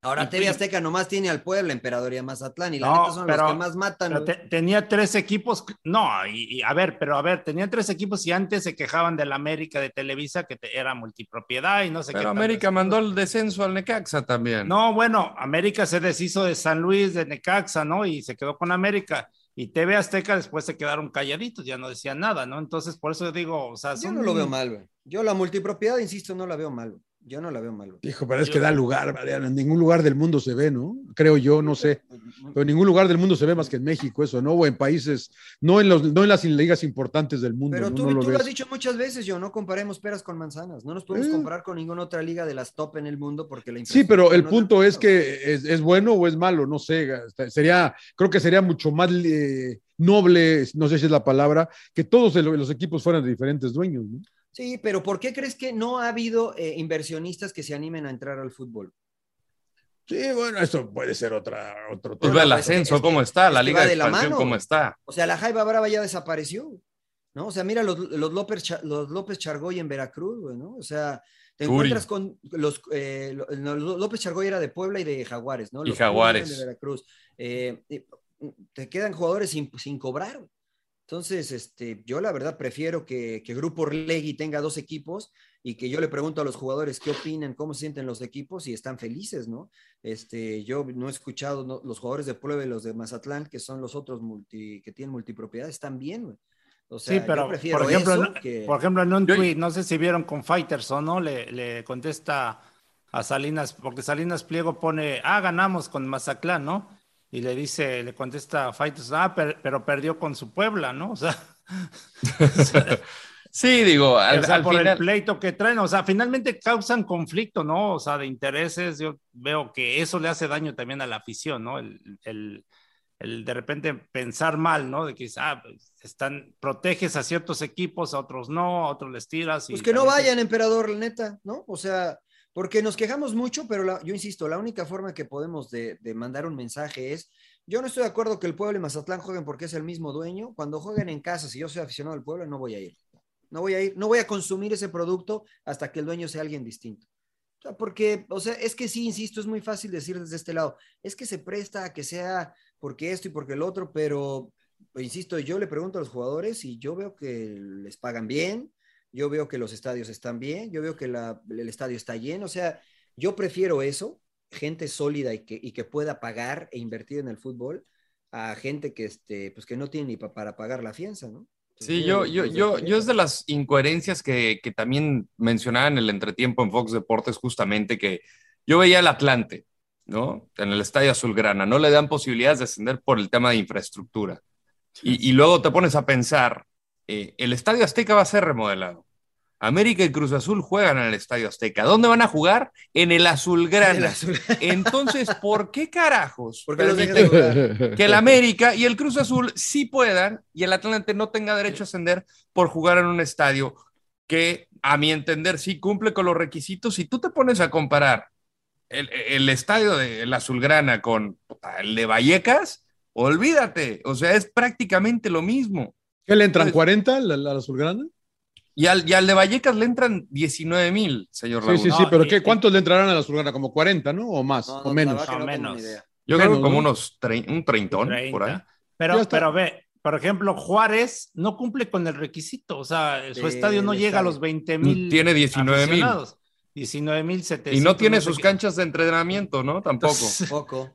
[SPEAKER 10] Ahora TV Azteca nomás tiene al Puebla, Emperador Mazatlán, y la
[SPEAKER 9] No,
[SPEAKER 10] neta son
[SPEAKER 9] pero-
[SPEAKER 10] los que más matan.
[SPEAKER 9] Pero
[SPEAKER 10] güey.
[SPEAKER 9] te- tenía tres equipos, que- no, y, y a ver, pero a ver, tenía tres equipos y antes se quejaban de la América de Televisa que te- era multipropiedad y no sé qué.
[SPEAKER 8] Pero
[SPEAKER 9] tantas
[SPEAKER 8] América
[SPEAKER 9] cosas.
[SPEAKER 8] mandó el descenso al Necaxa también.
[SPEAKER 9] No, bueno, América se deshizo de San Luis, de Necaxa, ¿no? Y se quedó con América. Y TV Azteca después se quedaron calladitos, ya no decían nada, ¿no? Entonces, por eso digo, o sea,
[SPEAKER 10] Yo
[SPEAKER 9] son-
[SPEAKER 10] no lo veo mal, güey. Yo la multipropiedad, insisto, no la veo mal. güey. Yo no la veo mal.
[SPEAKER 7] Hijo, pero es que da lugar, Mariano. En ningún lugar del mundo se ve, ¿no? Creo yo, no sé. Pero en ningún lugar del mundo se ve más que en México eso, ¿no? O en países, no en, los, no en las ligas importantes del mundo.
[SPEAKER 10] Pero
[SPEAKER 7] ¿no?
[SPEAKER 10] tú,
[SPEAKER 7] No
[SPEAKER 10] tú
[SPEAKER 7] lo
[SPEAKER 10] lo,
[SPEAKER 7] ves. Eh.
[SPEAKER 10] has dicho muchas veces, yo no comparemos peras con manzanas. No nos podemos comparar con ninguna otra liga de las top en el mundo porque la
[SPEAKER 7] Sí, pero el
[SPEAKER 10] no-
[SPEAKER 7] punto es que es, es bueno o es malo, no sé. hasta- Sería, creo que sería mucho más eh, noble, no sé si es la palabra, que todos el- los equipos fueran de diferentes dueños, ¿no?
[SPEAKER 10] Sí, pero ¿por qué crees que no ha habido eh, inversionistas que se animen a entrar al fútbol?
[SPEAKER 7] Sí, bueno, esto puede ser otra, otro
[SPEAKER 8] Pues ve el ascenso, cómo está, la
[SPEAKER 10] es que
[SPEAKER 8] Liga
[SPEAKER 10] va
[SPEAKER 8] de,
[SPEAKER 10] de la
[SPEAKER 8] Expansión,
[SPEAKER 10] mano.
[SPEAKER 8] cómo está.
[SPEAKER 10] O sea, la Jaiba Brava ya desapareció, ¿no? O sea, mira los, los López, Cha- los López Chargoy en Veracruz, güey, ¿no? O sea, te
[SPEAKER 8] Churi.
[SPEAKER 10] encuentras con los, eh, lo- no, Ló- López Chargoy era de Puebla y de Jaguares, ¿no?
[SPEAKER 8] Y
[SPEAKER 10] Los Churi eran
[SPEAKER 8] Jaguares.
[SPEAKER 10] De Veracruz. Eh, eh, te quedan jugadores sin, sin cobrar. güey. Entonces, este, yo la verdad prefiero que, que Grupo Orlegui tenga dos equipos y que yo le pregunto a los jugadores qué opinan, cómo se sienten los equipos y están felices, ¿no? Este, yo no he escuchado no, los jugadores de Puebla y los de Mazatlán, que son los otros multi, que tienen multipropiedad, están bien, güey. O sea,
[SPEAKER 9] sí, pero
[SPEAKER 10] yo prefiero
[SPEAKER 9] por ejemplo,
[SPEAKER 10] eso
[SPEAKER 9] en-
[SPEAKER 10] que-
[SPEAKER 9] por ejemplo, en un
[SPEAKER 10] Yo-
[SPEAKER 9] tweet, no sé si vieron con Fighters o no, le, le contesta a Salinas, porque Salinas Pliego pone, ah, ganamos con Mazatlán, ¿no? Y le dice, le contesta a Fighters, ah, per- pero perdió con su Puebla, ¿no? O sea,
[SPEAKER 8] Sí, digo, al,
[SPEAKER 9] o sea,
[SPEAKER 8] al
[SPEAKER 9] por
[SPEAKER 8] final.
[SPEAKER 9] el pleito que traen, o sea, finalmente causan conflicto, ¿no? O sea, de intereses, yo veo que eso le hace daño también a la afición, ¿no? El, el- el de repente pensar mal, ¿no? De que ah, pues, están, proteges a ciertos equipos, a otros no, a otros les tiras. Y
[SPEAKER 10] Pues que no
[SPEAKER 9] también te-
[SPEAKER 10] vayan, emperador, la neta, ¿no? O sea, porque nos quejamos mucho, pero la- yo insisto, la única forma que podemos de, de mandar un mensaje es, yo no estoy de acuerdo que el pueblo y Mazatlán jueguen porque es el mismo dueño. Cuando jueguen en casa, si yo soy aficionado al pueblo, no voy a ir. No voy a ir, no voy a consumir ese producto hasta que el dueño sea alguien distinto. O sea, porque, o sea, es que sí, insisto, es muy fácil decir desde este lado, es que se presta a que sea porque esto y porque el otro, pero, pues, insisto, yo le pregunto a los jugadores y yo veo que les pagan bien, yo veo que los estadios están bien, yo veo que la- el estadio está lleno, o sea, yo prefiero eso, gente sólida y que, y que pueda pagar e invertir en el fútbol, a gente que, este, pues que no tiene ni pa- para pagar la fianza, ¿no?
[SPEAKER 8] Sí, yo, yo,
[SPEAKER 10] pues,
[SPEAKER 8] yo,
[SPEAKER 10] este,
[SPEAKER 8] yo es de las incoherencias que, que también mencionaba en el entretiempo en Fox Deportes, justamente que yo veía el Atlante, ¿no? En el Estadio Azulgrana, no le dan posibilidades de ascender por el tema de infraestructura. Y, y luego te pones a pensar, eh, el Estadio Azteca va a ser remodelado. América y Cruz Azul juegan en el Estadio Azteca. ¿Dónde van a jugar? En el Azulgrana. Entonces, ¿por qué carajos?
[SPEAKER 10] Porque los
[SPEAKER 8] permiten
[SPEAKER 10] dejan de jugar.
[SPEAKER 8] que el América y el Cruz Azul sí puedan y el Atlante no tenga derecho a ascender por jugar en un estadio que, a mi entender, sí cumple con los requisitos. Si tú te pones a comparar el, el estadio de la Azulgrana con puta, el de Vallecas, olvídate. O sea, es prácticamente lo mismo.
[SPEAKER 7] ¿Qué le
[SPEAKER 8] Pues
[SPEAKER 7] entran 40 a la, la azulgrana?
[SPEAKER 8] Y al, y al de Vallecas le entran 19 mil, señor
[SPEAKER 7] Sí,
[SPEAKER 8] Laguna.
[SPEAKER 7] sí, sí, pero ¿qué, ¿cuántos le entrarán a la azulgrana? ¿Como 40, no? ¿O más? ¿O menos?
[SPEAKER 8] Yo creo que
[SPEAKER 7] Menos,
[SPEAKER 8] como
[SPEAKER 7] ¿no?
[SPEAKER 8] unos trein- un treintón por ahí.
[SPEAKER 9] Pero, pero ve, por ejemplo, Juárez no cumple con el requisito, o sea, su
[SPEAKER 8] Del
[SPEAKER 9] estadio no llega a
[SPEAKER 8] estadio.
[SPEAKER 9] los 20 mil.
[SPEAKER 8] Tiene 19,000.
[SPEAKER 9] 19 mil
[SPEAKER 8] Y no tiene
[SPEAKER 9] pues,
[SPEAKER 8] sus canchas de entrenamiento, ¿no? Tampoco.
[SPEAKER 10] Poco.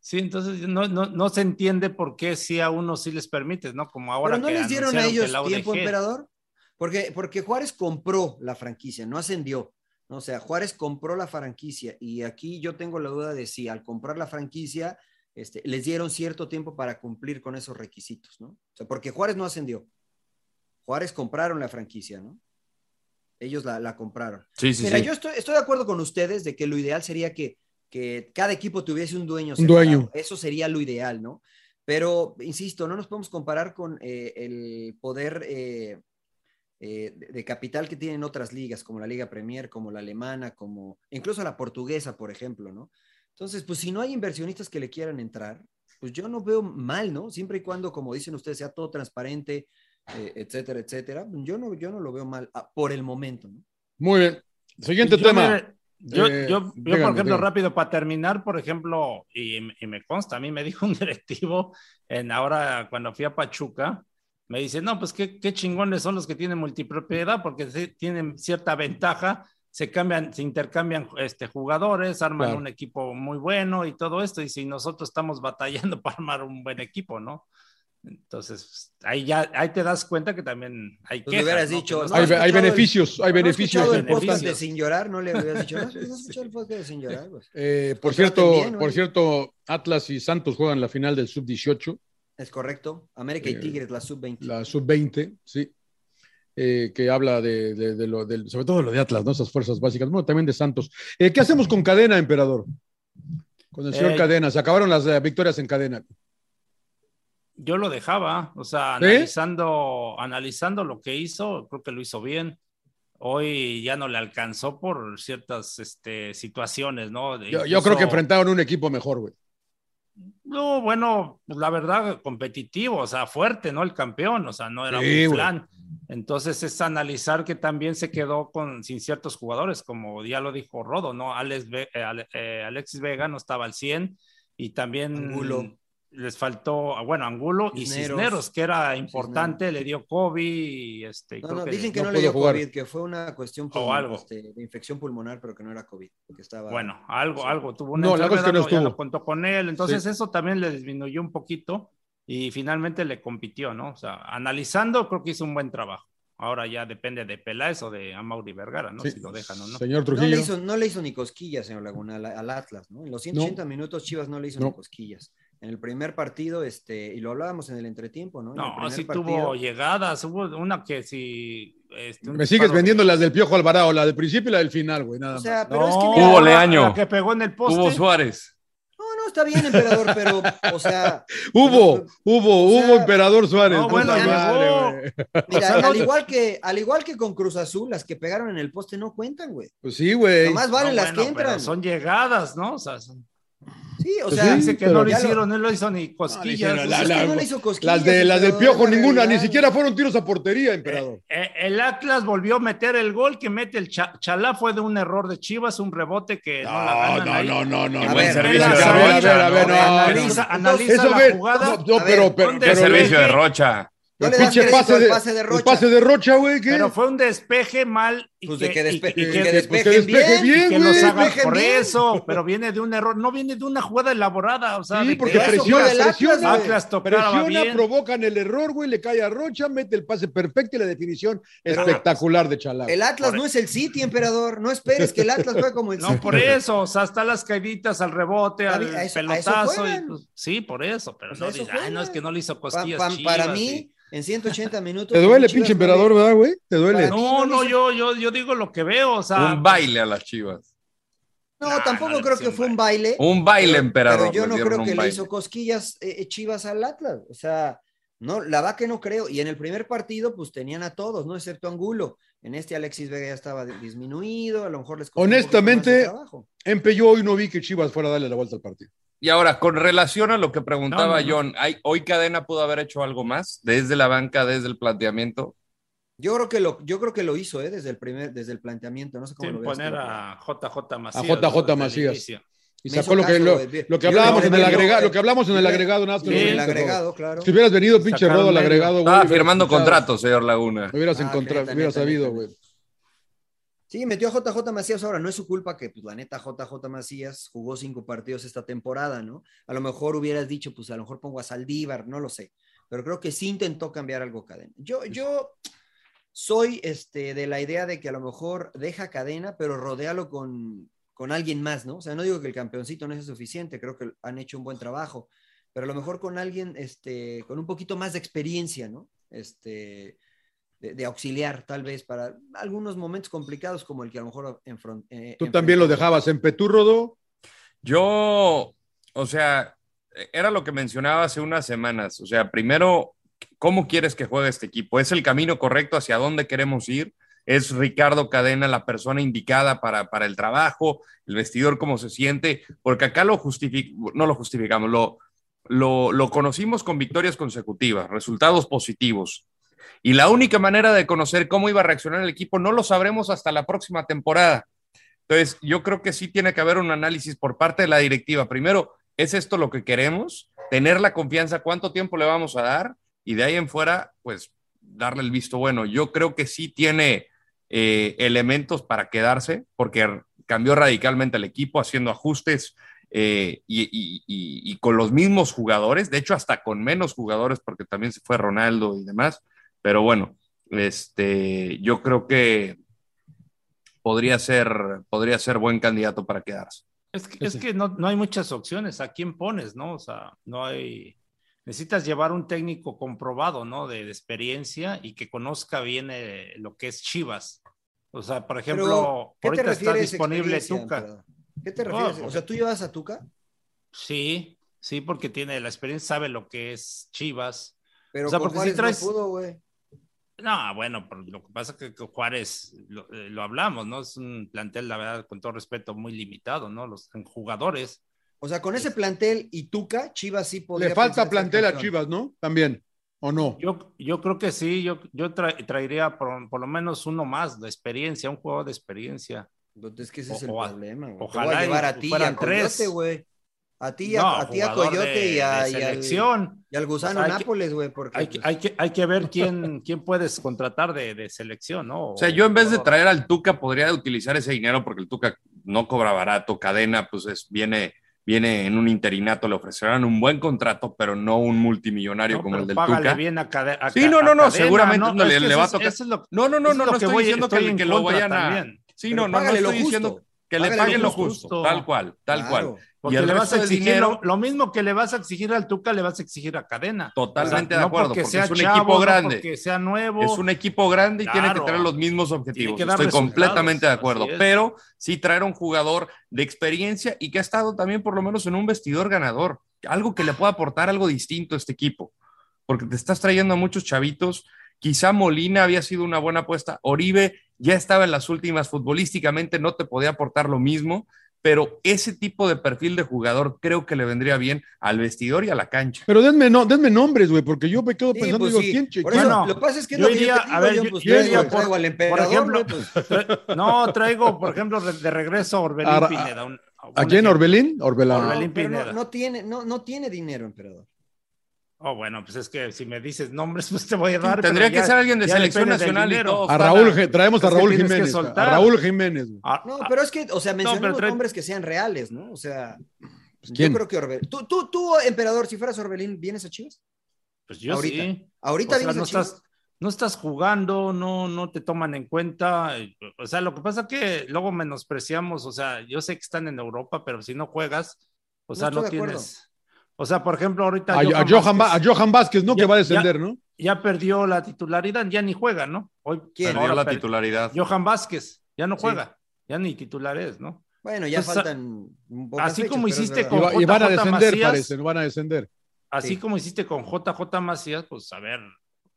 [SPEAKER 9] Sí, entonces no, no, no se entiende por qué sí a unos sí les permites, ¿no? Como ahora.
[SPEAKER 10] Pero no
[SPEAKER 9] que
[SPEAKER 10] les dieron a
[SPEAKER 9] anunciaron que
[SPEAKER 10] ellos
[SPEAKER 9] la UDG
[SPEAKER 10] tiempo, emperador, porque, porque Juárez compró la franquicia, no ascendió. ¿no? O sea, Juárez compró la franquicia y aquí yo tengo la duda de si al comprar la franquicia este, les dieron cierto tiempo para cumplir con esos requisitos, ¿no? O sea, porque Juárez no ascendió. Juárez compraron la franquicia, ¿no? Ellos la, la compraron.
[SPEAKER 8] Sí, sí,
[SPEAKER 10] Mira,
[SPEAKER 8] sí.
[SPEAKER 10] yo estoy, estoy de acuerdo con ustedes de que lo ideal sería que, que cada equipo tuviese un dueño.
[SPEAKER 7] Un dueño.
[SPEAKER 10] separado. Eso sería lo ideal, ¿no? Pero, insisto, no nos podemos comparar con eh, el poder eh, eh, de- de capital que tienen otras ligas, como la Liga Premier, como la alemana, como incluso la portuguesa, por ejemplo, ¿no? Entonces, pues si no hay inversionistas que le quieran entrar, pues yo no veo mal, ¿no? Siempre y cuando, como dicen ustedes, sea todo transparente, eh, etcétera, etcétera, yo no, yo no lo veo mal ah, por el momento, ¿no?
[SPEAKER 7] Muy bien. Siguiente
[SPEAKER 9] Yo,
[SPEAKER 7] tema.
[SPEAKER 9] mire, yo,
[SPEAKER 7] Eh,
[SPEAKER 9] yo- yo,
[SPEAKER 7] dígame,
[SPEAKER 9] por ejemplo,
[SPEAKER 7] dígame.
[SPEAKER 9] rápido, para terminar, por ejemplo, y, y me consta, a mí me dijo un directivo en ahora cuando fui a Pachuca, me dice, no, pues qué, qué chingones son los que tienen multipropiedad porque sí tienen cierta ventaja, se cambian, se intercambian este, jugadores, arman
[SPEAKER 7] Claro.
[SPEAKER 9] un equipo muy bueno y todo esto, y si nosotros estamos batallando para armar un buen equipo, ¿no? Entonces, pues, ahí ya ahí te das cuenta que también hay
[SPEAKER 10] Pues le hubieras dicho,
[SPEAKER 7] Hay- hay beneficios, hay
[SPEAKER 10] ¿no has
[SPEAKER 7] beneficios.
[SPEAKER 10] escuchado el
[SPEAKER 7] Beneficios.
[SPEAKER 10] podcast de sin llorar? ¿No le hubieras dicho? ¿No has escuchado el podcast de sin llorar? Pues,
[SPEAKER 7] Eh, por
[SPEAKER 10] Contraten
[SPEAKER 7] cierto,
[SPEAKER 10] bien, oye.
[SPEAKER 7] por cierto, Atlas y Santos juegan la final del sub-18,
[SPEAKER 10] Es correcto. América y
[SPEAKER 7] Eh,
[SPEAKER 10] Tigres, la sub-20.
[SPEAKER 7] la sub-20, sí, Eh, que habla de, de- de lo, del- sobre todo de lo de Atlas, ¿no? Esas fuerzas básicas, bueno, también de Santos. Eh, ¿Qué hacemos con Cadena, emperador? Con el señor
[SPEAKER 9] Eh,
[SPEAKER 7] Cadena, se acabaron las eh, victorias en Cadena.
[SPEAKER 9] Yo lo dejaba, o sea,
[SPEAKER 7] ¿Sí?
[SPEAKER 9] analizando, analizando lo que hizo, creo que lo hizo bien. Hoy ya no le alcanzó por ciertas este, situaciones, ¿no? De-
[SPEAKER 7] Yo, yo creo que
[SPEAKER 9] incluso-
[SPEAKER 7] enfrentaron un equipo mejor, güey.
[SPEAKER 9] No, bueno, pues, la verdad, competitivo, o sea, fuerte, ¿no? El campeón, o sea, no era
[SPEAKER 7] Sí,
[SPEAKER 9] un
[SPEAKER 7] güey.
[SPEAKER 9] plan. Entonces es analizar que también se quedó con, sin ciertos jugadores, como ya lo dijo Rodo, ¿no? Alex Ve- eh, Ale- eh, Alexis Vega no estaba al 100 y también
[SPEAKER 10] Angulo.
[SPEAKER 9] les faltó, ah, bueno, Angulo y
[SPEAKER 10] Cisneros.
[SPEAKER 9] Cisneros, que era importante, le dio COVID y este...
[SPEAKER 10] No,
[SPEAKER 9] creo
[SPEAKER 10] no,
[SPEAKER 9] que
[SPEAKER 10] dicen que no, le
[SPEAKER 9] pudo
[SPEAKER 10] dio
[SPEAKER 9] jugar.
[SPEAKER 10] COVID, que fue una cuestión
[SPEAKER 9] O algo.
[SPEAKER 10] este, de infección pulmonar, pero que no era COVID. Que estaba,
[SPEAKER 9] Bueno, algo, algo tuvo una
[SPEAKER 7] No, la cosa es que
[SPEAKER 9] enfermedad,
[SPEAKER 7] no
[SPEAKER 9] no, ya
[SPEAKER 7] estuvo.
[SPEAKER 9] lo contó con él, entonces
[SPEAKER 7] Sí.
[SPEAKER 9] eso también le disminuyó un poquito y finalmente le compitió, ¿no? O sea, analizando creo que hizo un buen trabajo. Ahora ya depende de Peláez o de Amauri Vergara, ¿no?
[SPEAKER 7] Sí.
[SPEAKER 9] Si lo dejan o no.
[SPEAKER 10] No
[SPEAKER 7] Señor
[SPEAKER 10] le,
[SPEAKER 7] Trujillo.
[SPEAKER 10] hizo, no le hizo ni cosquillas, señor Laguna, al, al Atlas, ¿no? En los 180 minutos Chivas no le hizo
[SPEAKER 7] No.
[SPEAKER 10] ni cosquillas. En el primer partido, este, y lo hablábamos en el entretiempo, ¿no? En el
[SPEAKER 9] No,
[SPEAKER 10] primer
[SPEAKER 9] sí
[SPEAKER 10] partido-
[SPEAKER 9] tuvo llegadas, hubo una que si... este, un
[SPEAKER 7] Me sigues
[SPEAKER 9] disparo-
[SPEAKER 7] vendiendo las del Piojo Alvarado, la del principio y la del final, güey, nada
[SPEAKER 10] O
[SPEAKER 7] más.
[SPEAKER 10] sea, pero
[SPEAKER 9] No,
[SPEAKER 10] es que mira,
[SPEAKER 8] Hubo Leaño,
[SPEAKER 9] la que pegó en el poste.
[SPEAKER 8] hubo Suárez.
[SPEAKER 10] no, no, está bien, emperador, pero, o sea,
[SPEAKER 7] Hubo, hubo,
[SPEAKER 10] o sea,
[SPEAKER 7] hubo Emperador Suárez.
[SPEAKER 9] no,
[SPEAKER 7] puta
[SPEAKER 9] bueno, llegó.
[SPEAKER 7] güey.
[SPEAKER 10] mira,
[SPEAKER 9] O sea, no-
[SPEAKER 10] al, igual que, al igual que con Cruz Azul, las que pegaron en el poste no cuentan, güey.
[SPEAKER 7] Pues sí, güey.
[SPEAKER 10] Nomás valen
[SPEAKER 9] No,
[SPEAKER 10] las
[SPEAKER 9] bueno,
[SPEAKER 10] que
[SPEAKER 9] pero
[SPEAKER 10] entran.
[SPEAKER 9] Son llegadas, ¿no? O sea, son-
[SPEAKER 10] Sí, o
[SPEAKER 7] Pues
[SPEAKER 10] sea,
[SPEAKER 7] sí,
[SPEAKER 9] dice que
[SPEAKER 7] pero-
[SPEAKER 9] no lo
[SPEAKER 10] ya lo-
[SPEAKER 9] hicieron, no lo hizo ni
[SPEAKER 7] le
[SPEAKER 9] cosquillas.
[SPEAKER 7] hicieron
[SPEAKER 9] o
[SPEAKER 7] la-
[SPEAKER 9] sea,
[SPEAKER 10] es que
[SPEAKER 7] la-
[SPEAKER 10] no le hizo cosquillas,
[SPEAKER 7] Las, de, las del
[SPEAKER 10] emperador,
[SPEAKER 7] Piojo,
[SPEAKER 10] es la
[SPEAKER 7] ninguna, ni
[SPEAKER 10] realidad.
[SPEAKER 7] siquiera fueron tiros a portería, emperador.
[SPEAKER 9] Eh, el Atlas volvió a meter el gol que mete el Cha- Chalá fue de un error de Chivas, un rebote que no, la ganan ahí.
[SPEAKER 7] no, no.
[SPEAKER 8] Qué
[SPEAKER 10] A
[SPEAKER 8] buen
[SPEAKER 10] ver,
[SPEAKER 8] servicio
[SPEAKER 9] a
[SPEAKER 8] de
[SPEAKER 9] ver,
[SPEAKER 8] Rocha.
[SPEAKER 9] a ver,
[SPEAKER 7] a ver,
[SPEAKER 8] ¿no?
[SPEAKER 7] no,
[SPEAKER 9] Analiza, analiza
[SPEAKER 7] Eso,
[SPEAKER 9] la
[SPEAKER 7] ve.
[SPEAKER 9] jugada.
[SPEAKER 7] No, no,
[SPEAKER 10] A
[SPEAKER 7] pero,
[SPEAKER 10] ver,
[SPEAKER 7] pero,
[SPEAKER 9] ¿dónde
[SPEAKER 8] Qué
[SPEAKER 7] pero-
[SPEAKER 8] servicio
[SPEAKER 9] ve-
[SPEAKER 8] de Rocha.
[SPEAKER 10] No
[SPEAKER 7] el
[SPEAKER 10] le das
[SPEAKER 7] pinche
[SPEAKER 10] crédito
[SPEAKER 7] pase
[SPEAKER 10] al
[SPEAKER 7] de,
[SPEAKER 10] pase de
[SPEAKER 7] el
[SPEAKER 10] Rocha.
[SPEAKER 7] pase de Rocha, güey, ¿qué?
[SPEAKER 9] Pero fue un despeje mal y
[SPEAKER 10] Pues
[SPEAKER 9] que,
[SPEAKER 10] de que despe-
[SPEAKER 9] y- y
[SPEAKER 10] y
[SPEAKER 9] que-
[SPEAKER 10] que
[SPEAKER 7] Pues
[SPEAKER 10] despejen bien,
[SPEAKER 7] despeje bien,
[SPEAKER 9] que
[SPEAKER 7] güey.
[SPEAKER 9] los hagan
[SPEAKER 10] dejen
[SPEAKER 9] por
[SPEAKER 10] bien.
[SPEAKER 9] eso, pero viene de un error, no viene de una jugada elaborada, o sea,
[SPEAKER 7] Sí,
[SPEAKER 9] de que
[SPEAKER 7] porque
[SPEAKER 10] eso fue
[SPEAKER 7] presiona,
[SPEAKER 10] del Atlas,
[SPEAKER 7] presiona,
[SPEAKER 10] güey.
[SPEAKER 9] Atlas tocaba
[SPEAKER 7] presiona,
[SPEAKER 9] bien.
[SPEAKER 7] provocan el error, güey, le cae a Rocha, mete el pase perfecto y la definición
[SPEAKER 10] Pero-
[SPEAKER 7] espectacular de Chalá.
[SPEAKER 10] El Atlas
[SPEAKER 9] Por-
[SPEAKER 10] no es el City, emperador. No esperes que el Atlas juegue como el
[SPEAKER 9] No,
[SPEAKER 10] City.
[SPEAKER 9] por eso, o sea, hasta las caíditas al rebote,
[SPEAKER 10] A
[SPEAKER 9] al
[SPEAKER 10] ver, a eso- a eso
[SPEAKER 9] pelotazo. y,
[SPEAKER 10] juegan.
[SPEAKER 9] pues, sí, por eso, pero
[SPEAKER 10] Pues a
[SPEAKER 9] no
[SPEAKER 10] eso
[SPEAKER 9] dice, ay, no,
[SPEAKER 10] juegan.
[SPEAKER 9] es que no le hizo
[SPEAKER 10] Pa-
[SPEAKER 9] costillas.
[SPEAKER 10] pa-
[SPEAKER 9] Chivas",
[SPEAKER 10] para
[SPEAKER 9] y-
[SPEAKER 10] mí, en 180 minutos.
[SPEAKER 7] Te duele,
[SPEAKER 10] Chivas
[SPEAKER 7] pinche
[SPEAKER 10] no le-
[SPEAKER 7] emperador, ¿verdad, güey? Te duele.
[SPEAKER 10] Para mí
[SPEAKER 9] No,
[SPEAKER 10] no
[SPEAKER 9] no,
[SPEAKER 10] hizo-
[SPEAKER 9] yo, yo, yo digo lo que veo, o sea,
[SPEAKER 8] Un baile a las chivas.
[SPEAKER 10] No,
[SPEAKER 9] Nah,
[SPEAKER 10] tampoco
[SPEAKER 9] no le
[SPEAKER 10] creo
[SPEAKER 9] hizo
[SPEAKER 10] que
[SPEAKER 9] un
[SPEAKER 10] fue un baile.
[SPEAKER 8] Un baile, emperador.
[SPEAKER 10] Pero yo
[SPEAKER 8] les
[SPEAKER 10] no
[SPEAKER 8] dieron
[SPEAKER 10] creo
[SPEAKER 8] un
[SPEAKER 10] que le
[SPEAKER 8] baile.
[SPEAKER 10] hizo cosquillas eh, Chivas al Atlas. O sea, no, la verdad que no creo. Y en el primer partido, pues tenían a todos, ¿no? Excepto Angulo. En este Alexis Vega ya estaba de- disminuido, a lo mejor les costó un poquito más de
[SPEAKER 7] Honestamente,
[SPEAKER 10] trabajo.
[SPEAKER 7] Empe, yo hoy no vi que Chivas fuera a darle la vuelta al partido.
[SPEAKER 8] Y ahora, con relación a lo que preguntaba
[SPEAKER 9] No, no, no.
[SPEAKER 8] John, ¿hay- ¿hoy Cadena pudo haber hecho algo más desde la banca, desde el planteamiento?
[SPEAKER 10] Yo creo que lo, yo creo que lo hizo, ¿eh? Desde el primer, desde el planteamiento. No sé cómo lo
[SPEAKER 9] sin
[SPEAKER 10] veas,
[SPEAKER 9] poner
[SPEAKER 10] pero-
[SPEAKER 9] a JJ Macías.
[SPEAKER 7] A JJ
[SPEAKER 9] ¿no? Desde el
[SPEAKER 7] Macías.
[SPEAKER 9] inicio.
[SPEAKER 7] Y
[SPEAKER 10] Me
[SPEAKER 7] sacó
[SPEAKER 10] hizo
[SPEAKER 7] lo que,
[SPEAKER 10] caso,
[SPEAKER 7] lo,
[SPEAKER 10] güey.
[SPEAKER 7] lo que
[SPEAKER 10] Yo
[SPEAKER 7] hablábamos
[SPEAKER 10] le
[SPEAKER 7] en el
[SPEAKER 10] metí-
[SPEAKER 7] agregado, lo que hablamos en el
[SPEAKER 10] Yo le-
[SPEAKER 7] agregado, nada más que
[SPEAKER 10] En
[SPEAKER 7] no
[SPEAKER 9] Sí,
[SPEAKER 7] lo
[SPEAKER 10] el
[SPEAKER 7] hizo,
[SPEAKER 10] agregado, claro.
[SPEAKER 7] Rodo. Si hubieras venido, pinche
[SPEAKER 9] Sacaron
[SPEAKER 7] rodo al
[SPEAKER 9] medio.
[SPEAKER 7] agregado, güey.
[SPEAKER 8] Estaba
[SPEAKER 7] hubieras
[SPEAKER 8] firmando
[SPEAKER 7] escuchado.
[SPEAKER 8] contrato, señor Laguna.
[SPEAKER 7] Lo hubieras
[SPEAKER 10] Ah,
[SPEAKER 7] encontrado,
[SPEAKER 10] neta,
[SPEAKER 7] hubieras
[SPEAKER 10] neta,
[SPEAKER 7] sabido,
[SPEAKER 10] neta,
[SPEAKER 7] güey.
[SPEAKER 10] Sí, metió a JJ Macías ahora. No es su culpa que, pues, la neta, JJ Macías jugó cinco partidos esta temporada, ¿no? A lo mejor hubieras dicho, pues, a lo mejor pongo a Saldívar, no lo sé. Pero creo que sí intentó cambiar algo cadena. Yo, yo soy este, de la idea de que a lo mejor deja cadena, pero rodéalo con, con alguien más, ¿no? O sea, no digo que el campeoncito no sea suficiente, creo que han hecho un buen trabajo, pero a lo mejor con alguien, este, con un poquito más de experiencia, ¿no? Este, de, de auxiliar, tal vez, para algunos momentos complicados como el que a lo mejor enfront, eh,
[SPEAKER 7] Tú también lo
[SPEAKER 10] enfrentó.
[SPEAKER 7] dejabas en Petúrrodo.
[SPEAKER 8] Yo, o sea, era lo que mencionaba hace unas semanas. O sea, primero, ¿cómo quieres que juegue este equipo? ¿Es el camino correcto hacia dónde queremos ir? ¿Es Ricardo Cadena la persona indicada para, para el trabajo? ¿El vestidor cómo se siente? Porque acá lo justificamos, no lo justificamos, lo, lo, lo conocimos con victorias consecutivas, resultados positivos. Y la única manera de conocer cómo iba a reaccionar el equipo no lo sabremos hasta la próxima temporada. Entonces, yo creo que sí tiene que haber un análisis por parte de la directiva. Primero, ¿es esto lo que queremos? Tener la confianza, ¿cuánto tiempo le vamos a dar? Y de ahí en fuera, pues darle el visto bueno. Yo creo que sí tiene eh, elementos para quedarse, porque r- cambió radicalmente el equipo, haciendo ajustes, eh, y, y- y- y con los mismos jugadores, de hecho hasta con menos jugadores porque también se fue Ronaldo y demás, pero bueno, este, yo creo que podría ser, podría ser buen candidato para quedarse.
[SPEAKER 9] Es que, es que no, no hay muchas opciones. ¿A quién pones, no? O sea, no hay. Necesitas llevar un técnico comprobado, ¿no? De, de experiencia y que conozca bien eh, lo que es Chivas. O sea, por ejemplo,
[SPEAKER 10] ¿qué te
[SPEAKER 9] ahorita está
[SPEAKER 10] refieres
[SPEAKER 9] disponible
[SPEAKER 10] experiencia,
[SPEAKER 9] Tuca.
[SPEAKER 10] Alfredo? ¿Qué te refieres?
[SPEAKER 9] No,
[SPEAKER 10] o sea, ¿tú llevas a Tuca?
[SPEAKER 9] Sí, sí, porque tiene la experiencia, sabe lo que es Chivas.
[SPEAKER 10] Pero
[SPEAKER 9] o sea,
[SPEAKER 10] con
[SPEAKER 9] porque si
[SPEAKER 10] Juárez
[SPEAKER 9] traes.
[SPEAKER 10] no pudo, güey.
[SPEAKER 9] No, bueno, por lo que pasa es que que Juárez, lo, eh, lo hablamos, ¿no? Es un plantel, la verdad, con todo respeto, muy limitado, ¿no? Los en jugadores.
[SPEAKER 10] O sea, con ese plantel y Tuca, Chivas sí podría.
[SPEAKER 7] Le falta
[SPEAKER 10] pensar ser
[SPEAKER 7] plantel a
[SPEAKER 10] campeón.
[SPEAKER 7] Chivas, ¿no? También, ¿o no?
[SPEAKER 9] Yo, yo creo que sí, yo, yo tra- traería por, por lo menos uno más de experiencia, un jugador de experiencia.
[SPEAKER 10] Es que ese es el
[SPEAKER 9] O- o-
[SPEAKER 10] problema, güey. Te voy
[SPEAKER 9] Ojalá
[SPEAKER 10] a
[SPEAKER 9] y
[SPEAKER 10] llevar a ti y a
[SPEAKER 9] fueran
[SPEAKER 10] Coyote,
[SPEAKER 9] tres.
[SPEAKER 10] güey. A ti, y a,
[SPEAKER 9] No,
[SPEAKER 10] a ti, a
[SPEAKER 9] jugador
[SPEAKER 10] Coyote
[SPEAKER 9] de-
[SPEAKER 10] y, a,
[SPEAKER 9] de
[SPEAKER 10] y al-
[SPEAKER 9] selección.
[SPEAKER 10] Y al gusano
[SPEAKER 9] O sea, hay que-
[SPEAKER 10] Nápoles, güey, porque pues,
[SPEAKER 9] Hay que, hay que, hay que ver quién, quién puedes contratar de, de selección, Oh, ¿no?
[SPEAKER 8] O sea, yo en vez de traer al Tuca podría utilizar ese dinero porque el Tuca no cobra barato, cadena, pues es, viene, viene en un interinato, le ofrecerán un buen contrato, pero no un multimillonario como
[SPEAKER 9] Pero
[SPEAKER 8] el del
[SPEAKER 9] págale
[SPEAKER 8] Tuca.
[SPEAKER 9] bien a cada.
[SPEAKER 8] Sí, no, no, no, seguramente no le- le va a tocar.
[SPEAKER 9] no,
[SPEAKER 8] no, no, no estoy diciendo que- que lo vayan a- Sí, no, no, no estoy diciendo que le paguen lo justo, tal cual, tal
[SPEAKER 9] Claro.
[SPEAKER 8] cual. Y
[SPEAKER 9] Porque
[SPEAKER 8] el
[SPEAKER 9] le vas
[SPEAKER 8] resto
[SPEAKER 9] a
[SPEAKER 8] del
[SPEAKER 9] exigir
[SPEAKER 8] dinero-
[SPEAKER 9] lo, lo mismo que le vas a exigir al Tuca, le vas a exigir a Cadena.
[SPEAKER 8] Totalmente
[SPEAKER 9] O sea,
[SPEAKER 8] de
[SPEAKER 9] no
[SPEAKER 8] acuerdo,
[SPEAKER 9] porque
[SPEAKER 8] porque,
[SPEAKER 9] sea
[SPEAKER 8] es un
[SPEAKER 9] chavo,
[SPEAKER 8] equipo
[SPEAKER 9] no
[SPEAKER 8] grande.
[SPEAKER 9] porque sea nuevo.
[SPEAKER 8] Es un equipo grande y tiene
[SPEAKER 9] Claro.
[SPEAKER 8] que tener los mismos objetivos.
[SPEAKER 9] que
[SPEAKER 8] Estoy
[SPEAKER 9] dar resultados,
[SPEAKER 8] completamente de acuerdo.
[SPEAKER 9] así es.
[SPEAKER 8] Pero sí traer un jugador de experiencia y que ha estado también por lo menos en un vestidor ganador. Algo que le pueda aportar algo distinto a este equipo. Porque te estás trayendo a muchos chavitos. Quizá Molina había sido una buena apuesta. Oribe ya estaba en las últimas futbolísticamente, no te podía aportar lo mismo. Pero ese tipo de perfil de jugador creo que le vendría bien al vestidor y a la cancha.
[SPEAKER 7] Pero denme, no, denme nombres, güey, porque yo me quedo pensando, digo, ¿quién che-
[SPEAKER 10] pues Por eso,
[SPEAKER 7] quién-
[SPEAKER 10] lo que pasa es que es
[SPEAKER 9] yo
[SPEAKER 10] lo que yo
[SPEAKER 9] iría,
[SPEAKER 10] te digo,
[SPEAKER 9] a ver,
[SPEAKER 10] John,
[SPEAKER 9] yo-
[SPEAKER 10] pues,
[SPEAKER 9] yo
[SPEAKER 10] traigo-
[SPEAKER 9] iría por-
[SPEAKER 10] traigo al
[SPEAKER 9] por
[SPEAKER 10] emperador,
[SPEAKER 9] ejemplo,
[SPEAKER 10] güey, pues,
[SPEAKER 9] No, traigo, por ejemplo, re- de regreso a Orbelín
[SPEAKER 7] Ahora,
[SPEAKER 9] Pineda. un- un
[SPEAKER 7] ¿A quién?
[SPEAKER 9] ejemplo.
[SPEAKER 7] ¿Orbelín? Orbelán.
[SPEAKER 9] Orbelín
[SPEAKER 10] Pero no,
[SPEAKER 9] Pineda.
[SPEAKER 10] no tiene, no, no tiene dinero, emperador.
[SPEAKER 9] Oh, bueno, pues es que si me dices nombres, pues te voy a dar.
[SPEAKER 8] Tendría
[SPEAKER 9] pero
[SPEAKER 8] que ser alguien de
[SPEAKER 9] ya
[SPEAKER 8] selección
[SPEAKER 9] depende del
[SPEAKER 8] nacional y
[SPEAKER 9] dinero.
[SPEAKER 8] todo.
[SPEAKER 7] A Raúl, Ge- traemos a
[SPEAKER 9] pues Es que
[SPEAKER 7] Raúl
[SPEAKER 9] tienes que
[SPEAKER 7] Jiménez. A
[SPEAKER 9] soltar.
[SPEAKER 7] Raúl Jiménez. güey.
[SPEAKER 9] Ah,
[SPEAKER 10] No, pero es que, o sea, mencionamos
[SPEAKER 9] pero trae-
[SPEAKER 10] nombres que sean reales, ¿no? O sea, pues, yo
[SPEAKER 7] ¿quién?
[SPEAKER 10] creo que Orbelín. Tú, tú, tú, emperador, si fueras Orbelín, ¿vienes a Chivas?
[SPEAKER 9] Pues yo
[SPEAKER 10] Ahorita.
[SPEAKER 9] sí.
[SPEAKER 10] Ahorita
[SPEAKER 9] O sea,
[SPEAKER 10] vienes
[SPEAKER 9] no
[SPEAKER 10] a Chivas.
[SPEAKER 9] estás, no estás jugando, no, no te toman en cuenta. O sea, lo que pasa es que luego menospreciamos, o sea, yo sé que están en Europa, pero si no juegas, o
[SPEAKER 10] No
[SPEAKER 9] sea, no
[SPEAKER 10] estoy de acuerdo.
[SPEAKER 9] tienes. O sea, por ejemplo, ahorita.
[SPEAKER 7] A, a Johan, Va- a Johan Vázquez, ¿no?
[SPEAKER 9] Ya-
[SPEAKER 7] que va a descender,
[SPEAKER 9] ya-
[SPEAKER 7] ¿no?
[SPEAKER 9] Ya perdió la titularidad, ya ni juega, ¿no? Hoy
[SPEAKER 10] ¿Quién?
[SPEAKER 8] Perdió
[SPEAKER 9] ahora
[SPEAKER 8] la
[SPEAKER 9] per-
[SPEAKER 8] titularidad.
[SPEAKER 9] Johan Vázquez, ya no
[SPEAKER 10] Sí.
[SPEAKER 9] juega, ya ni titular es, ¿no?
[SPEAKER 10] Bueno, ya
[SPEAKER 9] Entonces,
[SPEAKER 10] faltan un poco.
[SPEAKER 9] así como hiciste
[SPEAKER 7] Y,
[SPEAKER 9] con
[SPEAKER 7] va- y van a
[SPEAKER 9] JJ
[SPEAKER 7] descender,
[SPEAKER 9] Macías.
[SPEAKER 7] parece, no van a descender.
[SPEAKER 9] Así
[SPEAKER 10] Sí.
[SPEAKER 9] como hiciste con JJ Macías, pues a ver,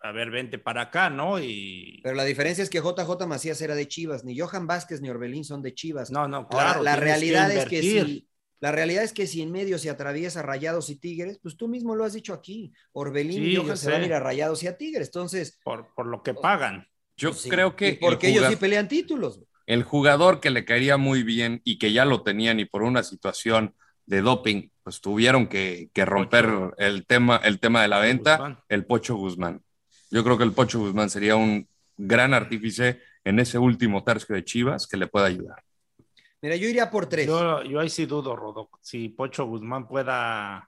[SPEAKER 9] a ver, vente para acá, ¿no? Y
[SPEAKER 10] Pero la diferencia es que JJ Macías era de Chivas, ni Johan Vázquez ni Orbelín son de Chivas.
[SPEAKER 9] no, no,
[SPEAKER 10] Ahora,
[SPEAKER 9] claro.
[SPEAKER 10] la
[SPEAKER 9] tienes
[SPEAKER 10] realidad es que
[SPEAKER 9] invertir.
[SPEAKER 10] si, la realidad es que si en medio se atraviesa Rayados y Tigres, pues tú mismo lo has dicho aquí. Orbelín
[SPEAKER 9] Sí,
[SPEAKER 10] y Johan
[SPEAKER 9] yo
[SPEAKER 10] se van a
[SPEAKER 9] sé.
[SPEAKER 10] ir a Rayados y a Tigres. Entonces,
[SPEAKER 9] por, por lo que pagan.
[SPEAKER 8] Yo
[SPEAKER 10] pues sí.
[SPEAKER 8] creo que
[SPEAKER 10] Y porque
[SPEAKER 8] el
[SPEAKER 10] ellos
[SPEAKER 8] jugador-
[SPEAKER 10] sí pelean títulos. güey.
[SPEAKER 8] el jugador que le caería muy bien y que ya lo tenían y por una situación de doping, pues tuvieron que, que romper el tema, el tema de la venta,
[SPEAKER 9] Guzmán.
[SPEAKER 8] el Pocho Guzmán. Yo creo que el Pocho Guzmán sería un gran artífice en ese último tercio de Chivas que le pueda ayudar.
[SPEAKER 10] Mira, yo iría por tres.
[SPEAKER 9] Yo, yo ahí sí dudo, Rodo, si Pocho Guzmán pueda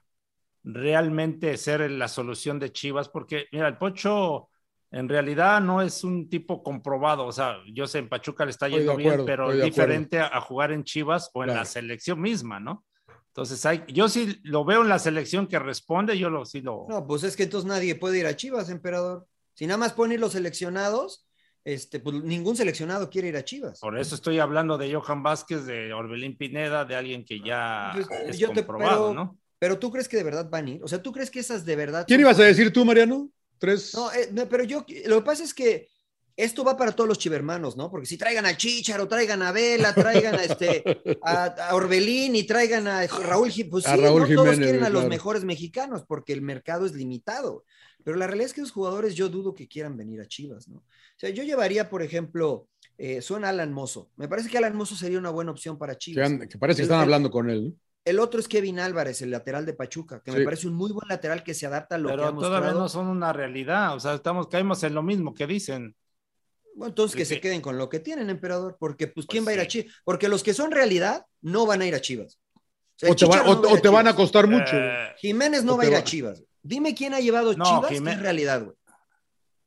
[SPEAKER 9] realmente ser la solución de Chivas, porque mira, el Pocho en realidad no es un tipo comprobado, o sea, yo sé, en Pachuca le está
[SPEAKER 7] Estoy de
[SPEAKER 9] yendo
[SPEAKER 7] acuerdo,
[SPEAKER 9] bien, pero
[SPEAKER 7] estoy
[SPEAKER 9] es
[SPEAKER 7] de acuerdo.
[SPEAKER 9] diferente a, a jugar en Chivas o en la
[SPEAKER 7] Claro.
[SPEAKER 9] selección misma, ¿no? Entonces, hay, yo sí lo veo en la selección que responde, yo lo, sí lo...
[SPEAKER 10] No, pues es que entonces nadie puede ir a Chivas, emperador. Si nada más ponen los seleccionados, este, pues ningún seleccionado quiere ir a
[SPEAKER 7] pues,
[SPEAKER 10] Chivas.
[SPEAKER 9] Por eso estoy hablando de Johan Vázquez, de Orbelín Pineda, de alguien que ya
[SPEAKER 10] Pues,
[SPEAKER 9] es
[SPEAKER 10] yo te-
[SPEAKER 9] comprobado,
[SPEAKER 10] pero-
[SPEAKER 9] ¿no?
[SPEAKER 10] Pero tú crees que de verdad van a ir? O sea, ¿tú crees que esas de verdad?
[SPEAKER 7] ¿Quién
[SPEAKER 10] son
[SPEAKER 7] ibas a decir tú, Mariano? Tres.
[SPEAKER 10] No, eh, no, pero yo, lo que pasa es que esto va para todos los chivermanos, ¿no? Porque si traigan a Chicharo, traigan a Vela, traigan a, este, a, a Orbelín y traigan a Raúl, Ji- pues
[SPEAKER 7] A
[SPEAKER 10] sí,
[SPEAKER 7] Raúl
[SPEAKER 10] ¿no? todos
[SPEAKER 7] Jiménez,
[SPEAKER 10] quieren a los
[SPEAKER 7] claro.
[SPEAKER 10] mejores mexicanos porque el mercado es limitado. Pero la realidad es que los jugadores yo dudo que quieran venir a Chivas, ¿no? O sea, yo llevaría, por ejemplo, eh, suena Alan Mozo. Me parece que Alan Mozo sería una buena opción para
[SPEAKER 7] que,
[SPEAKER 10] Chivas.
[SPEAKER 7] and- que parece que
[SPEAKER 10] El-
[SPEAKER 7] están
[SPEAKER 10] el-
[SPEAKER 7] hablando con él. ¿no?
[SPEAKER 10] El otro es Kevin Álvarez, el lateral de Pachuca, que
[SPEAKER 7] Sí.
[SPEAKER 10] me parece un muy buen lateral que se adapta a lo que ha
[SPEAKER 9] Pero
[SPEAKER 10] mostrado.
[SPEAKER 9] todavía no son una realidad, o sea, estamos, caemos en lo mismo que dicen.
[SPEAKER 10] Bueno, entonces que
[SPEAKER 9] Porque-
[SPEAKER 10] se queden con lo que tienen, emperador, porque pues, ¿quién
[SPEAKER 9] Pues
[SPEAKER 10] va a ir a
[SPEAKER 9] sí.
[SPEAKER 10] Chivas? Porque los que son realidad no van a ir a Chivas.
[SPEAKER 7] O te, va-
[SPEAKER 10] Chicharro
[SPEAKER 7] o-
[SPEAKER 10] no va
[SPEAKER 7] o
[SPEAKER 10] ir a
[SPEAKER 7] te van a
[SPEAKER 10] Chivas.
[SPEAKER 9] Eh.
[SPEAKER 7] costar mucho.
[SPEAKER 10] Jiménez
[SPEAKER 7] o
[SPEAKER 10] no va a
[SPEAKER 7] te
[SPEAKER 10] ir
[SPEAKER 7] va-
[SPEAKER 10] a Chivas. Dime quién ha llevado
[SPEAKER 9] No,
[SPEAKER 10] Chivas
[SPEAKER 9] Jiménez-
[SPEAKER 10] en realidad, güey.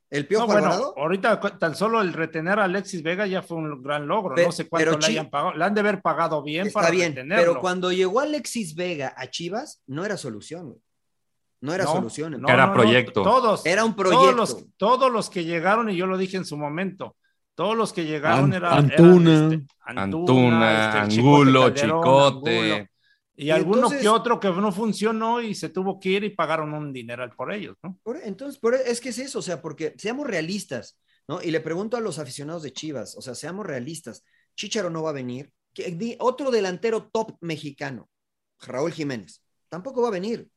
[SPEAKER 10] ¿El
[SPEAKER 9] No,
[SPEAKER 10] Piojo
[SPEAKER 9] bueno,
[SPEAKER 10] Alvarado?
[SPEAKER 9] ahorita cu- tan solo el retener a Alexis Vega ya fue un gran logro.
[SPEAKER 10] Pe-
[SPEAKER 9] no sé cuánto
[SPEAKER 10] pero
[SPEAKER 9] le
[SPEAKER 10] Chi-
[SPEAKER 9] hayan pagado. Le han de haber pagado bien
[SPEAKER 10] Está
[SPEAKER 9] para
[SPEAKER 10] bien,
[SPEAKER 9] retenerlo.
[SPEAKER 10] pero cuando llegó Alexis Vega a Chivas, no era solución, güey. No era
[SPEAKER 9] No,
[SPEAKER 10] solución.
[SPEAKER 9] no,
[SPEAKER 10] entonces.
[SPEAKER 8] Era proyecto.
[SPEAKER 9] Todos.
[SPEAKER 10] Era un
[SPEAKER 9] Todos
[SPEAKER 10] proyecto.
[SPEAKER 9] los, todos los que llegaron, y yo lo dije en su momento, todos los que llegaron
[SPEAKER 8] Ant-
[SPEAKER 9] eran. eran,
[SPEAKER 8] Antuna.
[SPEAKER 9] este,
[SPEAKER 8] Antuna,
[SPEAKER 9] este, el
[SPEAKER 8] Angulo,
[SPEAKER 9] Chicote Calderón,
[SPEAKER 8] Chicote.
[SPEAKER 9] Angulo. Y,
[SPEAKER 10] Y
[SPEAKER 9] alguno
[SPEAKER 10] entonces-
[SPEAKER 9] que otro que no funcionó y se tuvo que ir y pagaron un dineral por ellos, ¿no?
[SPEAKER 10] Por- e, entonces, por- es que es eso, o sea, porque seamos realistas, ¿no? Y le pregunto a los aficionados de Chivas, o sea, seamos realistas. Chicharo no va a venir. Que- di- otro delantero top mexicano, Raúl Jiménez, tampoco va a venir.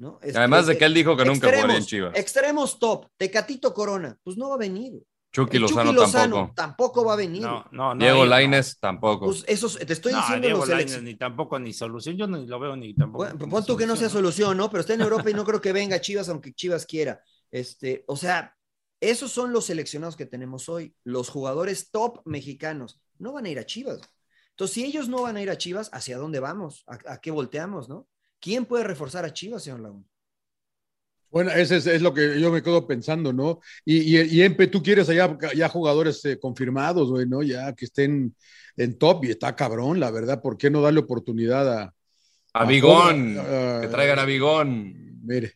[SPEAKER 10] ¿no? Este,
[SPEAKER 8] Además de que él dijo que nunca
[SPEAKER 10] extremos, eh,
[SPEAKER 8] jugaría en Chivas.
[SPEAKER 10] Extremos top, Tecatito Corona, pues no va a venir.
[SPEAKER 8] Chucky
[SPEAKER 10] El
[SPEAKER 8] Lozano
[SPEAKER 10] tampoco.
[SPEAKER 8] tampoco.
[SPEAKER 10] va a venir.
[SPEAKER 9] No, no,
[SPEAKER 8] Diego
[SPEAKER 9] y-
[SPEAKER 8] Lainez tampoco.
[SPEAKER 10] Pues esos, te estoy
[SPEAKER 9] No,
[SPEAKER 10] diciendo
[SPEAKER 9] Diego
[SPEAKER 10] los
[SPEAKER 9] Lainez
[SPEAKER 10] selec-
[SPEAKER 9] ni tampoco ni solución, yo no lo veo ni tampoco. como
[SPEAKER 10] Pon tú que no sea
[SPEAKER 9] solución,
[SPEAKER 10] solución, ¿no? Pero está en Europa y no creo que venga Chivas, aunque Chivas quiera. Este, o sea, esos son los seleccionados que tenemos hoy, los jugadores top mexicanos. No van a ir a Chivas. Entonces, si ellos no van a ir a Chivas, ¿hacia dónde vamos? ¿A, a qué volteamos, no? ¿Quién puede reforzar a Chivas, señor Laguna?
[SPEAKER 7] Bueno, ese es, es lo que yo me quedo pensando, ¿no? Y, y, y Empe, tú quieres allá ya jugadores eh, confirmados, güey, ¿no? Ya que estén en top y está cabrón, la verdad. ¿Por qué no darle oportunidad a.
[SPEAKER 8] A Bigón,
[SPEAKER 7] Ah,
[SPEAKER 8] que traigan a Bigón.
[SPEAKER 7] Mire,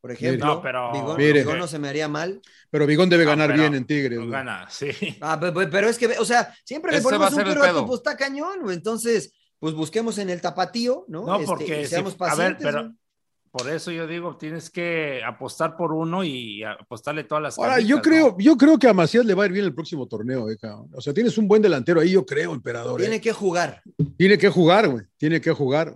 [SPEAKER 10] Por ejemplo,
[SPEAKER 7] No,
[SPEAKER 9] pero-
[SPEAKER 10] Bigón-
[SPEAKER 7] Mire.
[SPEAKER 10] Bigón no se me haría mal.
[SPEAKER 7] pero Bigón debe
[SPEAKER 9] No,
[SPEAKER 7] ganar
[SPEAKER 9] pero-
[SPEAKER 7] bien en Tigres.
[SPEAKER 9] no
[SPEAKER 7] güey.
[SPEAKER 9] Gana, sí.
[SPEAKER 10] Ah, pe- pe- pero es que, ve- o sea, siempre le
[SPEAKER 8] Ese va a
[SPEAKER 10] ponemos un
[SPEAKER 8] ser el
[SPEAKER 10] pero a tu,
[SPEAKER 8] pedo.
[SPEAKER 10] pues está cañón, güey. Entonces, pues busquemos en el tapatío, ¿no?
[SPEAKER 9] No,
[SPEAKER 10] Este,
[SPEAKER 9] porque
[SPEAKER 10] y
[SPEAKER 9] si-
[SPEAKER 10] seamos
[SPEAKER 9] a ver,
[SPEAKER 10] pacientes.
[SPEAKER 9] pero
[SPEAKER 10] güey.
[SPEAKER 9] por eso yo digo, tienes que apostar por uno y apostarle todas las
[SPEAKER 7] Ahora, yo
[SPEAKER 9] canicas, ¿no?
[SPEAKER 7] creo, yo creo que a Macías le va a ir bien el próximo torneo, eh, cabrón. O sea, tienes un buen delantero ahí, yo creo, emperador. eh.
[SPEAKER 10] Tiene que jugar.
[SPEAKER 7] Tiene que jugar, güey. Tiene que jugar.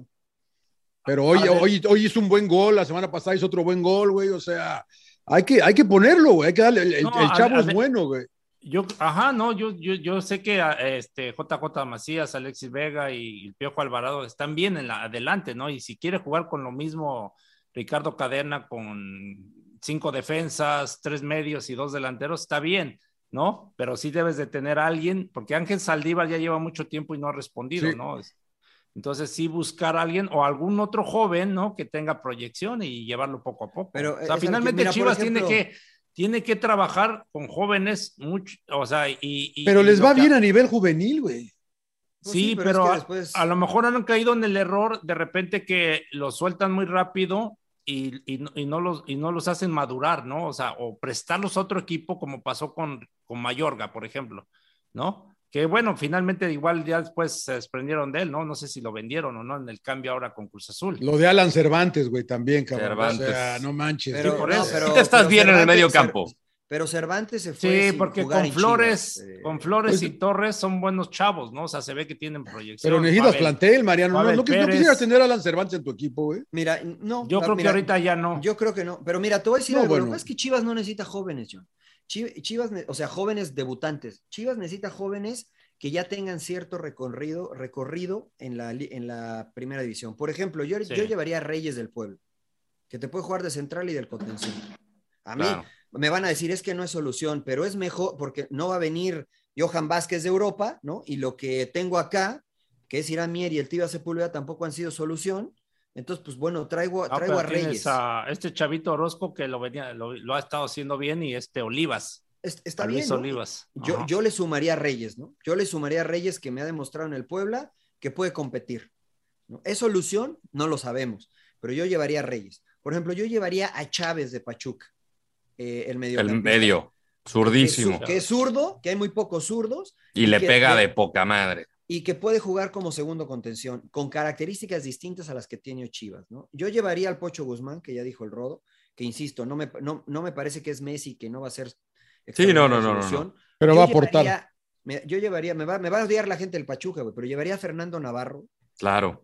[SPEAKER 7] Pero hoy,
[SPEAKER 9] A ver.
[SPEAKER 7] hoy, hoy hizo un buen gol, la semana pasada hizo otro buen gol, güey. O sea, hay que, hay que ponerlo, güey. Hay que darle. El, el-
[SPEAKER 9] No,
[SPEAKER 7] el
[SPEAKER 9] a-
[SPEAKER 7] chavo
[SPEAKER 9] a
[SPEAKER 7] es
[SPEAKER 9] ver.
[SPEAKER 7] bueno, güey.
[SPEAKER 9] Yo, ajá, no, yo, yo, yo sé que a, este, JJ Macías, Alexis Vega y el Piojo Alvarado están bien en la, adelante, ¿no? Y si quiere jugar con lo mismo Ricardo Cadena con cinco defensas, tres medios y dos delanteros, está bien, ¿no? Pero sí debes de tener a alguien, porque Ángel Saldívar ya lleva mucho tiempo y no ha respondido,
[SPEAKER 7] Sí.
[SPEAKER 9] ¿no? Es- Entonces sí buscar a alguien o algún otro joven, ¿no? Que tenga proyección y llevarlo poco a poco.
[SPEAKER 10] Pero,
[SPEAKER 9] o
[SPEAKER 10] eh,
[SPEAKER 9] sea,
[SPEAKER 10] es a lo que-
[SPEAKER 9] finalmente
[SPEAKER 10] mira, por
[SPEAKER 9] Chivas
[SPEAKER 10] ejemplo-
[SPEAKER 9] tiene que tiene que trabajar con jóvenes mucho, o sea, y, y-
[SPEAKER 7] Pero
[SPEAKER 9] y
[SPEAKER 7] les
[SPEAKER 9] lo
[SPEAKER 7] va
[SPEAKER 9] que-
[SPEAKER 7] bien a nivel juvenil, güey.
[SPEAKER 10] Pues
[SPEAKER 9] sí,
[SPEAKER 10] sí, pero
[SPEAKER 9] pero,
[SPEAKER 10] es que
[SPEAKER 9] a-
[SPEAKER 10] después-
[SPEAKER 9] a, lo mejor han caído en el error de repente que los sueltan muy rápido y, y no- y no los, y no los hacen madurar, ¿no? O sea, o prestarlos a otro equipo como pasó con, con Mayorga, por ejemplo, ¿no? Que bueno, finalmente igual ya después se desprendieron de él, ¿no? No sé si lo vendieron o no en el cambio ahora con Cruz Azul.
[SPEAKER 7] Lo de Alan Cervantes, güey, también, cabrón.
[SPEAKER 8] Cervantes.
[SPEAKER 7] O sea, no manches.
[SPEAKER 10] Pero,
[SPEAKER 7] güey.
[SPEAKER 9] por
[SPEAKER 10] no,
[SPEAKER 9] eso.
[SPEAKER 10] pero-
[SPEAKER 8] Ahorita estás
[SPEAKER 10] pero
[SPEAKER 8] bien en el
[SPEAKER 10] Cervantes-
[SPEAKER 8] medio
[SPEAKER 10] Cer-
[SPEAKER 8] campo.
[SPEAKER 10] Pero Cervantes se fue.
[SPEAKER 9] Sí,
[SPEAKER 10] sin
[SPEAKER 9] porque
[SPEAKER 10] jugar
[SPEAKER 9] con
[SPEAKER 10] en
[SPEAKER 9] Flores,
[SPEAKER 10] Chivas, eh.
[SPEAKER 9] con Flores
[SPEAKER 7] Pues-
[SPEAKER 9] y Torres son buenos chavos, ¿no? O sea, se ve que tienen proyección.
[SPEAKER 7] Pero necesitas
[SPEAKER 9] Pavel.
[SPEAKER 7] plantel, Mariano. No,
[SPEAKER 9] Pavel
[SPEAKER 7] no, que- no
[SPEAKER 9] Pérez.
[SPEAKER 7] quisieras tener a Alan Cervantes en tu equipo, güey.
[SPEAKER 10] Mira, no.
[SPEAKER 9] Yo
[SPEAKER 10] ah,
[SPEAKER 9] creo
[SPEAKER 10] mira,
[SPEAKER 9] que ahorita ya no.
[SPEAKER 10] Yo creo que no. Pero mira, te voy a decir
[SPEAKER 7] No,
[SPEAKER 10] algo. Lo
[SPEAKER 7] bueno.
[SPEAKER 10] que pasa es que Chivas no necesita jóvenes, John. Chi- Chivas, ne- o sea, jóvenes debutantes. Chivas necesita jóvenes que ya tengan cierto recorrido, recorrido en, la, li- en la primera división. Por ejemplo, yo,
[SPEAKER 9] Sí.
[SPEAKER 10] yo llevaría a Reyes del Pueblo, que te puede jugar de central y del contención. A mí
[SPEAKER 8] Claro.
[SPEAKER 10] me van a decir es que no es solución, pero es mejor porque no va a venir Johan Vázquez de Europa, ¿no? Y lo que tengo acá, que es Irán Mier y el Tiva Sepúlveda, tampoco han sido solución. Entonces, pues bueno, traigo,
[SPEAKER 9] Ah,
[SPEAKER 10] traigo a
[SPEAKER 9] pero tienes
[SPEAKER 10] Reyes.
[SPEAKER 9] a este chavito Orozco que lo venía, lo, lo ha estado haciendo bien y este Olivas,
[SPEAKER 10] Es- Está
[SPEAKER 9] a
[SPEAKER 10] bien.
[SPEAKER 9] Luis
[SPEAKER 10] ¿no?
[SPEAKER 9] Olivas.
[SPEAKER 10] Yo,
[SPEAKER 9] Ajá.
[SPEAKER 10] yo le sumaría a Reyes, ¿no? Yo le sumaría a Reyes que me ha demostrado en el Puebla que puede competir. ¿no? ¿Es solución? No lo sabemos, pero yo llevaría a Reyes. Por ejemplo, yo llevaría a Chávez de Pachuca, eh, el medio.
[SPEAKER 8] El medio. Zurdísimo.
[SPEAKER 10] Que es zurdo, que hay muy pocos zurdos
[SPEAKER 8] Y le
[SPEAKER 10] que-
[SPEAKER 8] pega
[SPEAKER 10] que-
[SPEAKER 8] de poca madre.
[SPEAKER 10] y que puede jugar como segundo contención, con características distintas a las que tiene Chivas, ¿no? Yo llevaría al Pocho Guzmán, que ya dijo el Rodo, que insisto, no me, no, no me parece que es Messi, que no va a ser.
[SPEAKER 8] Sí, no,
[SPEAKER 10] extraordinaria
[SPEAKER 8] no, no, no, no.
[SPEAKER 10] solución.
[SPEAKER 7] Pero
[SPEAKER 10] Yo
[SPEAKER 7] va a aportar.
[SPEAKER 10] llevaría- me- yo llevaría, me va, me va a odiar la gente del Pachuca, güey, pero llevaría a Fernando Navarro,
[SPEAKER 8] Claro.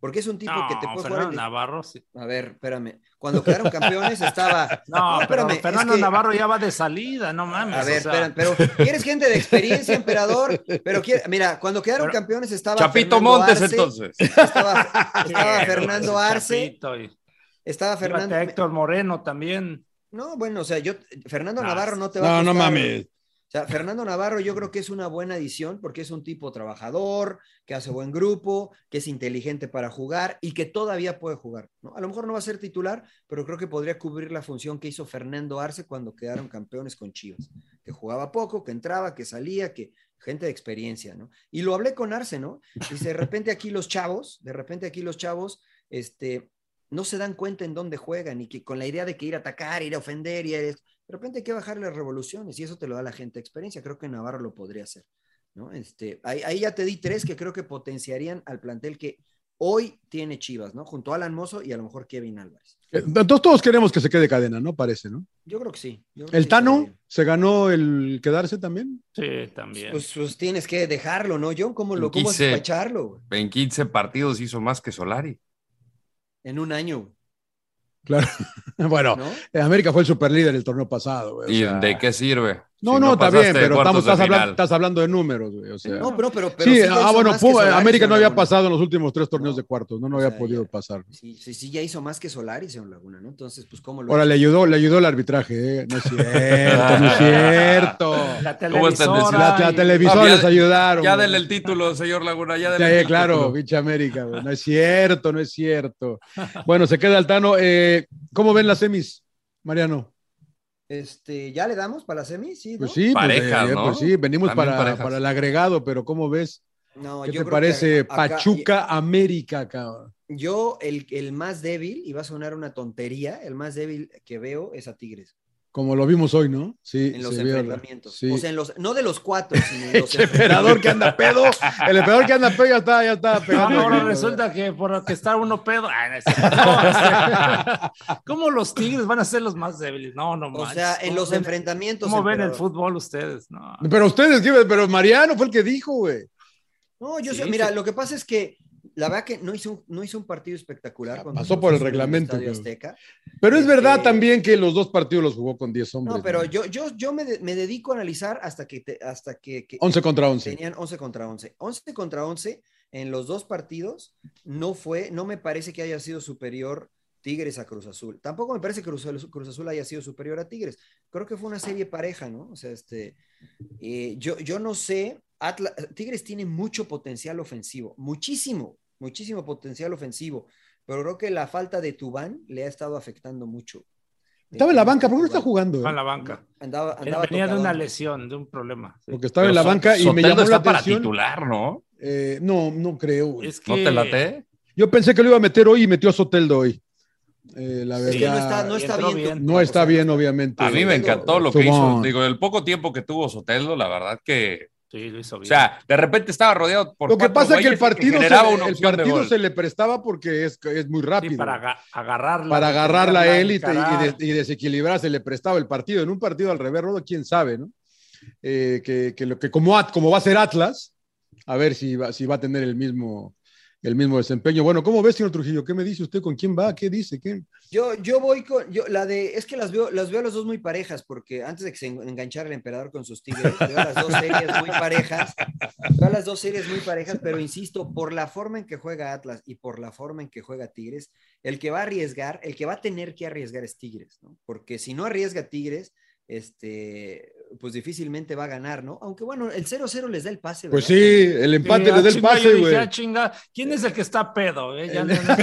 [SPEAKER 10] porque es un tipo
[SPEAKER 9] No,
[SPEAKER 10] que te puede
[SPEAKER 9] Fernando
[SPEAKER 10] jugar. en-
[SPEAKER 9] Navarro, sí.
[SPEAKER 10] A ver, espérame. Cuando quedaron campeones estaba.
[SPEAKER 9] No, pero
[SPEAKER 10] espérame, es
[SPEAKER 9] Fernando
[SPEAKER 10] que-
[SPEAKER 9] Navarro ya va de salida, no mames.
[SPEAKER 10] A ver,
[SPEAKER 9] o sea,
[SPEAKER 10] espérame, pero quieres gente de experiencia, emperador. Pero quiere- mira, cuando quedaron
[SPEAKER 9] Pero-
[SPEAKER 10] campeones estaba.
[SPEAKER 8] Chapito
[SPEAKER 10] Fernando
[SPEAKER 8] Montes,
[SPEAKER 10] Arce,
[SPEAKER 8] entonces.
[SPEAKER 10] Estaba, estaba
[SPEAKER 9] sí,
[SPEAKER 10] Fernando
[SPEAKER 9] ese
[SPEAKER 10] Arce,
[SPEAKER 9] Chapito y-
[SPEAKER 10] estaba
[SPEAKER 9] llévate
[SPEAKER 10] Fernando.
[SPEAKER 9] a Héctor Moreno también.
[SPEAKER 10] No, bueno, o sea, yo, Fernando
[SPEAKER 9] No,
[SPEAKER 10] Navarro no te va a
[SPEAKER 7] No, no
[SPEAKER 10] costar-
[SPEAKER 7] mames.
[SPEAKER 10] O sea, Fernando Navarro yo creo que es una buena adición porque es un tipo trabajador, que hace buen grupo, que es inteligente para jugar y que todavía puede jugar. ¿no? A lo mejor no va a ser titular, pero creo que podría cubrir la función que hizo Fernando Arce cuando quedaron campeones con Chivas, que jugaba poco, que entraba, que salía, que gente de experiencia, ¿no? Y lo hablé con Arce, ¿no? Dice, de repente aquí los chavos, de repente aquí los chavos, este, no se dan cuenta en dónde juegan y que con la idea de que ir a atacar, ir a ofender y eres, de repente hay que bajar las revoluciones y eso te lo da la gente de experiencia. Creo que Navarro lo podría hacer. ¿no? Este, ahí, ahí, ya te di tres que creo que potenciarían al plantel que hoy tiene Chivas, ¿no? Junto a Alan Mozo y a lo mejor Kevin Álvarez.
[SPEAKER 7] Entonces Eh, todos queremos que se quede cadena, ¿no? Parece, ¿no?
[SPEAKER 10] Yo creo que sí. Yo creo
[SPEAKER 7] ¿El
[SPEAKER 10] que
[SPEAKER 7] Tano sí se ganó el quedarse también?
[SPEAKER 9] Sí, también.
[SPEAKER 10] Pues, pues tienes que dejarlo, ¿no, John? ¿Cómo lo cómo
[SPEAKER 8] 15,
[SPEAKER 10] despacharlo?
[SPEAKER 8] En 15 partidos hizo más que Solari.
[SPEAKER 10] En un año.
[SPEAKER 7] Claro. Bueno, eh, América fue el superlíder el torneo pasado. güey, o
[SPEAKER 8] ¿Y
[SPEAKER 7] sea,
[SPEAKER 8] de qué sirve?
[SPEAKER 7] No,
[SPEAKER 8] Si
[SPEAKER 7] no, está bien,
[SPEAKER 8] pasaste de
[SPEAKER 7] pero estamos,
[SPEAKER 8] cuartos de
[SPEAKER 7] estás, hablando,
[SPEAKER 8] final.
[SPEAKER 7] estás hablando de números, güey. O sea.
[SPEAKER 10] No, pero, pero, pero
[SPEAKER 7] sí,
[SPEAKER 10] ya
[SPEAKER 7] ah,
[SPEAKER 10] hizo
[SPEAKER 7] bueno,
[SPEAKER 10] más que
[SPEAKER 7] Puma-
[SPEAKER 10] Solari,
[SPEAKER 7] América
[SPEAKER 10] señor
[SPEAKER 7] no había
[SPEAKER 10] Laguna.
[SPEAKER 7] pasado en los últimos tres torneos de cuartos, no, no había podido pasar.
[SPEAKER 10] Sí, sí, sí, ya hizo más que Solari, señor Laguna, ¿no? Entonces, pues, ¿cómo lo
[SPEAKER 7] Ahora le
[SPEAKER 10] hizo?
[SPEAKER 7] ayudó, le ayudó el arbitraje, ¿eh? No es cierto, no es cierto.
[SPEAKER 9] La
[SPEAKER 8] ¿Cómo están
[SPEAKER 9] televisora
[SPEAKER 7] La, la
[SPEAKER 9] y-
[SPEAKER 7] televisora
[SPEAKER 8] Ya-
[SPEAKER 7] les ayudaron.
[SPEAKER 8] Ya
[SPEAKER 7] güey.
[SPEAKER 8] denle el título, señor Laguna, ya
[SPEAKER 7] Sí,
[SPEAKER 8] denle el
[SPEAKER 7] claro,
[SPEAKER 8] título.
[SPEAKER 7] pinche América, güey. no es cierto, no es cierto. Bueno, se queda el Tano. Eh, ¿Cómo ven las semis, Mariano?
[SPEAKER 10] Este, ¿ya le damos para la semi? Sí, ¿no?
[SPEAKER 7] Pues sí, pues,
[SPEAKER 8] Parejas,
[SPEAKER 7] eh,
[SPEAKER 8] ¿no?
[SPEAKER 7] pues sí, venimos
[SPEAKER 8] También
[SPEAKER 7] para,
[SPEAKER 8] parejas.
[SPEAKER 7] para el agregado, pero ¿cómo ves?
[SPEAKER 10] No,
[SPEAKER 7] ¿Qué
[SPEAKER 10] yo
[SPEAKER 7] te
[SPEAKER 10] creo
[SPEAKER 7] parece
[SPEAKER 10] que acá-
[SPEAKER 7] Pachuca América, cabrón?
[SPEAKER 10] Yo, el, el más débil, y va a sonar una tontería, el más débil que veo es a Tigres.
[SPEAKER 7] Como lo vimos hoy, ¿no? Sí,
[SPEAKER 10] En los
[SPEAKER 7] se vio, ¿verdad?
[SPEAKER 10] enfrentamientos.
[SPEAKER 7] Sí.
[SPEAKER 10] O sea, en los, no de los cuatro, sino en los
[SPEAKER 7] El emperador que anda pedo, el emperador que anda pedo ya está, ya está pegando.
[SPEAKER 9] Ahora
[SPEAKER 7] aquí,
[SPEAKER 9] resulta que por que está uno pedo. Ay, no es cierto. No, o sea, ¿Cómo los Tigres van a ser los más débiles? No, no
[SPEAKER 10] O
[SPEAKER 9] manches.
[SPEAKER 10] sea, en
[SPEAKER 9] ¿Cómo
[SPEAKER 10] los
[SPEAKER 9] ven-
[SPEAKER 10] enfrentamientos.
[SPEAKER 9] ¿Cómo ven el
[SPEAKER 10] emperador.
[SPEAKER 9] fútbol ustedes? No.
[SPEAKER 7] güey. Pero ustedes, ¿qué? pero Mariano fue el que dijo, güey.
[SPEAKER 10] No, yo
[SPEAKER 9] Sí,
[SPEAKER 10] sé, mira,
[SPEAKER 9] sí.
[SPEAKER 10] lo que pasa es que la verdad que no hizo un, no hizo un partido espectacular. contra
[SPEAKER 7] pasó
[SPEAKER 10] Cruz
[SPEAKER 7] por el
[SPEAKER 10] Azul en
[SPEAKER 7] reglamento,
[SPEAKER 10] Estadio
[SPEAKER 7] cabrón.
[SPEAKER 10] Azteca.
[SPEAKER 7] Pero es
[SPEAKER 10] Este-
[SPEAKER 7] verdad también que los dos partidos los jugó con 10 hombres.
[SPEAKER 10] No, pero yo, yo, yo me, de- me dedico a analizar hasta que, te- hasta que, que
[SPEAKER 7] 11 contra 11.
[SPEAKER 10] tenían 11 contra 11. 11 contra 11 en los dos partidos no fue, no me parece que haya sido superior Tigres a Cruz Azul. Tampoco me parece que Cruz, Azul- Cruz Azul haya sido superior a Tigres. Creo que fue una serie pareja, ¿no? O sea, este, eh, yo, yo no sé, Atla- Tigres tiene mucho potencial ofensivo, muchísimo, muchísimo potencial ofensivo, pero creo que la falta de Tubán le ha estado afectando mucho.
[SPEAKER 7] Estaba en la banca, ¿por qué no está jugando? eh?
[SPEAKER 9] Van la banca.
[SPEAKER 10] Andaba, andaba
[SPEAKER 9] Venía de una
[SPEAKER 10] tocadón.
[SPEAKER 9] lesión, de un problema. sí.
[SPEAKER 7] Porque estaba en
[SPEAKER 8] Pero
[SPEAKER 7] la
[SPEAKER 8] Sot-
[SPEAKER 7] banca y me
[SPEAKER 8] Soteldo
[SPEAKER 7] llamó la
[SPEAKER 8] está para
[SPEAKER 7] atención.
[SPEAKER 8] titular, ¿no?
[SPEAKER 7] Eh, no, no creo. güey.
[SPEAKER 9] Es que
[SPEAKER 8] ¿No te late?
[SPEAKER 7] Yo pensé que lo iba a meter hoy y metió a Soteldo hoy. Eh, la verdad,
[SPEAKER 10] Es que no está, no
[SPEAKER 9] Y
[SPEAKER 10] está
[SPEAKER 9] entró
[SPEAKER 10] bien.
[SPEAKER 9] bien.
[SPEAKER 7] no está bien, obviamente.
[SPEAKER 8] A mí me encantó lo que hizo.
[SPEAKER 7] Tubón.
[SPEAKER 8] Digo, el poco tiempo que tuvo Soteldo, la verdad que.
[SPEAKER 9] Sí, lo hizo bien.
[SPEAKER 8] O sea, de repente estaba rodeado por.
[SPEAKER 7] Lo que
[SPEAKER 8] cuatro
[SPEAKER 7] pasa es que el
[SPEAKER 8] güeyes y
[SPEAKER 7] partido, se,
[SPEAKER 8] generaba
[SPEAKER 7] le-
[SPEAKER 8] una
[SPEAKER 7] el
[SPEAKER 8] opción de
[SPEAKER 7] partido
[SPEAKER 8] gol.
[SPEAKER 7] se le prestaba porque es, es muy
[SPEAKER 9] Sí,
[SPEAKER 7] rápido.
[SPEAKER 9] para
[SPEAKER 7] para,
[SPEAKER 9] aga- agarrarla.
[SPEAKER 7] agarrarla a él y, te- y
[SPEAKER 9] encarar.
[SPEAKER 7] des- y desequilibrar, se le prestaba el partido. En un partido al revés, Rodo, quién sabe, ¿no? Eh, que, que lo que como, at- como va a ser Atlas, a ver si va, si va a tener el mismo, el mismo desempeño. Bueno, ¿cómo ves, señor Trujillo? ¿Qué me dice usted? ¿Con quién va? ¿Qué dice? ¿Qué?
[SPEAKER 10] Yo, yo voy con, yo, la de, es que las veo, las veo a las dos muy parejas, porque antes de que se en- enganchara el emperador con sus tigres, veo a las dos series muy parejas, veo a las dos series muy parejas, pero insisto, por la forma en que juega Atlas y por la forma en que juega Tigres, el que va a arriesgar, el que va a tener que arriesgar es Tigres, ¿no? Porque si no arriesga Tigres, este, pues difícilmente va a ganar, ¿no? Aunque bueno, el 0-0 les da el pase,
[SPEAKER 7] Pues sí,
[SPEAKER 10] ¿verdad?
[SPEAKER 7] el empate
[SPEAKER 9] Sí,
[SPEAKER 7] le da
[SPEAKER 9] ah,
[SPEAKER 7] el
[SPEAKER 9] chinga, yo
[SPEAKER 7] pase,
[SPEAKER 9] dije,
[SPEAKER 7] güey.
[SPEAKER 9] ah, chinga, ¿quién es el que está pedo? eh? Ya no- no-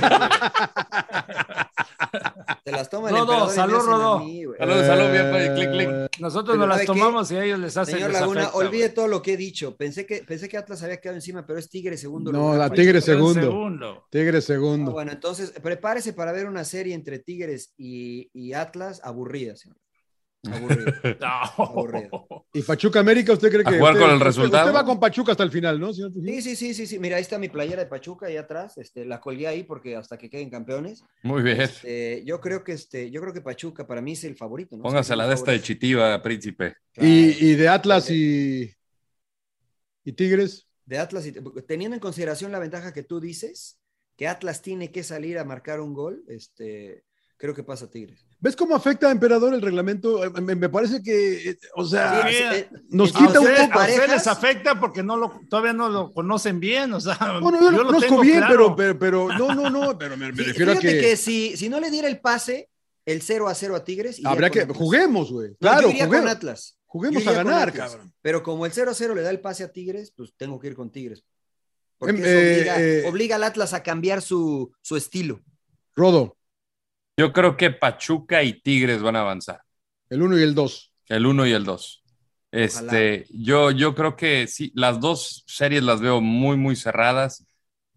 [SPEAKER 10] Se las toma el emperador. y
[SPEAKER 9] Rodó,
[SPEAKER 10] me
[SPEAKER 9] salud,
[SPEAKER 10] hacen a
[SPEAKER 9] Rodó.
[SPEAKER 10] mí, güey.
[SPEAKER 8] Salud, salud, bien, clic,
[SPEAKER 7] Eh,
[SPEAKER 8] clic.
[SPEAKER 9] Nosotros
[SPEAKER 10] Pero ¿sabe
[SPEAKER 9] nos las
[SPEAKER 10] qué?
[SPEAKER 9] tomamos y a ellos les hacen
[SPEAKER 10] Señor
[SPEAKER 9] les
[SPEAKER 10] Laguna,
[SPEAKER 9] afecta, güey.
[SPEAKER 10] olvide todo lo que he dicho. Pensé que, pensé que Atlas había quedado encima, pero es Tigre segundo
[SPEAKER 7] No,
[SPEAKER 10] lugar.
[SPEAKER 7] la
[SPEAKER 10] Pues,
[SPEAKER 7] Tigre
[SPEAKER 9] Pero en
[SPEAKER 7] segundo.
[SPEAKER 9] segundo.
[SPEAKER 7] Tigre
[SPEAKER 10] ah,
[SPEAKER 7] segundo.
[SPEAKER 10] bueno, entonces prepárese para ver una serie entre Tigres y, y Atlas aburrida, señor. Aburrida. Aburrido.
[SPEAKER 9] No.
[SPEAKER 7] ¿Y Pachuca América usted cree
[SPEAKER 8] ¿A
[SPEAKER 7] que...
[SPEAKER 8] jugar
[SPEAKER 7] usted-
[SPEAKER 8] con el
[SPEAKER 7] usted-
[SPEAKER 8] resultado?
[SPEAKER 7] Usted va con Pachuca hasta el final, ¿no, señor Trujillo?
[SPEAKER 10] Sí, sí, sí, sí, sí. Mira, ahí está mi playera de Pachuca ahí atrás. Este, la colgué ahí porque hasta que queden campeones.
[SPEAKER 8] Muy bien.
[SPEAKER 10] Eh, yo creo que este, yo creo que Pachuca para mí es el favorito. ¿no?
[SPEAKER 8] Póngasela
[SPEAKER 10] Es el
[SPEAKER 8] de esta de
[SPEAKER 10] favorito.
[SPEAKER 8] Chitiva, príncipe.
[SPEAKER 7] Y, y de Atlas y, y Tigres.
[SPEAKER 10] de Atlas, y- teniendo en consideración la ventaja que tú dices, que Atlas tiene que salir a marcar un gol, este, creo que pasa Tigres.
[SPEAKER 7] ¿Ves cómo afecta a Emperador el reglamento? Eh, Me, me parece que, eh, o sea,
[SPEAKER 9] Sí,
[SPEAKER 10] eh,
[SPEAKER 7] nos
[SPEAKER 10] sí,
[SPEAKER 7] quita
[SPEAKER 9] a
[SPEAKER 7] un
[SPEAKER 10] ustedes
[SPEAKER 9] ustedes-
[SPEAKER 7] poco.
[SPEAKER 9] a ustedes
[SPEAKER 10] parejas.
[SPEAKER 9] les afecta porque no lo, todavía no lo conocen bien. O sea,
[SPEAKER 7] Bueno, yo, lo conozco
[SPEAKER 9] tengo
[SPEAKER 7] bien, pero,
[SPEAKER 9] claro.
[SPEAKER 7] pero, pero no, no, no, pero me, me
[SPEAKER 10] Fí-
[SPEAKER 7] refiero a
[SPEAKER 10] fíjate
[SPEAKER 7] que,
[SPEAKER 10] que si, si no le diera el pase, el 0 a 0 a Tigres. iría
[SPEAKER 7] habría
[SPEAKER 10] con
[SPEAKER 7] que
[SPEAKER 10] Atlas.
[SPEAKER 7] juguemos, güey.
[SPEAKER 10] No,
[SPEAKER 7] Claro,
[SPEAKER 10] yo iría
[SPEAKER 7] juguemos.
[SPEAKER 10] con Atlas.
[SPEAKER 7] Juguemos a ganar, cabrón.
[SPEAKER 10] Pero como el 0-0 le da el pase a Tigres, pues tengo que ir con Tigres.
[SPEAKER 7] Em,
[SPEAKER 10] Porque eso
[SPEAKER 7] eh,
[SPEAKER 10] obliga,
[SPEAKER 7] eh.
[SPEAKER 10] obliga al Atlas a cambiar su, su estilo.
[SPEAKER 7] Rodo,
[SPEAKER 8] Yo creo que Pachuca y Tigres van a avanzar.
[SPEAKER 7] el 1 y el 2.
[SPEAKER 8] El 1 y el 2. Este, yo, yo creo que sí, las dos series las veo muy, muy cerradas,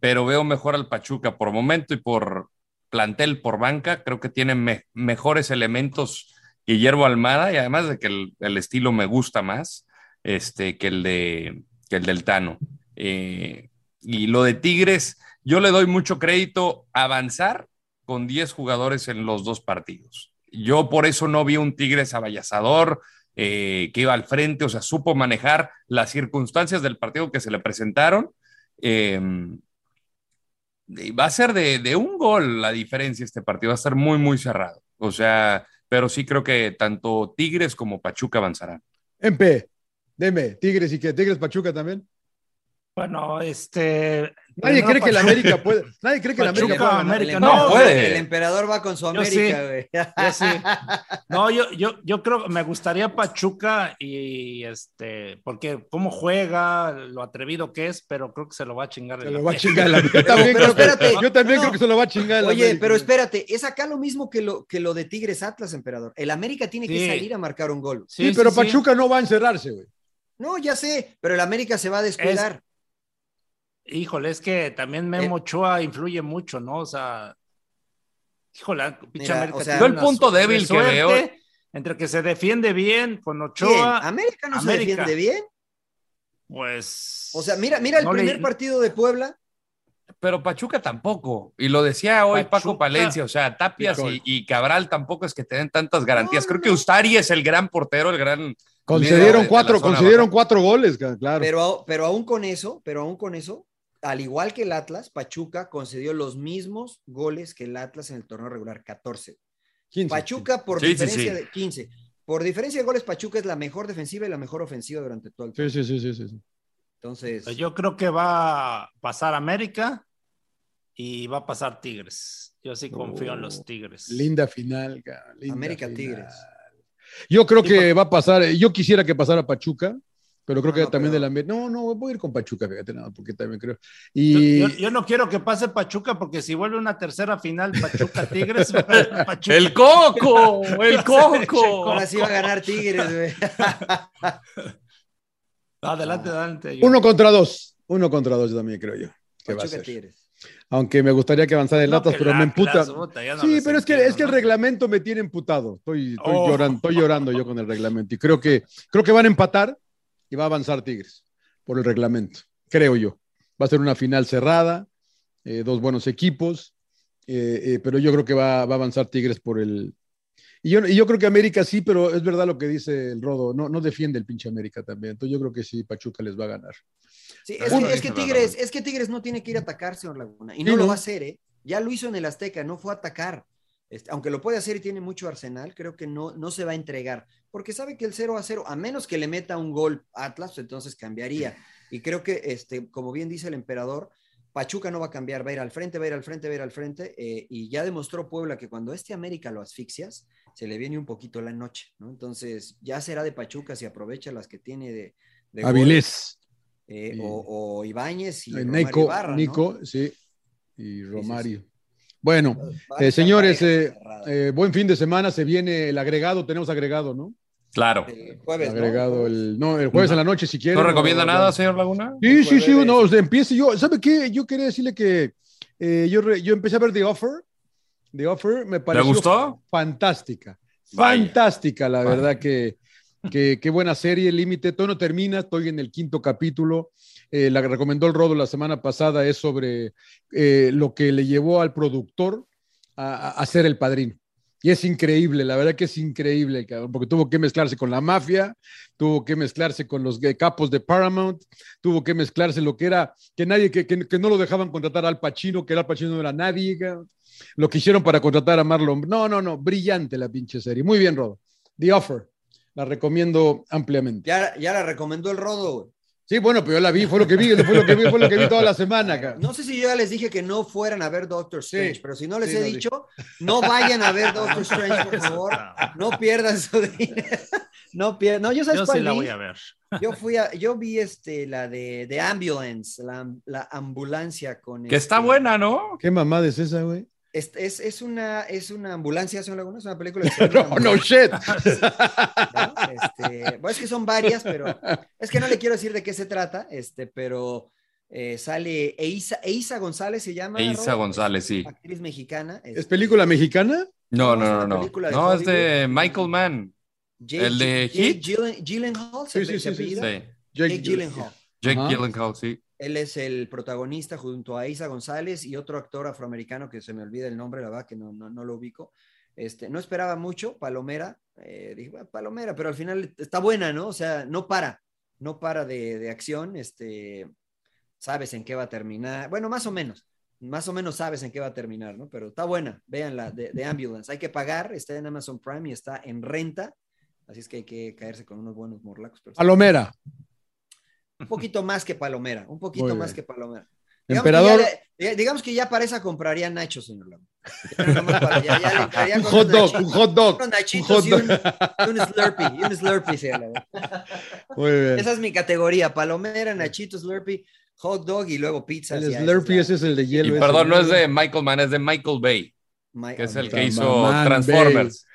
[SPEAKER 8] pero veo mejor al Pachuca por momento y por plantel, por banca. Creo que tienen mejores elementos Guillermo Almada y además de que el, el estilo me gusta más este, que, el de, que el del Tano. Eh, y lo de Tigres, yo le doy mucho crédito a avanzar con 10 jugadores en los dos partidos. Yo por eso no vi un Tigres avallazador eh, que iba al frente, o sea, supo manejar las circunstancias del partido que se le presentaron. Eh, y va a ser de, de un gol la diferencia este partido, va a estar muy, muy cerrado. O sea, pero sí creo que tanto Tigres como Pachuca avanzarán.
[SPEAKER 7] MP, Em deme, Tigres y que Tigres Pachuca también.
[SPEAKER 9] Bueno, este.
[SPEAKER 7] Nadie cree que el América puede. Nadie cree que el América puede. ganar.
[SPEAKER 10] El
[SPEAKER 9] no,
[SPEAKER 10] emperador-
[SPEAKER 9] puede.
[SPEAKER 10] El emperador va con su
[SPEAKER 9] Yo
[SPEAKER 10] América,
[SPEAKER 9] sí.
[SPEAKER 10] güey.
[SPEAKER 9] Yo sí. No, yo, yo, yo creo que me gustaría Pachuca y este, porque cómo juega, lo atrevido que es, pero creo que se lo va a chingar.
[SPEAKER 7] Se
[SPEAKER 9] el
[SPEAKER 7] lo va a
[SPEAKER 9] América.
[SPEAKER 7] chingar el América. Yo
[SPEAKER 10] Pero
[SPEAKER 7] también, creo, que-
[SPEAKER 10] espérate.
[SPEAKER 7] yo también
[SPEAKER 10] No.
[SPEAKER 7] creo que se lo va a chingar el
[SPEAKER 10] Oye,
[SPEAKER 7] América.
[SPEAKER 10] pero espérate, es acá lo mismo que lo, que lo de Tigres Atlas, emperador. El América tiene que
[SPEAKER 7] Sí.
[SPEAKER 10] salir a marcar un gol.
[SPEAKER 7] Sí, pero Pachuca no va a encerrarse, güey.
[SPEAKER 10] No, ya sé, pero el América se va a descuidar.
[SPEAKER 9] Híjole, es que también Memo
[SPEAKER 7] Eh,
[SPEAKER 9] Ochoa influye mucho, ¿no? O sea, híjole, pinche
[SPEAKER 10] Mira,
[SPEAKER 9] América
[SPEAKER 10] o sea,
[SPEAKER 9] tiene
[SPEAKER 10] yo el
[SPEAKER 9] una
[SPEAKER 10] punto
[SPEAKER 9] su-
[SPEAKER 10] débil
[SPEAKER 9] de
[SPEAKER 10] que veo-
[SPEAKER 9] suerte Entre que se defiende bien con Ochoa.
[SPEAKER 10] ¿Quién? ¿América no se
[SPEAKER 9] América.
[SPEAKER 10] defiende bien?
[SPEAKER 9] Pues.
[SPEAKER 10] O sea, mira, mira el
[SPEAKER 8] No le-
[SPEAKER 10] primer partido de Puebla.
[SPEAKER 8] Pero Pachuca tampoco. Y lo decía hoy Paco Palencia, o sea, Tapias
[SPEAKER 7] Híjole.
[SPEAKER 8] y, y Cabral tampoco es que te den tantas garantías. Creo que Ustari es el gran portero, el gran. líder de-
[SPEAKER 7] Concedieron
[SPEAKER 8] de la
[SPEAKER 7] cuatro,
[SPEAKER 8] zona
[SPEAKER 7] concedieron cuatro goles, ca- claro.
[SPEAKER 10] Pero, a- pero aún con eso, pero aún con eso, al igual que el Atlas, Pachuca concedió los mismos goles que el Atlas en el torneo regular, 14.
[SPEAKER 7] 15.
[SPEAKER 10] Pachuca por
[SPEAKER 7] Sí, sí,
[SPEAKER 10] diferencia
[SPEAKER 7] sí.
[SPEAKER 10] de 15. Por diferencia de goles, Pachuca es la mejor defensiva y la mejor ofensiva durante todo el
[SPEAKER 7] Sí, sí, sí, sí, sí, sí.
[SPEAKER 10] Entonces,
[SPEAKER 9] Yo creo que va a pasar América y va a pasar Tigres. Yo sí confío en los Tigres.
[SPEAKER 7] Linda final, ca- linda
[SPEAKER 10] América
[SPEAKER 7] final.
[SPEAKER 10] Tigres.
[SPEAKER 7] Yo creo que va a pasar, eh, yo quisiera que pasara Pachuca, pero creo que
[SPEAKER 9] no,
[SPEAKER 7] también
[SPEAKER 9] pero-
[SPEAKER 7] del América. Ah, No, no, voy a ir con Pachuca, fíjate nada, porque también creo. Y
[SPEAKER 9] Yo, yo no quiero que pase Pachuca porque si vuelve una tercera final Pachuca Tigres.
[SPEAKER 8] ¡El coco! ¡El coco!
[SPEAKER 10] Ahora sí va a ganar Tigres, güey.
[SPEAKER 9] Adelante, adelante. yo-
[SPEAKER 7] uno contra dos, uno contra dos yo también creo yo. que va a
[SPEAKER 10] Pachuca
[SPEAKER 7] ser.
[SPEAKER 10] Tigres.
[SPEAKER 7] Aunque me gustaría que avanzara el
[SPEAKER 9] No,
[SPEAKER 7] Atlas,
[SPEAKER 9] que
[SPEAKER 7] pero
[SPEAKER 9] el
[SPEAKER 7] me emputa.
[SPEAKER 9] Atlas, puta, ya no
[SPEAKER 7] sí,
[SPEAKER 9] les
[SPEAKER 7] pero es que,
[SPEAKER 9] entiendo,
[SPEAKER 7] es que el
[SPEAKER 9] ¿no?
[SPEAKER 7] reglamento me tiene emputado. Estoy, estoy
[SPEAKER 9] Oh.
[SPEAKER 7] llorando, estoy llorando yo con el reglamento. Y creo que, creo que van a empatar y va a avanzar Tigres por el reglamento, creo yo. Va a ser una final cerrada, eh, dos buenos equipos, eh, eh, pero yo creo que va, va a avanzar Tigres por el... Y yo, y yo creo que América sí, pero es verdad lo que dice el Rodo, no, no defiende el pinche América también. Entonces yo creo que sí, Pachuca les va a ganar.
[SPEAKER 10] Sí,
[SPEAKER 7] Ah,
[SPEAKER 10] es, que,
[SPEAKER 7] sí,
[SPEAKER 10] es que
[SPEAKER 7] claro.
[SPEAKER 10] Tigres, es que Tigres no tiene que ir a atacar, señor Laguna. Y
[SPEAKER 7] Sí,
[SPEAKER 10] no
[SPEAKER 7] ¿no?
[SPEAKER 10] lo va a hacer, ¿eh? Ya lo hizo en el Azteca, no fue a atacar. Este, aunque lo puede hacer y tiene mucho arsenal, creo que no, no se va a entregar. Porque sabe que el 0 a 0, a menos que le meta un gol Atlas, pues entonces cambiaría. Y creo que, este, como bien dice el emperador, Pachuca no va a cambiar, va a ir al frente, va a ir al frente, va a ir al frente. eh, y ya demostró Puebla que cuando este América lo asfixias, se le viene un poquito la noche, ¿no? Entonces ya será de Pachuca si aprovecha las que tiene de... de gol.
[SPEAKER 7] Avilés.
[SPEAKER 10] Eh, o, o Ibáñez y
[SPEAKER 7] Eh,
[SPEAKER 10] Romario
[SPEAKER 7] Nico,
[SPEAKER 10] Ibarra, ¿no?
[SPEAKER 7] Nico, sí, y Romario. Bueno,
[SPEAKER 10] a
[SPEAKER 7] eh,
[SPEAKER 10] estar
[SPEAKER 7] señores, eh,
[SPEAKER 10] cerrada.
[SPEAKER 7] eh, buen fin de semana, se viene el agregado, tenemos agregado, ¿no?
[SPEAKER 8] Claro.
[SPEAKER 10] Jueves, ¿no?
[SPEAKER 7] agregado el, no, el jueves en la noche si quieren.
[SPEAKER 8] ¿No recomienda
[SPEAKER 7] o-
[SPEAKER 8] nada, señor Laguna?
[SPEAKER 7] Sí, sí, sí, no, o sea, empiece yo. ¿Sabe qué? Yo quería decirle que eh, yo, re- yo empecé a ver The Offer. The Offer me pareció
[SPEAKER 8] gustó?
[SPEAKER 7] fantástica.
[SPEAKER 8] Vaya.
[SPEAKER 7] Fantástica, la verdad que, que qué buena serie, Límite. Todo no termina, estoy en el quinto capítulo. Eh, la que recomendó el Rodo la semana pasada es sobre eh, lo que le llevó al productor a, a- a ser el padrino. Y es increíble, la verdad que es increíble, cabrón, porque tuvo que mezclarse con la mafia, tuvo que mezclarse con los gay- capos de Paramount, tuvo que mezclarse lo que era, que nadie, que, que- que no lo dejaban contratar al Pacino, que el Al Pacino no era nadie, cabrón. lo que hicieron para contratar a Marlon. No, no, no, brillante la pinche serie. Muy bien, Rodo. The Offer, la recomiendo ampliamente.
[SPEAKER 10] Ya, ya la recomendó el Rodo. güey.
[SPEAKER 7] Sí, bueno, pero yo la vi, fue lo que vi, fue lo que vi, fue lo que vi toda la semana. cabrón.
[SPEAKER 10] No sé si yo ya les dije que no fueran a ver Doctor Strange, pero si no les he dicho, no vayan a ver Doctor Strange, por favor. No pierdan su dinero. No pierdan. No, yo sabes
[SPEAKER 9] Ah, Yo sí
[SPEAKER 10] cuál
[SPEAKER 9] la
[SPEAKER 10] vi?
[SPEAKER 9] voy a ver.
[SPEAKER 10] Yo fui a, yo vi este la de, de Ambulance, la, la ambulancia con este
[SPEAKER 8] Que está buena, ¿no?
[SPEAKER 7] ¿Qué mamada es esa, güey?
[SPEAKER 10] Es, es, es una, es una ambulancia, ¿son algunas? Es una película. que se llama
[SPEAKER 7] No, no
[SPEAKER 10] Ambulancia.
[SPEAKER 7] shit.
[SPEAKER 10] ¿no? Este, bueno, es que son varias, pero es que no le quiero decir de qué se trata, este, pero eh, sale Eiza, Eiza González, se llama.
[SPEAKER 8] Isa
[SPEAKER 10] Rob,
[SPEAKER 8] González, sí.
[SPEAKER 10] Actriz mexicana. este,
[SPEAKER 7] ¿Es película mexicana?
[SPEAKER 8] No, no, no,
[SPEAKER 10] una
[SPEAKER 8] no.
[SPEAKER 10] película de
[SPEAKER 8] No, es de Michael Mann.
[SPEAKER 10] este, Jake
[SPEAKER 8] el de
[SPEAKER 10] Gyllen-
[SPEAKER 8] Heat.
[SPEAKER 10] Gyllen- Gyllenhaal, se,
[SPEAKER 7] Sí,
[SPEAKER 10] se
[SPEAKER 7] sí, sí, sí,
[SPEAKER 10] apellida.
[SPEAKER 8] sí.
[SPEAKER 10] Jake,
[SPEAKER 7] Jake
[SPEAKER 10] Gyllenhaal.
[SPEAKER 8] Jake
[SPEAKER 7] Ajá.
[SPEAKER 8] Gyllenhaal, sí.
[SPEAKER 10] Él es el protagonista junto a Isa González y otro actor afroamericano que se me olvida el nombre, la verdad que no, no, no lo ubico. Este, no esperaba mucho, Palomera. eh, dije, "Bueno, Palomera, pero al final está buena, ¿no? O sea, no para, no para de, de acción. Este, sabes en qué va a terminar. Bueno, más o menos, más o menos sabes en qué va a terminar, ¿no? Pero está buena, véanla, de, de Ambulance. Hay que pagar, está en Amazon Prime y está en renta. Así es que hay que caerse con unos buenos morlacos. pero-
[SPEAKER 7] Palomera.
[SPEAKER 10] un poquito más que Palomera, un poquito
[SPEAKER 7] Muy
[SPEAKER 10] más
[SPEAKER 7] bien.
[SPEAKER 10] que Palomera.
[SPEAKER 7] Emperador.
[SPEAKER 10] Que ya, le- eh, digamos que ya para esa compraría nachos, señor Lamo. Ya nada más para- ya- ya le entraría
[SPEAKER 7] Un
[SPEAKER 10] con
[SPEAKER 7] hot
[SPEAKER 10] unos
[SPEAKER 7] dog,
[SPEAKER 10] nachitos,
[SPEAKER 7] un hot dog,
[SPEAKER 10] unos
[SPEAKER 7] un
[SPEAKER 10] nachitos
[SPEAKER 7] hot
[SPEAKER 10] y
[SPEAKER 7] dog.
[SPEAKER 10] un, y un Slurpee, y un Slurpee, señor Lamo.
[SPEAKER 7] Muy bien.
[SPEAKER 10] Esa es mi categoría, Palomera, nachitos, Slurpee, hot dog y luego pizza.
[SPEAKER 7] El
[SPEAKER 10] sí, esa
[SPEAKER 7] Slurpee,
[SPEAKER 10] la-
[SPEAKER 7] ese es el de
[SPEAKER 8] Y
[SPEAKER 7] hielo. ese,
[SPEAKER 8] perdón, no es de Michael Mann, es de Michael Bay,
[SPEAKER 10] My-
[SPEAKER 8] que es
[SPEAKER 10] hombre.
[SPEAKER 8] el que
[SPEAKER 7] Puta
[SPEAKER 8] hizo
[SPEAKER 7] madre.
[SPEAKER 8] Transformers.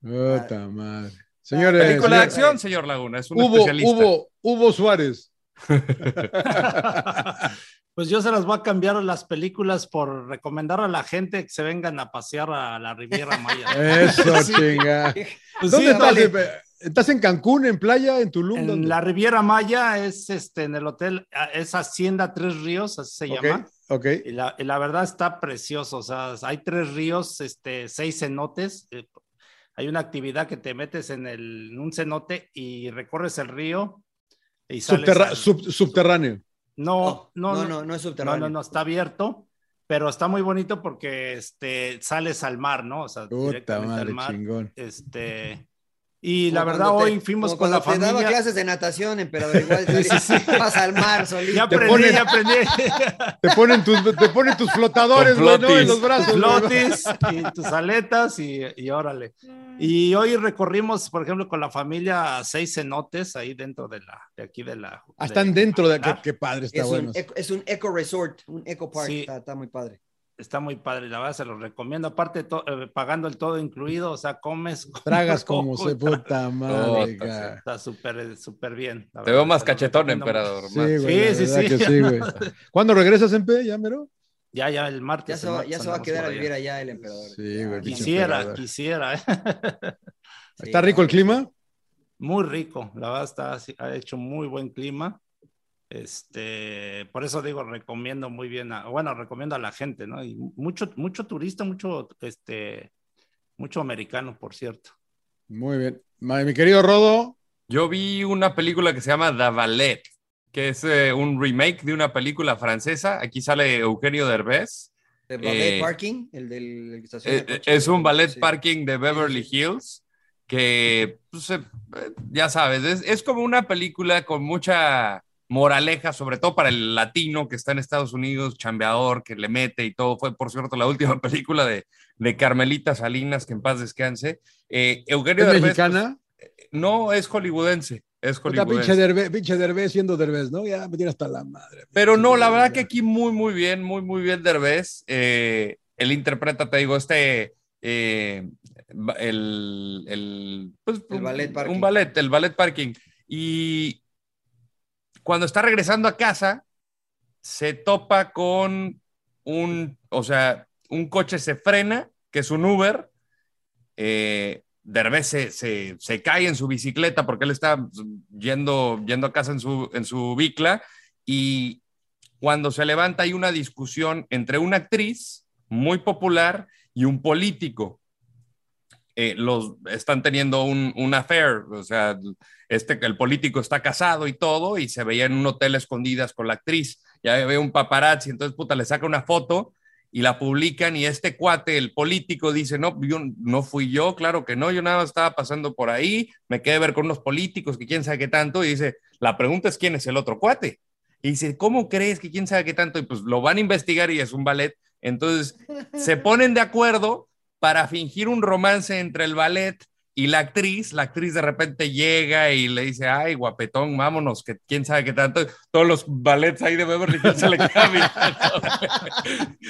[SPEAKER 7] Puta madre. Señores,
[SPEAKER 8] Película de
[SPEAKER 7] señor-
[SPEAKER 8] acción, señor Laguna, es un
[SPEAKER 7] Hubo,
[SPEAKER 8] especialista.
[SPEAKER 7] hubo, hubo Suárez.
[SPEAKER 9] Pues yo se las voy a cambiar las películas por recomendar a la gente que se vengan a pasear a la Riviera Maya.
[SPEAKER 7] Eso,
[SPEAKER 9] Sí.
[SPEAKER 7] chinga.
[SPEAKER 9] Pues
[SPEAKER 7] Eh, ¿Dónde
[SPEAKER 9] sí,
[SPEAKER 7] estás?
[SPEAKER 9] vale.
[SPEAKER 7] ¿Estás en Cancún, en playa, en Tulum? ¿Dónde?
[SPEAKER 9] En la Riviera Maya es este en el hotel, ah, es Hacienda Tres Ríos, así se
[SPEAKER 7] Ok,
[SPEAKER 9] llama.
[SPEAKER 7] ok.
[SPEAKER 9] Y la, y la verdad está precioso, o sea, hay tres ríos, este, seis cenotes. eh, hay una actividad que te metes en, el, en un cenote y recorres el río y sales
[SPEAKER 7] Subterra-
[SPEAKER 9] al-
[SPEAKER 7] sub- Oh, subterráneo.
[SPEAKER 9] No, no,
[SPEAKER 10] no, no, no es subterráneo.
[SPEAKER 9] No, no, no, está abierto, pero está muy bonito porque este, sales al mar, ¿no? O sea,
[SPEAKER 7] Puta
[SPEAKER 9] directamente
[SPEAKER 7] madre,
[SPEAKER 9] al mar.
[SPEAKER 7] chingón.
[SPEAKER 9] Este, y la
[SPEAKER 10] Como
[SPEAKER 9] verdad,
[SPEAKER 10] cuando te-
[SPEAKER 9] hoy fuimos
[SPEAKER 10] como
[SPEAKER 9] con la
[SPEAKER 10] cuando te daba
[SPEAKER 9] familia.
[SPEAKER 10] clases de natación, emperador, igual vas al mar solito.
[SPEAKER 9] Ya
[SPEAKER 7] Te
[SPEAKER 9] aprendí,
[SPEAKER 7] ponen-
[SPEAKER 9] ya aprendí.
[SPEAKER 7] Te ponen tus, te ponen tus flotadores,
[SPEAKER 8] Con
[SPEAKER 7] güey, ¿no? En
[SPEAKER 8] flotis.
[SPEAKER 7] los brazos. güey.
[SPEAKER 9] Lotis y tus aletas y, y órale. Y hoy recorrimos, por ejemplo, con la familia seis cenotes ahí dentro de la, de aquí de la.
[SPEAKER 7] Ah, están dentro de. Qué, qué padre está
[SPEAKER 10] Es
[SPEAKER 7] bueno.
[SPEAKER 10] un, eco, es un eco resort, un eco park,
[SPEAKER 9] Sí.
[SPEAKER 10] está, está muy padre.
[SPEAKER 9] Está muy padre, la verdad se los recomiendo. Aparte, to- eh, pagando el todo incluido, o sea, comes.
[SPEAKER 7] Tragas como
[SPEAKER 9] comes,
[SPEAKER 7] se puta madre.
[SPEAKER 8] Puta,
[SPEAKER 7] cara.
[SPEAKER 9] Está súper, eh, súper bien. la
[SPEAKER 8] Te
[SPEAKER 9] verdad,
[SPEAKER 8] veo más
[SPEAKER 9] se los
[SPEAKER 8] cachetón,
[SPEAKER 9] recomiendo
[SPEAKER 8] emperador.
[SPEAKER 7] Sí,
[SPEAKER 8] más.
[SPEAKER 7] güey. la
[SPEAKER 9] Sí, sí,
[SPEAKER 7] verdad
[SPEAKER 9] sí.
[SPEAKER 7] que sí, güey. ¿Cuándo regresas en P? ¿Ya, mero?
[SPEAKER 9] mucho. Ya, ya, el martes.
[SPEAKER 10] Ya se
[SPEAKER 9] el
[SPEAKER 10] va,
[SPEAKER 9] martes
[SPEAKER 10] ya se va a
[SPEAKER 9] andamos
[SPEAKER 10] quedar a
[SPEAKER 9] por
[SPEAKER 10] vivir
[SPEAKER 9] allá.
[SPEAKER 10] allá el emperador.
[SPEAKER 7] Sí, güey. pinche
[SPEAKER 9] Quisiera,
[SPEAKER 7] emperador.
[SPEAKER 9] quisiera. ¿eh?
[SPEAKER 7] Está rico el clima.
[SPEAKER 9] Muy rico, la verdad está, así- ha hecho muy buen clima. Este, por eso digo, recomiendo muy bien, a- bueno, recomiendo a la gente, ¿no? Y mucho, mucho turista, mucho, este, mucho americano, por cierto.
[SPEAKER 7] Muy bien. Ma- Mi querido Rodo,
[SPEAKER 8] Yo vi una película que se llama The Ballet, que es eh, un remake de una película francesa. Aquí sale Eugenio Derbez.
[SPEAKER 10] ¿El ballet
[SPEAKER 8] Eh,
[SPEAKER 10] parking? ¿El del el que estaciona
[SPEAKER 8] Eh, eh,
[SPEAKER 10] coches,
[SPEAKER 8] es un ballet
[SPEAKER 10] sí.
[SPEAKER 8] parking de Beverly Hills que, pues, eh, eh, ya sabes, es, es como una película con mucha moraleja, sobre todo para el latino que está en Estados Unidos, chambeador, que le mete y todo. Fue, por cierto, la última película de, de Carmelita Salinas, que en paz descanse. Eh, Eugenio
[SPEAKER 7] ¿es
[SPEAKER 8] Derbez,
[SPEAKER 7] mexicana?
[SPEAKER 8] pues, no, es hollywoodense. Es
[SPEAKER 7] Puta, pinche
[SPEAKER 8] hollywoodense.
[SPEAKER 7] Derbez, pinche Derbez siendo Derbez, ¿no? Ya me tiene hasta la madre.
[SPEAKER 8] Pero no, la verdad que aquí muy, muy bien, muy, muy bien Derbez. Eh, él interpreta, te digo, este, eh, ba- el, el, pues,
[SPEAKER 10] El
[SPEAKER 8] un-
[SPEAKER 10] ballet parking.
[SPEAKER 8] Un ballet, el ballet parking. Y cuando está regresando a casa, se topa con un, o sea, un coche se frena, que es un Uber. Eh, Derbez se, se- se cae en su bicicleta porque él está yendo, yendo a casa en su, en su bicla y cuando se levanta hay una discusión entre una actriz muy popular y un político. Eh, los están teniendo un, un affair, o sea, este, el político está casado y todo, y se veía en un hotel escondidas con la actriz. Ya ve un paparazzi, entonces puta, le saca una foto y la publican y este cuate, el político, dice, no, yo no fui yo, claro que no, yo nada más estaba pasando por ahí, me quedé a ver con unos políticos que quién sabe qué tanto, y dice, La pregunta es quién es el otro cuate. Y dice, ¿cómo crees que quién sabe qué tanto? Y pues lo van a investigar y es un ballet. Entonces se ponen de acuerdo para fingir un romance entre el ballet y la actriz. La actriz de repente llega y le dice, ay, guapetón, vámonos, que quién sabe qué tanto. Todos los ballets ahí de Beverly Hills se le quedan mirando.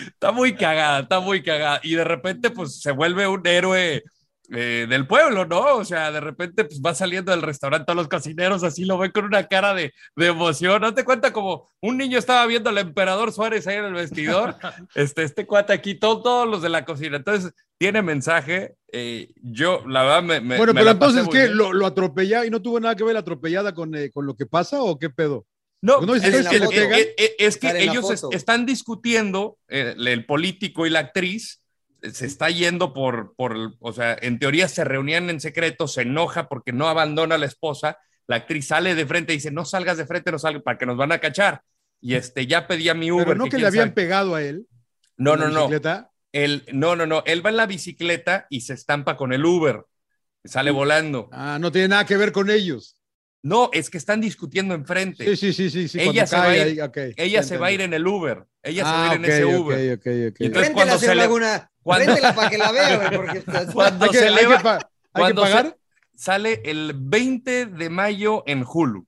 [SPEAKER 8] está muy cagada, está muy cagada. Y de repente pues se vuelve un héroe. eh, del pueblo, ¿no? O sea, de repente pues, va saliendo del restaurante a los casineros, así lo ven con una cara de, de emoción. ¿No te cuenta como un niño estaba viendo al emperador Suárez ahí en el vestidor? este, este cuate aquí, todo- todos los de la cocina. Entonces, tiene mensaje. eh, yo, la verdad, me. me-
[SPEAKER 7] bueno,
[SPEAKER 8] me
[SPEAKER 7] pero
[SPEAKER 8] la pasé
[SPEAKER 7] entonces,
[SPEAKER 8] muy
[SPEAKER 7] ¿qué?
[SPEAKER 8] bien.
[SPEAKER 7] ¿Lo, lo atropella y no tuvo nada que ver la atropellada con, eh, con lo que pasa o qué pedo?
[SPEAKER 8] No,
[SPEAKER 7] ¿No
[SPEAKER 8] es,
[SPEAKER 7] dices
[SPEAKER 8] que,
[SPEAKER 7] que lo
[SPEAKER 8] eh,
[SPEAKER 7] pegan?
[SPEAKER 8] eh, eh, es que
[SPEAKER 7] Sale en la
[SPEAKER 8] ellos es-
[SPEAKER 7] foto.
[SPEAKER 8] están discutiendo, eh, el, político y la actriz, eh, se está yendo por, por, o sea, en teoría se reunían en secreto, se enoja porque no abandona a la esposa, la actriz sale de frente y dice, no salgas de frente, no salgas, para que nos van a cachar. Y este, ya pedí a mi Uber.
[SPEAKER 7] Pero no que,
[SPEAKER 8] quién
[SPEAKER 7] le habían
[SPEAKER 8] sabe-
[SPEAKER 7] pegado a él.
[SPEAKER 8] No,
[SPEAKER 7] en la
[SPEAKER 8] no, no.
[SPEAKER 7] bicicleta.
[SPEAKER 8] Él- no, no, no, él va en la bicicleta y se estampa con el Uber, sale volando.
[SPEAKER 7] Ah, no tiene nada que ver con ellos.
[SPEAKER 8] No, es que están discutiendo enfrente.
[SPEAKER 7] Sí, sí, sí, sí. sí, cuando
[SPEAKER 8] ella se,
[SPEAKER 7] cae
[SPEAKER 8] va, a
[SPEAKER 7] ahí,
[SPEAKER 8] ir,
[SPEAKER 7] ok,
[SPEAKER 8] ella
[SPEAKER 7] ya
[SPEAKER 8] se va a ir
[SPEAKER 7] entendí.
[SPEAKER 8] en el Uber. Ella se
[SPEAKER 7] Ah,
[SPEAKER 8] va a ir
[SPEAKER 7] ok,
[SPEAKER 8] en ese
[SPEAKER 7] ok,
[SPEAKER 8] Uber.
[SPEAKER 7] ok, ok.
[SPEAKER 8] Y entonces
[SPEAKER 10] Préndela,
[SPEAKER 8] cuando se
[SPEAKER 10] señor
[SPEAKER 8] le-
[SPEAKER 10] Laguna.
[SPEAKER 8] cuando-
[SPEAKER 10] Préndela para que la vea, güey, porque estás-
[SPEAKER 8] Cuando
[SPEAKER 10] Hay que-
[SPEAKER 8] se
[SPEAKER 10] hay
[SPEAKER 8] le
[SPEAKER 10] que
[SPEAKER 8] va-
[SPEAKER 10] pa- hay que
[SPEAKER 8] cuando se-
[SPEAKER 10] pagar.
[SPEAKER 8] sale el 20 de mayo en Hulu.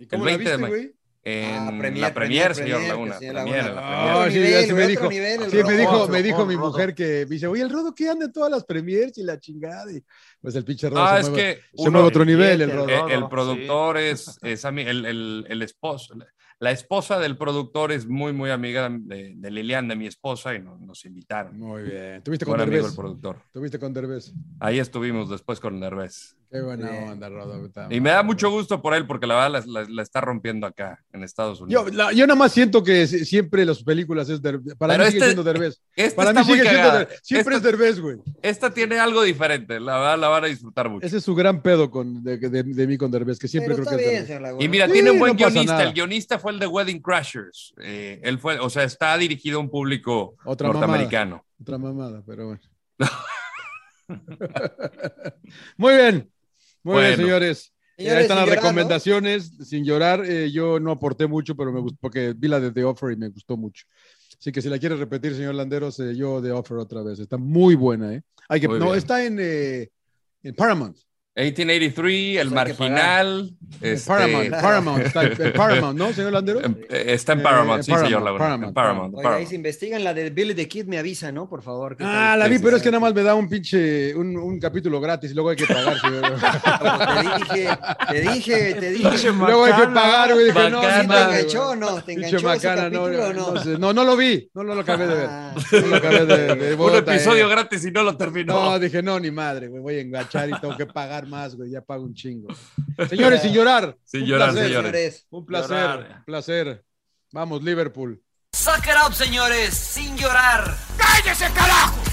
[SPEAKER 7] Ah, cómo la viste, güey?
[SPEAKER 8] En
[SPEAKER 10] Ah, premier,
[SPEAKER 8] la
[SPEAKER 10] premier,
[SPEAKER 8] Premier, señor
[SPEAKER 10] premier,
[SPEAKER 8] Laguna.
[SPEAKER 10] señor
[SPEAKER 8] Premier,
[SPEAKER 10] Laguna.
[SPEAKER 8] la
[SPEAKER 7] No,
[SPEAKER 8] Premier.
[SPEAKER 7] sí,
[SPEAKER 10] nivel,
[SPEAKER 7] ya sí me
[SPEAKER 10] güey,
[SPEAKER 7] dijo,
[SPEAKER 10] otro nivel, el
[SPEAKER 7] sí, me
[SPEAKER 10] rojo,
[SPEAKER 7] dijo,
[SPEAKER 10] otro
[SPEAKER 7] me dijo
[SPEAKER 10] rojo,
[SPEAKER 7] mi
[SPEAKER 10] rojo.
[SPEAKER 7] mujer que me dice, oye, el rodo que anda en todas las premiers y la chingada. y- pues el pinche rodo
[SPEAKER 8] Ah,
[SPEAKER 7] se,
[SPEAKER 8] es
[SPEAKER 7] mueve,
[SPEAKER 8] que
[SPEAKER 7] se
[SPEAKER 8] uno-
[SPEAKER 7] mueve a otro nivel, el rodo.
[SPEAKER 8] Eh, el productor es, es ami- el, el- el esposo. La esposa del productor es muy, muy amiga de, de Lilian, de mi esposa, y nos, nos invitaron.
[SPEAKER 7] Muy bien. ¿Tuviste con
[SPEAKER 8] Buen amigo
[SPEAKER 7] Derbez?
[SPEAKER 8] el productor.
[SPEAKER 7] ¿Tuviste con Derbez?
[SPEAKER 8] Ahí estuvimos después con Nervés.
[SPEAKER 7] Qué buena onda, rodo. puta
[SPEAKER 8] Y me da mucho gusto por él, porque la verdad la, la- la está rompiendo acá, en Estados Unidos.
[SPEAKER 7] Yo, la- yo nada más siento que si- siempre las películas es Derbez. Para
[SPEAKER 8] Pero
[SPEAKER 7] mí sigue
[SPEAKER 8] este-
[SPEAKER 7] siendo Derbez.
[SPEAKER 8] este
[SPEAKER 7] Para
[SPEAKER 8] está
[SPEAKER 7] mí sigue
[SPEAKER 8] muy
[SPEAKER 7] siendo
[SPEAKER 8] cagada.
[SPEAKER 7] Derbez. Siempre
[SPEAKER 8] Esta-
[SPEAKER 7] es Derbez, güey.
[SPEAKER 8] Esta tiene algo diferente, la verdad la van a disfrutar mucho.
[SPEAKER 7] Ese es su gran pedo con, de, de- de mí con Derbez, que siempre creo que es Derbez.
[SPEAKER 8] Y mira, tiene
[SPEAKER 7] Sí,
[SPEAKER 8] un buen
[SPEAKER 7] no pasa
[SPEAKER 8] guionista.
[SPEAKER 7] nada.
[SPEAKER 8] El guionista fue el de Wedding Crashers. Eh, él fue, o sea, está dirigido a un público
[SPEAKER 7] Otra
[SPEAKER 8] norteamericano.
[SPEAKER 7] Mamada, otra mamada, pero bueno. muy bien, muy bien,
[SPEAKER 8] Bueno.
[SPEAKER 7] señores. Eh,
[SPEAKER 10] Señores,
[SPEAKER 7] ahí están
[SPEAKER 10] sin
[SPEAKER 7] las
[SPEAKER 10] llorar, ¿no?
[SPEAKER 7] recomendaciones. Sin llorar, eh, yo no aporté mucho, pero me gustó, porque vi la de The Offer y me gustó mucho. Así que si la quieres repetir, señor Landeros, eh, yo The Offer otra vez. Está muy buena, ¿eh? Hay que,
[SPEAKER 8] Muy
[SPEAKER 7] no,
[SPEAKER 8] bien.
[SPEAKER 7] está en, eh, en Paramount.
[SPEAKER 8] 1883, El
[SPEAKER 7] Pues hay que
[SPEAKER 8] Marginal.
[SPEAKER 7] En
[SPEAKER 8] este-
[SPEAKER 7] Paramount, Paramount, está en en Paramount, ¿no, señor Landeros?
[SPEAKER 8] Eh, Está en Paramount,
[SPEAKER 7] Eh,
[SPEAKER 8] sí,
[SPEAKER 7] Paramount,
[SPEAKER 8] señor Laguna.
[SPEAKER 7] Paramount,
[SPEAKER 8] en Paramount,
[SPEAKER 10] Oye, ahí
[SPEAKER 8] Paramount.
[SPEAKER 10] si investigan la de Billy the Kid, me avisan, ¿no? Por favor. ¿qué
[SPEAKER 7] Ah,
[SPEAKER 10] tal?
[SPEAKER 7] la vi, pero es que nada más me da un pinche, un, un capítulo gratis y luego hay que pagar. señor.
[SPEAKER 10] Te dije, te dije, te dije.
[SPEAKER 7] Pinche Luego hay que macana. pagar, güey,
[SPEAKER 10] ¿Sí
[SPEAKER 7] dije, no, no,
[SPEAKER 10] ¿Te
[SPEAKER 7] güey.
[SPEAKER 10] enganchó o no? ¿Te enganchó
[SPEAKER 7] Pinche
[SPEAKER 10] ese
[SPEAKER 7] macana, no,
[SPEAKER 10] capítulo o
[SPEAKER 7] no,
[SPEAKER 10] no? Ah.
[SPEAKER 7] sé, no, no lo vi, no, no lo acabé de ver. No lo acabé de, de-
[SPEAKER 8] Un
[SPEAKER 7] puta,
[SPEAKER 8] episodio
[SPEAKER 7] eh.
[SPEAKER 8] gratis y no lo terminó.
[SPEAKER 7] No, dije, no, ni madre, güey, voy a enganchar y tengo que pagar más, güey, ya pago un chingo. Señores, sin llorar.
[SPEAKER 8] Sin
[SPEAKER 7] un
[SPEAKER 8] llorar,
[SPEAKER 7] placer,
[SPEAKER 8] señores.
[SPEAKER 7] Un placer,
[SPEAKER 8] Llorar.
[SPEAKER 7] un placer. Vamos, Liverpool.
[SPEAKER 2] Suck it up, señores, sin llorar.
[SPEAKER 5] ¡Cállese, carajo!